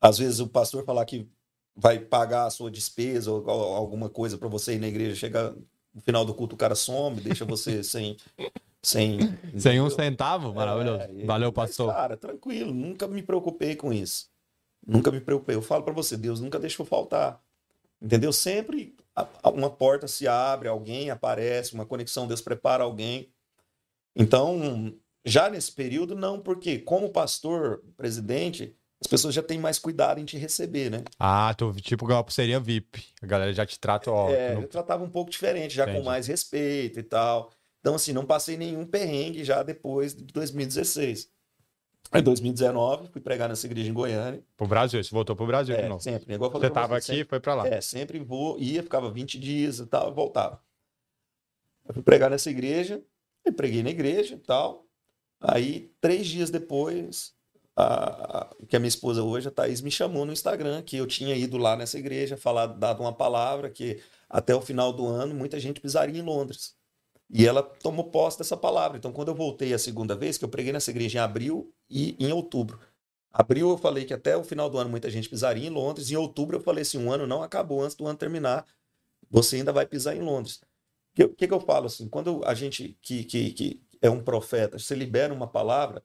Speaker 2: Às vezes o pastor falar que vai pagar a sua despesa ou al- alguma coisa para você ir na igreja, chega no final do culto, o cara some, deixa você sem. sem
Speaker 1: Sem
Speaker 2: entendeu?
Speaker 1: um centavo? Maravilhoso.
Speaker 2: É, e-
Speaker 1: Valeu,
Speaker 2: mas,
Speaker 1: pastor.
Speaker 2: cara, tranquilo, nunca me preocupei com isso. Nunca me preocupei. Eu falo para você, Deus nunca deixou faltar. Entendeu? Sempre a- a- uma porta se abre, alguém aparece, uma conexão, Deus prepara alguém. Então, já nesse período, não, porque como pastor, presidente, as pessoas já têm mais cuidado em te receber, né?
Speaker 1: Ah, tu tipo ganhou uma pulseirinha VIP. A galera já te trata, ó.
Speaker 2: É,
Speaker 1: tu não-
Speaker 2: eu tratava um pouco diferente, já
Speaker 1: Entendi.
Speaker 2: com mais respeito e tal. Então, assim, não passei nenhum perrengue já depois de 2016. Em 2019, fui pregar nessa igreja em Goiânia.
Speaker 1: Pro Brasil, você voltou pro Brasil de
Speaker 2: É,
Speaker 1: novo.
Speaker 2: sempre. Igual eu falei
Speaker 1: Você
Speaker 2: pra
Speaker 1: tava aqui,
Speaker 2: você,
Speaker 1: foi pra lá.
Speaker 2: Sempre, é, sempre vou, ia, ficava 20 dias e tal, e voltava. Eu fui pregar nessa igreja, eu preguei na igreja e tal. Aí, três dias depois, a, a- que a minha esposa hoje, a Thaís, me chamou no Instagram, que eu tinha ido lá nessa igreja, falar, dado uma palavra que até o final do ano muita gente pisaria em Londres. E ela tomou posse dessa palavra. Então, quando eu voltei a segunda vez, que eu preguei nessa igreja em abril e em outubro. Abril eu falei que até o final do ano muita gente pisaria em Londres. Em outubro eu falei assim, um ano não acabou, antes do ano terminar, você ainda vai pisar em Londres. O que, que, que, eu falo assim? Quando a gente que, que, que é um profeta, você libera uma palavra,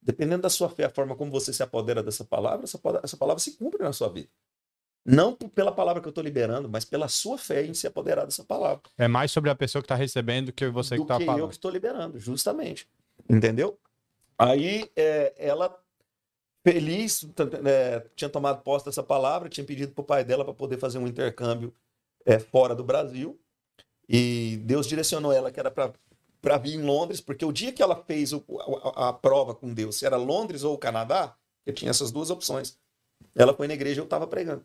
Speaker 2: dependendo da sua fé, a forma como você se apodera dessa palavra, essa, essa palavra se cumpre na sua vida. Não pela palavra que eu estou liberando, mas pela sua fé em se apoderar dessa palavra.
Speaker 1: É mais sobre a pessoa que está recebendo que você
Speaker 2: Do
Speaker 1: que está falando.
Speaker 2: eu que estou liberando, justamente. Entendeu? Aí é, ela, feliz, é, tinha tomado posse dessa palavra, tinha pedido para o pai dela para poder fazer um intercâmbio é, fora do Brasil. E Deus direcionou ela que era para vir em Londres, porque o dia que ela fez o, a, a prova com Deus, se era Londres ou o Canadá, eu tinha essas duas opções. Ela foi na igreja e eu estava pregando.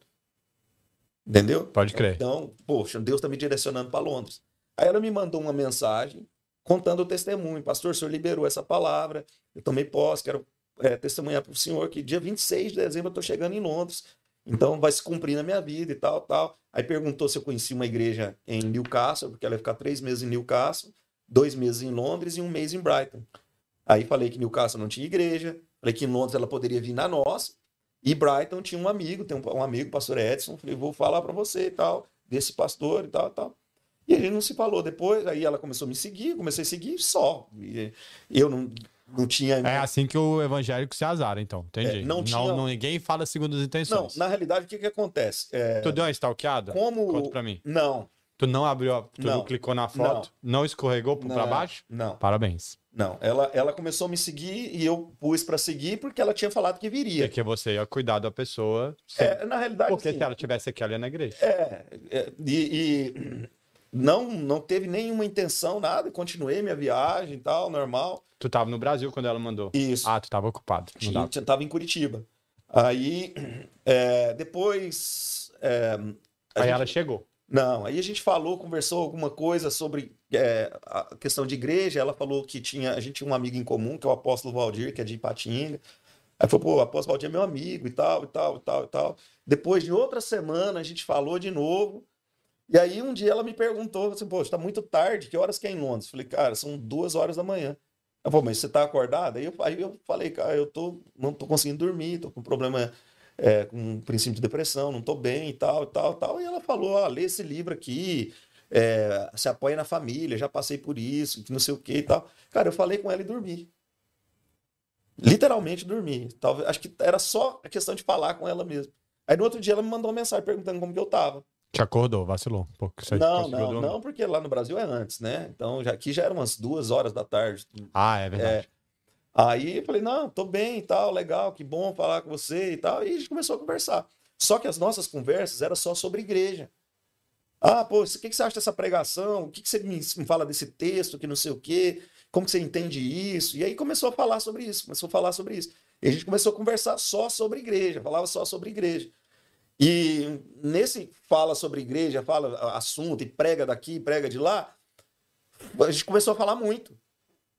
Speaker 2: Entendeu?
Speaker 1: Pode crer.
Speaker 2: Então, poxa, Deus está me direcionando para Londres. Aí ela me mandou uma mensagem contando o testemunho. Pastor, o senhor liberou essa palavra, eu tomei posse, quero é, testemunhar para o senhor que dia 26 de dezembro eu estou chegando em Londres. Então vai se cumprir na minha vida e tal, tal. Aí perguntou se eu conhecia uma igreja em Newcastle, porque ela ia ficar três meses em Newcastle, dois meses em Londres e um mês em Brighton. Aí falei que Newcastle não tinha igreja, falei que em Londres ela poderia vir na nossa, e Brighton tinha um amigo, tem um, um amigo, pastor Edson, falei, vou falar para você e tal, desse pastor e tal, tal. E ele não se falou depois, aí ela começou a me seguir, comecei a seguir só. E eu não, não tinha.
Speaker 1: É assim que o evangélico se azara, então, entendi. É,
Speaker 2: não,
Speaker 1: não,
Speaker 2: tinha...
Speaker 1: não Ninguém fala segundo as intenções.
Speaker 2: Não, na realidade, o que, que acontece? É...
Speaker 1: Tu deu uma stalkeada?
Speaker 2: Como.
Speaker 1: Conta pra mim.
Speaker 2: Não.
Speaker 1: Tu não abriu, a... tu não. clicou na foto, não, não escorregou não. pra baixo?
Speaker 2: Não.
Speaker 1: Parabéns.
Speaker 2: Não, ela, ela começou a me seguir e eu pus para seguir porque ela tinha falado que viria.
Speaker 1: Porque você ia cuidar da pessoa.
Speaker 2: É, na realidade.
Speaker 1: É Porque
Speaker 2: sim.
Speaker 1: se ela tivesse aqui, ela ia na igreja.
Speaker 2: É, é e, e, não, não teve nenhuma intenção, nada. Continuei minha viagem e tal, normal.
Speaker 1: Tu tava no Brasil quando ela mandou?
Speaker 2: Isso.
Speaker 1: Ah, tu tava ocupado.
Speaker 2: Não dava. Eu tava em Curitiba. Aí, é, depois. É,
Speaker 1: Aí gente... ela chegou.
Speaker 2: Não, aí a gente falou, conversou alguma coisa sobre é, a questão de igreja. Ela falou que tinha, a gente tinha um amigo em comum, que é o apóstolo Valdir, que é de Ipatinga. Aí falou, pô, o apóstolo Valdir é meu amigo e tal, e tal, e tal, e tal. Depois de outra semana, a gente falou de novo. E aí um dia ela me perguntou, assim, poxa, tá muito tarde, que horas que é em Londres? Eu falei, cara, são duas horas da manhã. Ela falou, mas você tá acordada? Aí eu, aí eu falei, cara, eu tô, não tô conseguindo dormir, tô com problema é, com um princípio de depressão, não estou bem e tal, tal, tal. E ela falou: ó, lê esse livro aqui, é, se apoia na família, já passei por isso, que não sei o que e tal. Cara, eu falei com ela e dormi. Literalmente dormi. Talvez, acho que era só a questão de falar com ela mesmo. Aí no outro dia ela me mandou uma mensagem perguntando como que eu tava.
Speaker 1: Te acordou, vacilou. Um pouco,
Speaker 2: não, não, dormir. não, porque lá no Brasil é antes, né? Então já, aqui já eram umas duas horas da tarde.
Speaker 1: Ah, é verdade. É,
Speaker 2: Aí eu falei, não, tô bem e tal, legal, que bom falar com você e tal. E a gente começou a conversar. Só que as nossas conversas eram só sobre igreja. Ah, pô, o que, que você acha dessa pregação? O que, que você me fala desse texto, que não sei o quê? Como que você entende isso? E aí começou a falar sobre isso, começou a falar sobre isso. E a gente começou a conversar só sobre igreja, falava só sobre igreja. E nesse fala sobre igreja, fala assunto e prega daqui, prega de lá, a gente começou a falar muito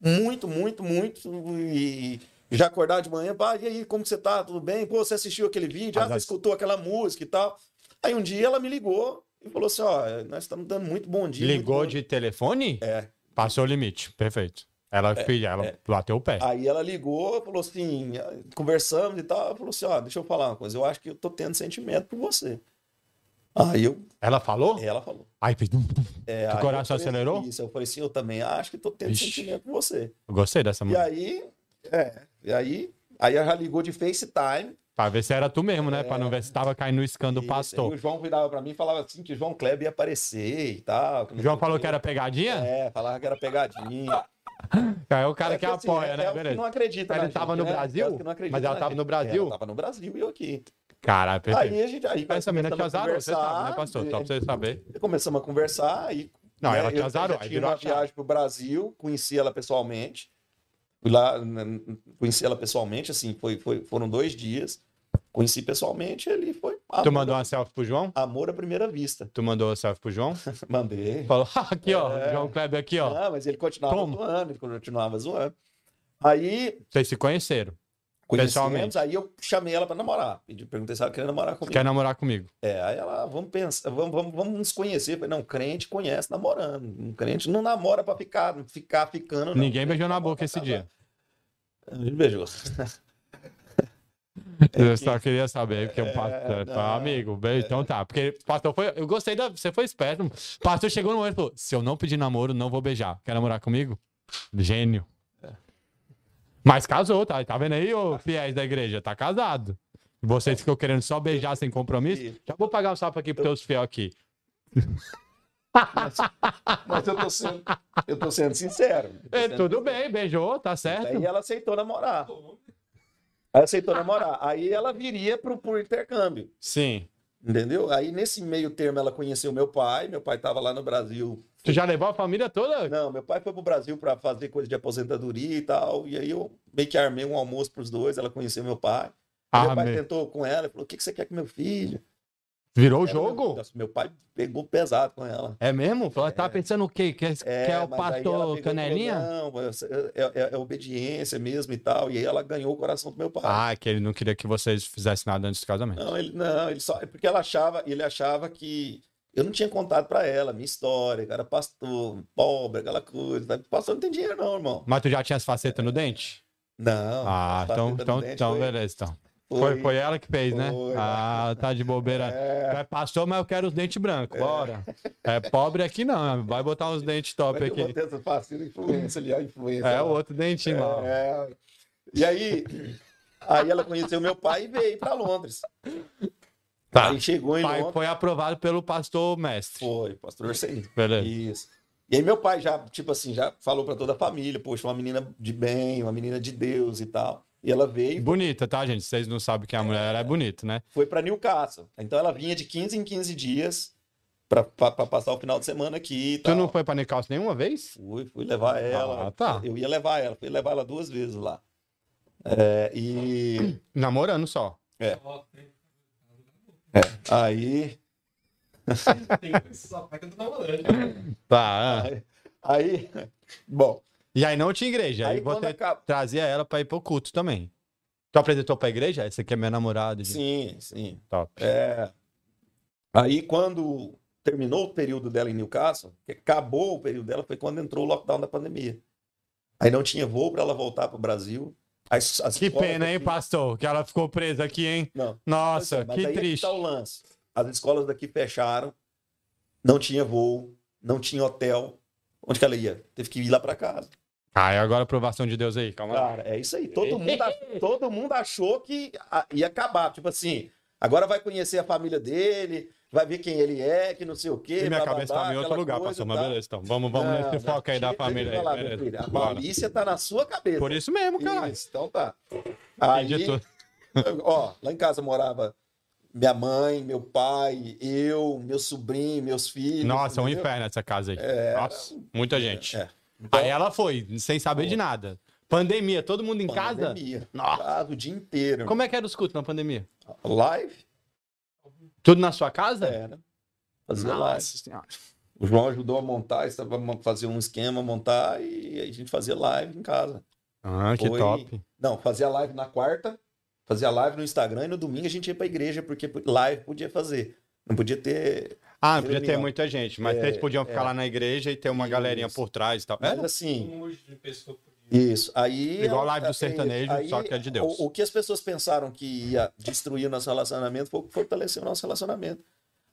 Speaker 2: muito, muito, muito. E já acordar de manhã, pá, e aí, como você tá? Tudo bem? Pô, você assistiu aquele vídeo? Ah, você escutou aquela música e tal. Aí um dia ela me ligou e falou assim: ó, nós estamos dando É, muito bom dia.
Speaker 1: Ligou
Speaker 2: bom
Speaker 1: de telefone?
Speaker 2: É.
Speaker 1: Passou o limite, perfeito. Ela, é, filha, ela é. bateu o pé.
Speaker 2: Aí ela ligou, falou assim, conversamos e tal, falou assim, ó, deixa eu falar uma coisa, eu acho que eu tô tendo sentimento por você. Aí eu.
Speaker 1: Ela falou?
Speaker 2: Ela falou.
Speaker 1: Aí fez. É, o coração acelerou?
Speaker 2: Isso, eu falei assim, eu também acho que tô tendo Ixi, sentimento com você.
Speaker 1: Eu gostei dessa
Speaker 2: música. E aí, é, e aí, aí ela ligou de FaceTime.
Speaker 1: Pra ver se era tu mesmo, né? É, pra não ver se tava caindo o scan do isso, pastor.
Speaker 2: E o João virava pra mim e falava assim que João Kleber ia aparecer e tal.
Speaker 1: O João falou que era pegadinha?
Speaker 2: É, falava que era pegadinha.
Speaker 1: É o cara é que, que assim, apoia,
Speaker 2: é,
Speaker 1: né?
Speaker 2: É Beleza. não acredita. né?
Speaker 1: Ele tava no
Speaker 2: É
Speaker 1: Brasil? Mas ela tava no Brasil? Ela
Speaker 2: tava no Brasil e eu aqui.
Speaker 1: Cara,
Speaker 2: perfeito. Aí a gente. Aí
Speaker 1: Essa menina te azarou, é você sabe, né, pastor? Só pra você saber.
Speaker 2: Começamos a conversar aí.
Speaker 1: Não,
Speaker 2: né,
Speaker 1: ela te azarou.
Speaker 2: Eu já tinha uma viagem pro Brasil, conheci ela pessoalmente. Fui lá, conheci ela pessoalmente, assim, foi, foi, foram dois dias. Conheci pessoalmente, ele foi.
Speaker 1: tu mandou uma selfie pro João?
Speaker 2: Amor à primeira vista.
Speaker 1: Tu mandou uma selfie pro João?
Speaker 2: Mandei.
Speaker 1: Falou, aqui, ó, é... João Kleber aqui, ó.
Speaker 2: Ah, mas ele continuava Toma. zoando, ele continuava zoando. Aí.
Speaker 1: Vocês se conheceram?
Speaker 2: Conhecemos, aí eu chamei ela para namorar. Pedi, perguntei se ela queria namorar comigo.
Speaker 1: Quer namorar comigo?
Speaker 2: É, aí ela, vamos pensar, vamos, vamos, vamos nos conhecer. Falei, não, crente conhece namorando. Um crente não namora para ficar, ficar ficando. não.
Speaker 1: Ninguém beijou na boca esse dia.
Speaker 2: A gente beijou.
Speaker 1: Eu só queria saber, porque um o pastor.
Speaker 2: É não.
Speaker 1: Ah, amigo, bem, então tá. Porque o pastor foi. Eu gostei da. Você foi esperto. O pastor chegou no momento e falou: se eu não pedir namoro, não vou beijar. Quer namorar comigo? Gênio.
Speaker 2: É.
Speaker 1: Mas casou, tá? Tá vendo aí, ô fiéis da igreja? Tá casado. Vocês ficam querendo só beijar sem compromisso? Já vou pagar um sapo aqui pros teus fiel aqui.
Speaker 2: Mas eu tô sendo, eu tô sendo sincero. Eu tô
Speaker 1: É,
Speaker 2: sendo
Speaker 1: tudo bem, beijou, tá certo.
Speaker 2: Aí é ela aceitou namorar. Aí aceitou namorar. Aí ela viria pro, pro intercâmbio,
Speaker 1: Sim.
Speaker 2: entendeu? Aí nesse meio termo ela conheceu meu pai. Meu pai tava lá no Brasil.
Speaker 1: Tu já levou a família toda?
Speaker 2: Não, meu pai foi pro Brasil para fazer coisa de aposentadoria e tal. E aí eu meio que armei um almoço pros dois. Ela conheceu meu pai. Aí meu pai
Speaker 1: Amém.
Speaker 2: tentou com ela e falou: O que, que você quer com meu filho?
Speaker 1: Virou o
Speaker 2: Ela, é meu-
Speaker 1: jogo?
Speaker 2: Nossa, meu pai pegou pesado com ela.
Speaker 1: É mesmo? Ela tava pensando o quê? Que é, que é o
Speaker 2: mas aí ela pegou
Speaker 1: pastor
Speaker 2: e falou,
Speaker 1: Canelinha?
Speaker 2: Não, é, é- é obediência mesmo e tal. E aí ela ganhou o coração do meu pai.
Speaker 1: Ah, é que ele não queria que vocês fizessem nada antes do casamento.
Speaker 2: Não, ele não, ele só. é Porque ela achava, ele achava que eu não tinha contado pra ela a minha história, que era pastor, pobre, aquela coisa. sabe? Pastor não tem dinheiro, não, irmão.
Speaker 1: Mas tu já tinha as facetas no dente?
Speaker 2: É. Não.
Speaker 1: Ah,
Speaker 2: as
Speaker 1: então,
Speaker 2: facetas
Speaker 1: então,
Speaker 2: do dente
Speaker 1: então
Speaker 2: foi-
Speaker 1: beleza. Então. Foi, foi ela que fez, né?
Speaker 2: Foi.
Speaker 1: Ah, tá de bobeira.
Speaker 2: É,
Speaker 1: É. Passou, mas eu quero os dentes brancos, bora. É pobre aqui não, vai botar uns dentes
Speaker 2: como
Speaker 1: top
Speaker 2: é que eu vou
Speaker 1: aqui.
Speaker 2: ter essa parceira influência ali, a influência. né?
Speaker 1: É
Speaker 2: lá?
Speaker 1: o outro dentinho lá.
Speaker 2: É. E aí, aí ela conheceu meu pai e veio pra Londres.
Speaker 1: Tá.
Speaker 2: Aí chegou em
Speaker 1: Pai
Speaker 2: Londres.
Speaker 1: foi aprovado pelo pastor mestre.
Speaker 2: Foi, pastor Arsenio.
Speaker 1: Beleza.
Speaker 2: Isso. E aí meu pai já, tipo assim, já falou pra toda a família, poxa, uma menina de bem, uma menina de Deus e tal. E ela veio e
Speaker 1: Bonita, tá, gente? Vocês não sabem que a mulher ela é bonita, né?
Speaker 2: foi pra Newcastle. Então ela vinha de 15 em 15 dias pra, pra, pra passar o final de semana aqui e
Speaker 1: Tu
Speaker 2: tal.
Speaker 1: não foi pra Nicaus nenhuma vez?
Speaker 2: Fui, fui Tá. levar ela.
Speaker 1: Ah, tá.
Speaker 2: Eu ia levar ela, fui levar ela duas vezes lá. É, e
Speaker 1: Namorando só.
Speaker 2: aí,
Speaker 1: Tá. ah.
Speaker 2: aí, aí, bom,
Speaker 1: E aí não tinha igreja. Aí,
Speaker 2: aí quando
Speaker 1: você
Speaker 2: acaba...
Speaker 1: trazia ela pra ir pro culto também. Tu apresentou pra igreja? Esse aqui é meu namorado. gente.
Speaker 2: Sim, sim.
Speaker 1: Top.
Speaker 2: É. Aí, quando terminou o período dela em Newcastle, que acabou o período dela, foi quando entrou o lockdown da pandemia. Aí não tinha voo para ela voltar para o Brasil. As- as
Speaker 1: Que
Speaker 2: escolas
Speaker 1: pena, hein,
Speaker 2: daqui-
Speaker 1: pastor? Que ela ficou presa aqui, hein?
Speaker 2: Não.
Speaker 1: Nossa,
Speaker 2: Mas
Speaker 1: que
Speaker 2: aí é
Speaker 1: triste.
Speaker 2: tá o lance. As escolas daqui fecharam, não tinha voo, não tinha hotel. Onde que ela ia? Teve que ir lá para casa.
Speaker 1: Ah, e agora a aprovação de Deus aí, calma lá.
Speaker 2: Cara, é isso aí. Todo mundo, ach- todo mundo achou que a- ia acabar. Tipo assim, agora vai conhecer a família dele, vai ver quem ele é, que não sei o quê.
Speaker 1: E minha
Speaker 2: blá, blá,
Speaker 1: cabeça
Speaker 2: blá,
Speaker 1: tava em outro
Speaker 2: aquela
Speaker 1: lugar,
Speaker 2: coisa
Speaker 1: pastor,
Speaker 2: e
Speaker 1: mas
Speaker 2: tal.
Speaker 1: beleza, então. Vamos, vamos
Speaker 2: Não,
Speaker 1: nesse foco aí da
Speaker 2: deixa eu
Speaker 1: família
Speaker 2: te falar,
Speaker 1: aí.
Speaker 2: meu
Speaker 1: beleza.
Speaker 2: filho, a
Speaker 1: Bora.
Speaker 2: polícia tá na sua cabeça.
Speaker 1: Por isso mesmo, cara.
Speaker 2: Isso, então tá.
Speaker 1: Aí...
Speaker 2: Aí,
Speaker 1: De tudo.
Speaker 2: ó, lá em casa morava minha mãe, meu pai, eu, meu sobrinho, meus filhos.
Speaker 1: Nossa, é um
Speaker 2: entendeu?
Speaker 1: inferno essa casa aí. Nossa, muita gente.
Speaker 2: É.
Speaker 1: Aí ela foi, sem saber de nada. Pandemia, todo mundo em casa?
Speaker 2: Pandemia.
Speaker 1: Nossa.
Speaker 2: Casa o dia inteiro.
Speaker 1: Como é que era os cultos na pandemia?
Speaker 2: Live?
Speaker 1: Tudo na sua casa?
Speaker 2: Era. Fazia live.
Speaker 1: Nossa senhora.
Speaker 2: O João ajudou a montar, estava fazer um esquema, montar e a gente fazia live em casa.
Speaker 1: Ah, que
Speaker 2: Foi-
Speaker 1: top.
Speaker 2: Não, fazia live na quarta, fazia live no Instagram e no domingo a gente ia para a igreja porque live podia fazer. Não podia ter,
Speaker 1: Ah, podia ter
Speaker 2: Reunião.
Speaker 1: muita gente, mas
Speaker 2: É,
Speaker 1: eles podiam ficar
Speaker 2: é.
Speaker 1: lá na igreja e ter uma galerinha por trás e tal. É?
Speaker 2: mas
Speaker 1: Era?
Speaker 2: assim,
Speaker 3: um de pessoa por dia.
Speaker 2: isso. Aí é
Speaker 1: Igual a
Speaker 2: a
Speaker 1: live do sertanejo, só que é de Deus.
Speaker 2: O, o que as pessoas pensaram que ia destruir o nosso relacionamento foi o que fortaleceu o nosso relacionamento.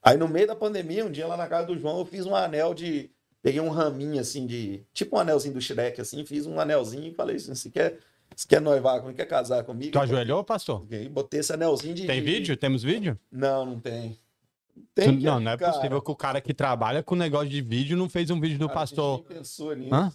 Speaker 2: Aí no meio da pandemia, um dia lá na casa do João, eu fiz um anel de peguei um raminho assim de, tipo um anelzinho do Shrek assim, fiz um anelzinho e falei assim, se quer, se quer noivar comigo, quer casar comigo?
Speaker 1: Tu ajoelhou, pastor?
Speaker 2: E botei esse anelzinho de
Speaker 1: Tem
Speaker 2: de-
Speaker 1: vídeo? Temos vídeo?
Speaker 2: Não, não tem.
Speaker 1: Tu-
Speaker 2: Tem
Speaker 1: não, não é
Speaker 2: cara.
Speaker 1: possível que o cara que trabalha com negócio de vídeo não fez um vídeo do
Speaker 2: Cara, a
Speaker 1: pastor.
Speaker 2: gente nem pensou nisso.
Speaker 1: Hã?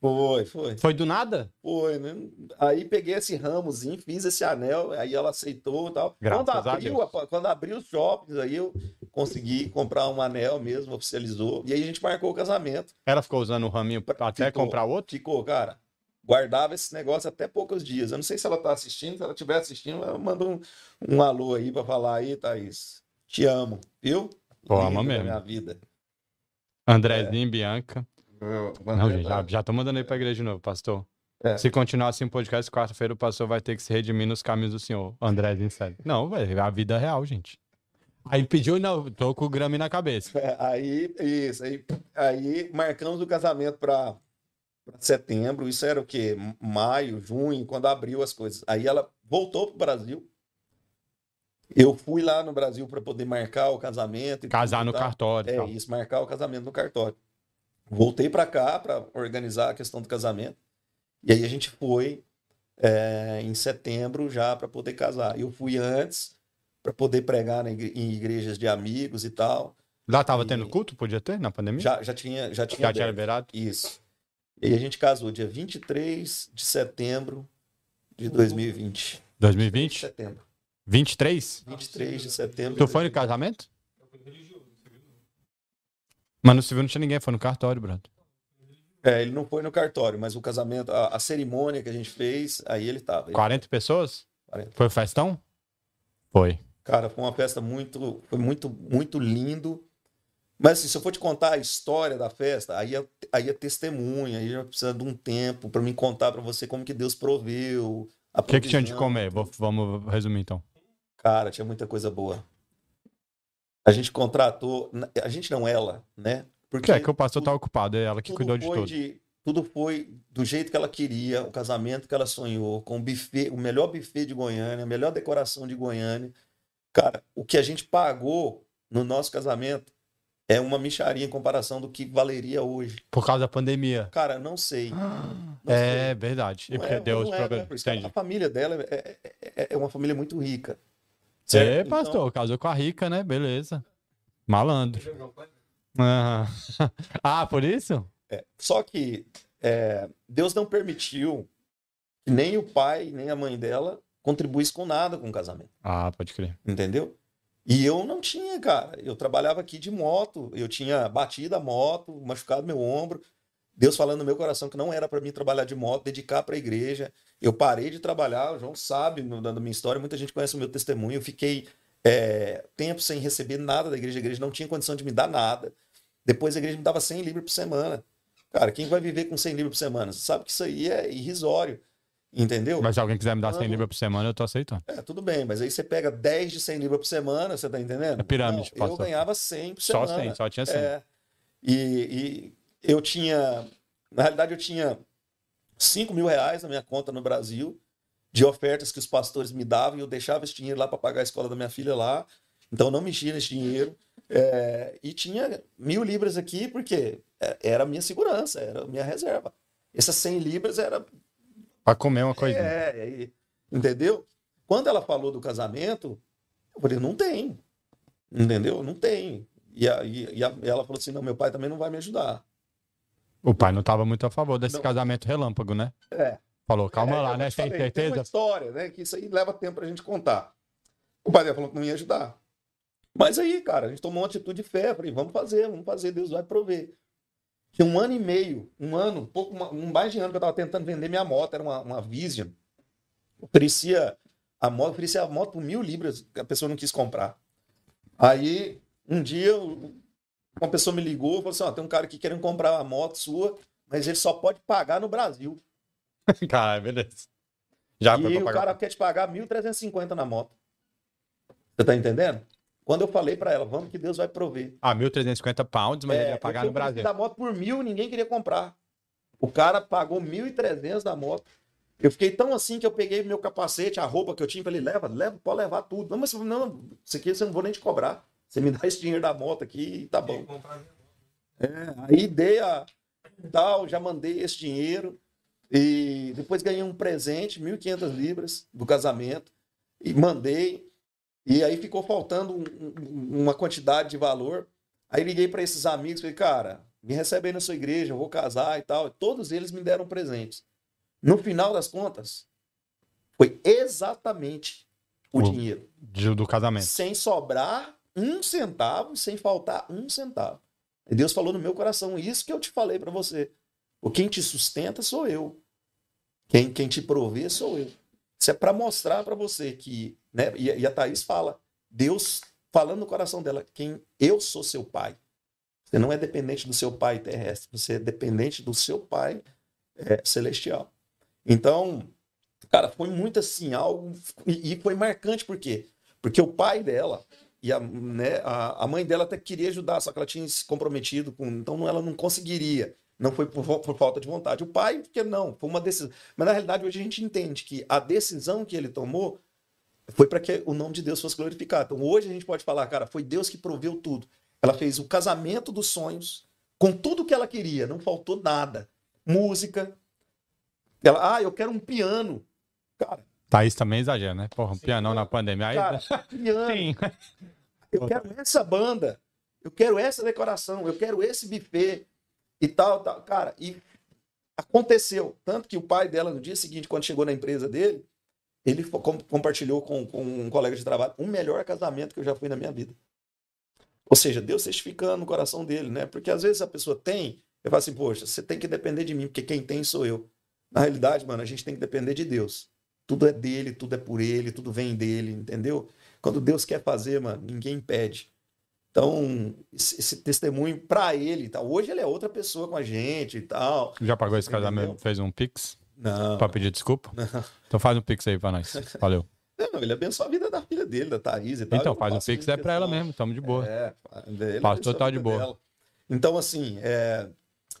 Speaker 2: Foi, foi.
Speaker 1: Foi do nada?
Speaker 2: Foi, né? Aí peguei esse ramozinho, fiz esse anel, aí ela aceitou e tal.
Speaker 1: Graças
Speaker 2: quando
Speaker 1: a
Speaker 2: abriu,
Speaker 1: Deus.
Speaker 2: a- quando abriu os shoppings, aí eu consegui comprar um anel mesmo, oficializou. E aí a gente marcou o casamento.
Speaker 1: Ela ficou usando o raminho pra até
Speaker 2: Ficou.
Speaker 1: comprar outro?
Speaker 2: Ficou, cara. Guardava esse negócio até poucos dias. Eu não sei se ela tá assistindo, se ela estiver assistindo, ela manda um, um alô aí pra falar aí, Thaís. Te amo, viu?
Speaker 1: Pô,
Speaker 2: Linda
Speaker 1: ama
Speaker 2: da
Speaker 1: mesmo.
Speaker 2: Minha vida.
Speaker 1: Andrezinho, Bianca.
Speaker 2: Eu-
Speaker 1: Não, gente, já, já tô mandando aí pra igreja de novo, pastor.
Speaker 2: É.
Speaker 1: Se continuar assim o podcast, quarta-feira o pastor vai ter que se redimir nos caminhos do senhor. André Zinsani. Não, velho, é a vida real, gente. Aí pediu, não, tô com o Grammy na cabeça.
Speaker 2: É, aí, isso, aí, aí marcamos o casamento para setembro. Isso era o quê? Maio, junho, quando abriu as coisas. Aí ela voltou pro Brasil. Eu fui lá no Brasil para poder marcar o casamento. e
Speaker 1: Casar
Speaker 2: tudo,
Speaker 1: no
Speaker 2: tá?
Speaker 1: cartório. então. e
Speaker 2: É
Speaker 1: tal.
Speaker 2: isso, marcar o casamento no cartório. Voltei para cá para organizar a questão do casamento. E aí a gente foi é, em setembro já para poder casar. Eu fui antes para poder pregar na igre- em igrejas de amigos e tal.
Speaker 1: Lá tava
Speaker 2: E-
Speaker 1: tendo culto? Podia ter na pandemia?
Speaker 2: Já, já tinha. Já tinha
Speaker 1: Já tinha
Speaker 2: aberto.
Speaker 1: liberado?
Speaker 2: Isso. E aí a gente casou dia 23 de setembro de 2020.
Speaker 1: 2020?
Speaker 2: Setembro.
Speaker 1: 23?
Speaker 2: 23 de setembro.
Speaker 1: Tu
Speaker 2: de
Speaker 1: Então foi no casamento? Mas no civil não tinha ninguém, foi no cartório, brother.
Speaker 2: É, ele não foi no cartório, mas o casamento, a, a cerimônia que a gente fez, aí ele tava. Ele
Speaker 1: 40 pessoas?
Speaker 2: 40.
Speaker 1: Foi festão? Foi.
Speaker 2: Cara, foi uma festa muito, foi muito, muito lindo. Mas assim, se eu for te contar a história da festa, aí é, aí é testemunha, aí já precisa de um tempo para me contar para você como que Deus proveu. a
Speaker 1: O que, que tinha de
Speaker 2: provisão.
Speaker 1: comer? Vou- vamos resumir então.
Speaker 2: Cara, tinha muita coisa boa. A gente contratou, a gente não ela, né?
Speaker 1: Porque
Speaker 2: Porque
Speaker 1: é que o pastor tá ocupado, é ela que
Speaker 2: tudo
Speaker 1: cuidou de
Speaker 2: foi
Speaker 1: tudo.
Speaker 2: tudo foi do jeito que ela queria, o casamento que ela sonhou, com o buffet, o melhor buffet de Goiânia, a melhor decoração de Goiânia. Cara, o que a gente pagou no nosso casamento é uma micharia em comparação do que valeria hoje.
Speaker 1: Por causa da pandemia.
Speaker 2: Cara, não sei. Ah, Não
Speaker 1: É verdade. Ah, E porque deu os
Speaker 2: não é,
Speaker 1: problemas.
Speaker 2: né? Por isso, A
Speaker 1: Entendi.
Speaker 2: família dela é, é- é uma família muito rica.
Speaker 1: É,
Speaker 2: Certo?
Speaker 1: pastor, casou com a rica, né? Beleza. Malandro. Ah, ah por isso?
Speaker 2: Só que é, Deus não permitiu que nem o pai, nem a mãe dela contribuísse com nada com o casamento,
Speaker 1: Ah, pode crer.
Speaker 2: entendeu? E eu não tinha, cara. Eu trabalhava aqui de moto, eu tinha batido a moto, machucado meu ombro. Deus falando no meu coração que não era para mim trabalhar de moto, dedicar para a igreja. Eu parei de trabalhar, o João sabe no- da da minha história, muita gente conhece o meu testemunho. Eu fiquei é, tempo sem receber nada da igreja, a igreja não tinha condição de me dar nada. Depois a igreja me dava 100 libras por semana. Cara, quem vai viver com 100 libras por semana? Você sabe que isso aí é irrisório, entendeu?
Speaker 1: Mas se alguém quiser me dar 100
Speaker 2: Vamos.
Speaker 1: libras por semana, eu tô aceitando.
Speaker 2: É, tudo bem, mas aí você pega 10 de 100 libras por semana, você tá entendendo?
Speaker 1: É pirâmide,
Speaker 2: Não, eu
Speaker 1: pastor.
Speaker 2: ganhava 100 por
Speaker 1: Só
Speaker 2: semana.
Speaker 1: 100, só tinha 100.
Speaker 2: É. E, e eu tinha. Na realidade, eu tinha 5 mil reais na minha conta no Brasil, de ofertas que os pastores me davam, e eu deixava esse dinheiro lá para pagar a escola da minha filha lá. Então não mexia nesse dinheiro. É, e tinha mil libras aqui, porque é, era a minha segurança, era a minha reserva. Essas 100 libras era
Speaker 1: Pra comer uma coisinha.
Speaker 2: é, e- entendeu? Quando ela falou do casamento, eu falei, não tem. Entendeu? Não tem. E, a, e- e a- e ela falou assim: não, meu pai também não vai me ajudar.
Speaker 1: O pai não tava muito a favor desse
Speaker 2: Não.
Speaker 1: casamento relâmpago, né?
Speaker 2: É.
Speaker 1: Falou, calma
Speaker 2: É,
Speaker 1: lá,
Speaker 2: eu
Speaker 1: né?
Speaker 2: te
Speaker 1: Tem
Speaker 2: falei, Tem
Speaker 1: certeza?
Speaker 2: uma história, né? Que isso aí leva tempo pra gente contar. O pai dela falou que não ia ajudar. Mas aí, cara, a gente tomou uma atitude de fé. Falei, vamos fazer, vamos fazer, Deus vai prover. Tinha um ano e meio, um ano, pouco, ma- um mais de ano que eu tava tentando vender minha moto, era uma, uma Vision. Oferecia a moto, oferecia a moto por mil libras, que a pessoa não quis comprar. Aí, um dia, o- uma pessoa me ligou e falou assim: ó, tem um cara aqui querendo comprar uma moto sua, mas ele só pode pagar no Brasil
Speaker 1: Caralho, beleza. Já foi
Speaker 2: e
Speaker 1: pra
Speaker 2: o
Speaker 1: pagar.
Speaker 2: cara quer te pagar 1.350 na moto. Você tá entendendo? Quando eu falei pra ela, vamos que Deus vai prover.
Speaker 1: Ah, 1.350 pounds, mas ele ia pagar
Speaker 2: É, eu
Speaker 1: no Brasil.
Speaker 2: Da moto por mil, ninguém queria comprar. O cara pagou 1.300 da moto. Eu fiquei tão assim que eu peguei meu capacete, a roupa que eu tinha, falei, leva, leva, pode levar tudo. Não, mas não, isso aqui eu não vou nem te cobrar. Você me dá esse dinheiro da moto aqui e tá bom. É, Aí dei a tal, já mandei esse dinheiro e depois ganhei um presente, 1.500 libras do casamento e mandei. E aí ficou faltando um- um- uma quantidade de valor. Aí liguei para esses amigos, falei, cara, me recebe aí na sua igreja, eu vou casar e tal. Todos eles me deram presentes. No final das contas, foi exatamente o
Speaker 1: O-
Speaker 2: dinheiro.
Speaker 1: de- Do casamento.
Speaker 2: Sem sobrar um centavo, sem faltar um centavo. E Deus falou no meu coração, isso que eu te falei para você. O quem te sustenta sou eu. Quem, quem te provê sou eu. Isso é para mostrar para você que, né? E, e a Thaís fala, Deus falando no coração dela, quem eu sou seu pai. Você não é dependente do seu pai terrestre, você é dependente do seu pai é, eh, celestial. Então, cara, foi muito assim, algo. E e foi marcante, por quê? Porque o pai dela e a, né, a, a mãe dela até queria ajudar, só que ela tinha se comprometido com. Então não- ela não conseguiria. Não foi por, por falta de vontade. O pai, porque não, foi uma decisão. Mas na realidade, hoje a gente entende que a decisão que ele tomou foi para que o nome de Deus fosse glorificado. Então hoje a gente pode falar, cara, foi Deus que proveu tudo. Ela fez o casamento dos sonhos com tudo que ela queria, não faltou nada. Música. Ela, ah, eu quero um piano. Cara,
Speaker 1: Thaís também exagera, né? Porra, um pianão na pandemia. Aí...
Speaker 2: cara, piano.
Speaker 1: Sim.
Speaker 2: Eu quero essa banda. Eu quero essa decoração. Eu quero esse buffet. E tal, tal. Cara, e aconteceu. Tanto que o pai dela, no dia seguinte, quando chegou na empresa dele, ele fo- com- compartilhou com, com um colega de trabalho o melhor casamento que eu já fui na minha vida. Ou seja, Deus testificando no coração dele, né? Porque às vezes a pessoa tem, eu falo assim, poxa, você tem que depender de mim, porque quem tem sou eu. Na realidade, mano, a gente tem que depender de Deus. Tudo é dele, tudo é por ele, tudo vem dele, entendeu? Quando Deus quer fazer, mano, ninguém impede. Então, esse esse testemunho pra ele, e tal. hoje ele é outra pessoa com a gente e tal.
Speaker 1: Já pagou esse
Speaker 2: Entendeu? Ah.
Speaker 1: casamento? Fez um pix
Speaker 2: Não.
Speaker 1: pra pedir desculpa? Então faz um pix aí pra nós. Valeu.
Speaker 2: Não, ele abençoa a vida da filha dele, da Thaís e tal.
Speaker 1: Então
Speaker 2: Ele
Speaker 1: faz um
Speaker 2: passa
Speaker 1: pix
Speaker 2: muita
Speaker 1: é pra ela
Speaker 2: questão.
Speaker 1: mesmo. Tamo de boa.
Speaker 2: assim, É, ele
Speaker 1: Passa
Speaker 2: abençoa
Speaker 1: total
Speaker 2: a
Speaker 1: de
Speaker 2: vida
Speaker 1: boa.
Speaker 2: dela. Então, assim, é,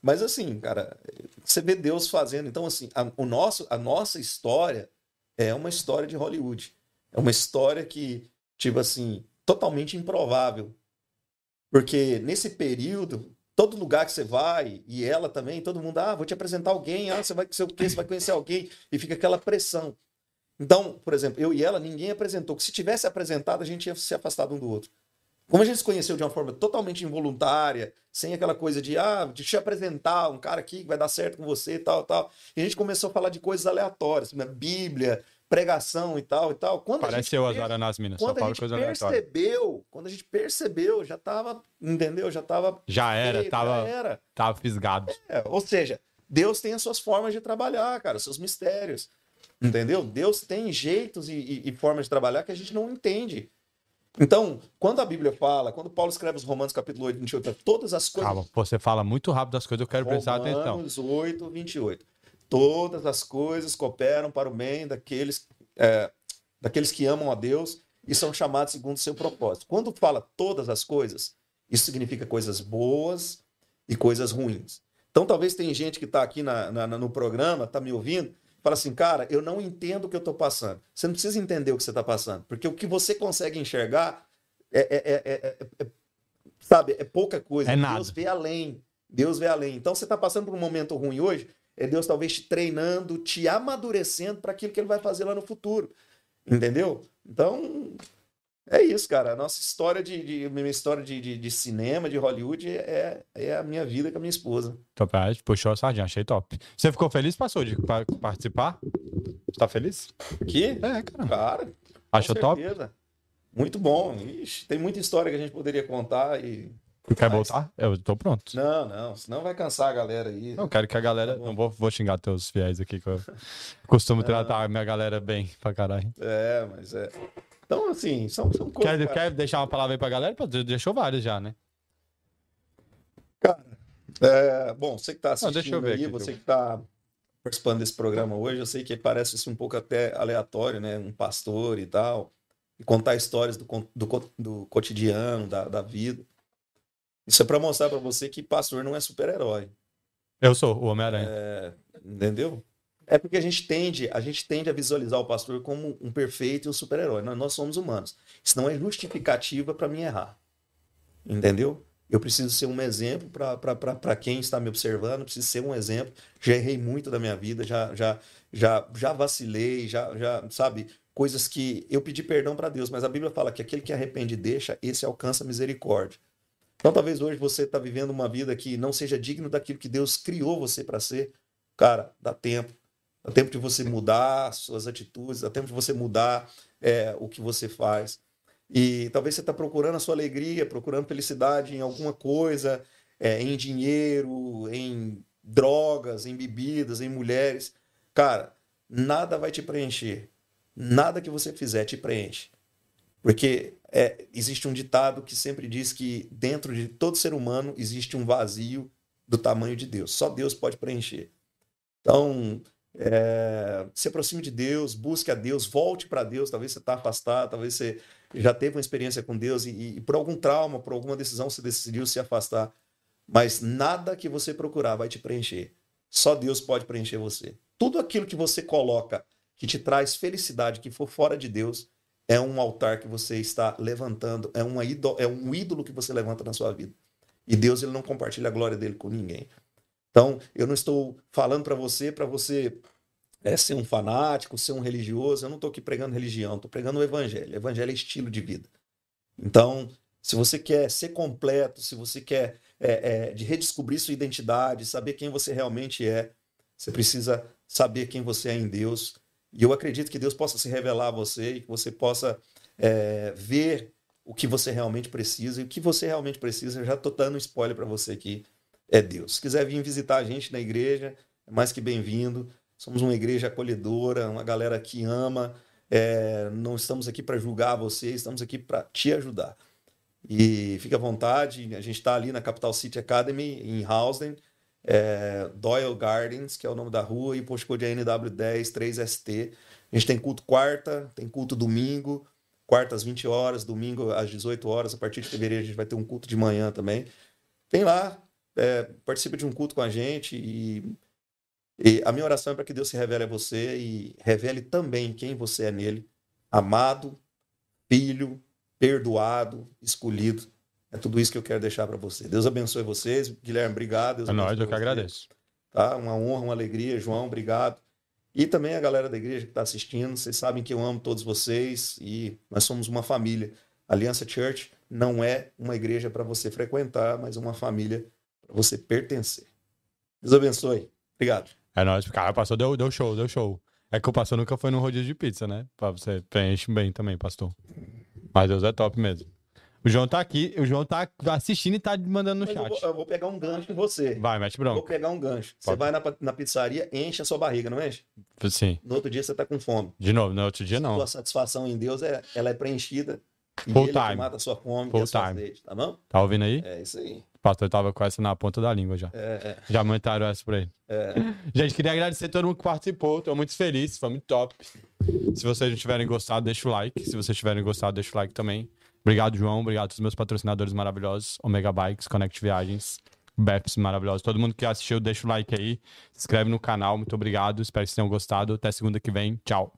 Speaker 2: mas assim, cara, você vê Deus fazendo. Então, assim, a, o nosso, a nossa história é uma história de Hollywood. É uma história que, tipo assim, totalmente improvável. Porque nesse período, todo lugar que você vai, e ela também, todo mundo, ah, vou te apresentar alguém, ah, você vai, sei o quê, você vai conhecer alguém, e fica aquela pressão. Então, por exemplo, eu e ela, ninguém apresentou. Se tivesse apresentado, a gente ia se afastado um do outro. Como a gente se conheceu de uma forma totalmente involuntária, sem aquela coisa de, ah, de te apresentar um cara aqui que vai dar certo com você e tal, tal. E a gente começou a falar de coisas aleatórias, né? Bíblia, pregação e tal e tal. Quando a
Speaker 1: Parece
Speaker 2: gente
Speaker 1: eu,
Speaker 2: fez-
Speaker 1: Azara nas Minas. Só
Speaker 2: quando a
Speaker 1: falo
Speaker 2: gente
Speaker 1: é coisa aleatória.
Speaker 2: percebeu, quando a gente percebeu, já tava, entendeu? Já tava.
Speaker 1: Já era,
Speaker 2: feito, já
Speaker 1: tava,
Speaker 2: era.
Speaker 1: tava fisgado.
Speaker 2: É, ou seja, Deus tem as suas formas de trabalhar, cara, os seus mistérios. Entendeu? Deus tem jeitos e, e- e formas de trabalhar que a gente não entende. Então, quando a Bíblia fala, quando Paulo escreve os Romanos, capítulo 8, 28, todas as coisas.
Speaker 1: Calma, pô, você fala muito rápido as coisas, eu quero prestar atenção.
Speaker 2: Romanos 8, 28. Todas as coisas cooperam para o bem daqueles, é, daqueles que amam a Deus e são chamados segundo o seu propósito. Quando fala todas as coisas, isso significa coisas boas e coisas ruins. Então, talvez tem gente que está aqui na- na- na- no programa, está me ouvindo, fala assim, cara, eu não entendo o que eu estou passando. Você não precisa entender o que você está passando, porque o que você consegue enxergar é, é- é- é- é- é- sabe, é pouca coisa.
Speaker 1: É nada.
Speaker 2: Deus vê além. Deus vê além. Então, você está passando por um momento ruim hoje, é Deus talvez te treinando, te amadurecendo para aquilo que Ele vai fazer lá no futuro. Entendeu? Então, é isso, cara. A nossa história de, de- minha história de, de- de cinema, de Hollywood, é, é a minha vida com a minha esposa.
Speaker 1: Tô pra- Então, Puxou a sardinha, achei top. Você ficou feliz, passou de pa- participar? Tá feliz?
Speaker 2: Que?
Speaker 1: É, cara.
Speaker 2: Cara, com
Speaker 1: Achou top?
Speaker 2: certeza. Muito bom. Ixi, tem muita história que a gente poderia contar e.
Speaker 1: Quer
Speaker 2: Mas-
Speaker 1: voltar? Eu tô pronto.
Speaker 2: Não, não, senão vai cansar a galera aí.
Speaker 1: Não, quero que a galera.
Speaker 2: Tá bom.
Speaker 1: não vou, vou xingar teus fiéis aqui, que eu costumo tratar a minha galera bem pra caralho.
Speaker 2: É, mas é. Então, assim, são, são coisas.
Speaker 1: Quer,
Speaker 2: cara.
Speaker 1: quer deixar uma palavra aí pra galera? Pô, de- Deixou várias já, né?
Speaker 2: Cara, é, bom, você que está
Speaker 1: Não,
Speaker 2: assistindo
Speaker 1: deixa eu ver
Speaker 2: aí,
Speaker 1: aqui,
Speaker 2: você
Speaker 1: Diogo.
Speaker 2: que está participando desse programa hoje, eu sei que parece isso um pouco até aleatório, né? Um pastor e tal, e contar histórias do, con- do, co- do cotidiano, da, da vida. Isso é para mostrar para você que pastor não é super-herói,
Speaker 1: Eu sou o
Speaker 2: É,
Speaker 1: Homem-Aranha.
Speaker 2: entendeu? É porque a gente tende, a gente tende a visualizar o pastor como um perfeito e um super-herói. Nós, nós somos humanos. Isso não é justificativa para mim errar. Entendeu? Eu preciso ser um exemplo para quem está me observando, preciso ser um exemplo. Já errei muito da minha vida, já já já, já vacilei, já, já, sabe, coisas que eu pedi perdão para Deus, mas a Bíblia fala que aquele que arrepende e deixa, esse alcança a misericórdia. Então talvez hoje você está vivendo uma vida que não seja digno daquilo que Deus criou você para ser. Cara, dá tempo. Dá tempo de você mudar suas atitudes, dá tempo de você mudar é, o que você faz. E talvez você está procurando a sua alegria, procurando felicidade em alguma coisa, é, em dinheiro, em drogas, em bebidas, em mulheres. Cara, nada vai te preencher. Nada que você fizer te preenche. Porque é, existe um ditado que sempre diz que dentro de todo ser humano existe um vazio do tamanho de Deus. Só Deus pode preencher. Então, É, se aproxime de Deus, busque a Deus, volte para Deus. Talvez você está afastado, talvez você já teve uma experiência com Deus e, e por algum trauma, por alguma decisão, você decidiu se afastar. Mas nada que você procurar vai te preencher. Só Deus pode preencher você. Tudo aquilo que você coloca que te traz felicidade, que for fora de Deus, é um altar que você está levantando, é, uma ídolo, é um ídolo que você levanta na sua vida. E Deus ele não compartilha a glória dele com ninguém. Então, eu não estou falando para você, para você é, ser um fanático, ser um religioso. Eu não estou aqui pregando religião, estou pregando o evangelho. O evangelho é estilo de vida. Então, se você quer ser completo, se você quer é, é, de redescobrir sua identidade, saber quem você realmente é, você precisa saber quem você é em Deus. E eu acredito que Deus possa se revelar a você e que você possa é, ver o que você realmente precisa. E o que você realmente precisa, eu já estou dando um spoiler para você aqui é Deus. Se quiser vir visitar a gente na igreja, é mais que bem-vindo. Somos uma igreja acolhedora, uma galera que ama. É, não estamos aqui para julgar você, estamos aqui para te ajudar. E fica à vontade, a gente está ali na Capital City Academy, em Housden, é, Doyle Gardens, que é o nome da rua, e post code é NW10 3ST. A gente tem culto quarta, tem culto domingo, quarta às 20 horas, domingo às 18 horas. A partir de fevereiro a gente vai ter um culto de manhã também. Vem lá, é, participe de um culto com a gente e, e a minha oração é para que Deus se revele a você e revele também quem você é nele, amado, filho, perdoado, escolhido. É tudo isso que eu quero deixar para você. Deus abençoe vocês. Guilherme, obrigado. Deus
Speaker 1: é nóis, eu que agradeço.
Speaker 2: Tá? Uma honra, uma alegria. João, obrigado. E também a galera da igreja que está assistindo. Vocês sabem que eu amo todos vocês e nós somos uma família. A Aliança Church não é uma igreja para você frequentar, mas uma família para você pertencer. Deus abençoe. Obrigado.
Speaker 1: É nóis, cara, passou, deu, deu show, deu show. É que o pastor nunca foi no rodízio de pizza, né? Pra você preenche bem também, pastor. Mas Deus é top mesmo. O João tá aqui, o João tá assistindo e tá mandando no
Speaker 2: Mas
Speaker 1: chat.
Speaker 2: Eu vou, eu vou pegar um gancho em você.
Speaker 1: Vai, mete
Speaker 2: Vou
Speaker 1: bronca.
Speaker 2: pegar um gancho. Você
Speaker 1: Pode.
Speaker 2: vai na, pa- na pizzaria, enche a sua barriga, não enche?
Speaker 1: Sim.
Speaker 2: No outro dia você está com fome.
Speaker 1: De novo, no outro dia não.
Speaker 2: Sua satisfação em Deus é, ela é preenchida. E
Speaker 1: Full
Speaker 2: ele é que
Speaker 1: time.
Speaker 2: mata a sua fome e
Speaker 1: Full
Speaker 2: a sua
Speaker 1: time.
Speaker 2: sede, tá bom?
Speaker 1: Tá ouvindo aí?
Speaker 2: É isso aí.
Speaker 1: O pastor tava com essa na ponta da língua já.
Speaker 2: É,
Speaker 1: Já mandaram essa pra ele.
Speaker 2: é.
Speaker 1: Gente, queria agradecer a todo mundo que participou. Tô muito feliz, foi muito top. Se vocês não tiverem gostado, deixa o like. Se vocês tiverem gostado, deixa o like também. Obrigado, João. Obrigado aos meus patrocinadores maravilhosos. Omega Bikes, Connect Viagens, BEPS maravilhosos. Todo mundo que assistiu, deixa o like aí. Se inscreve no canal. Muito obrigado. Espero que vocês tenham gostado. Até segunda que vem. Tchau.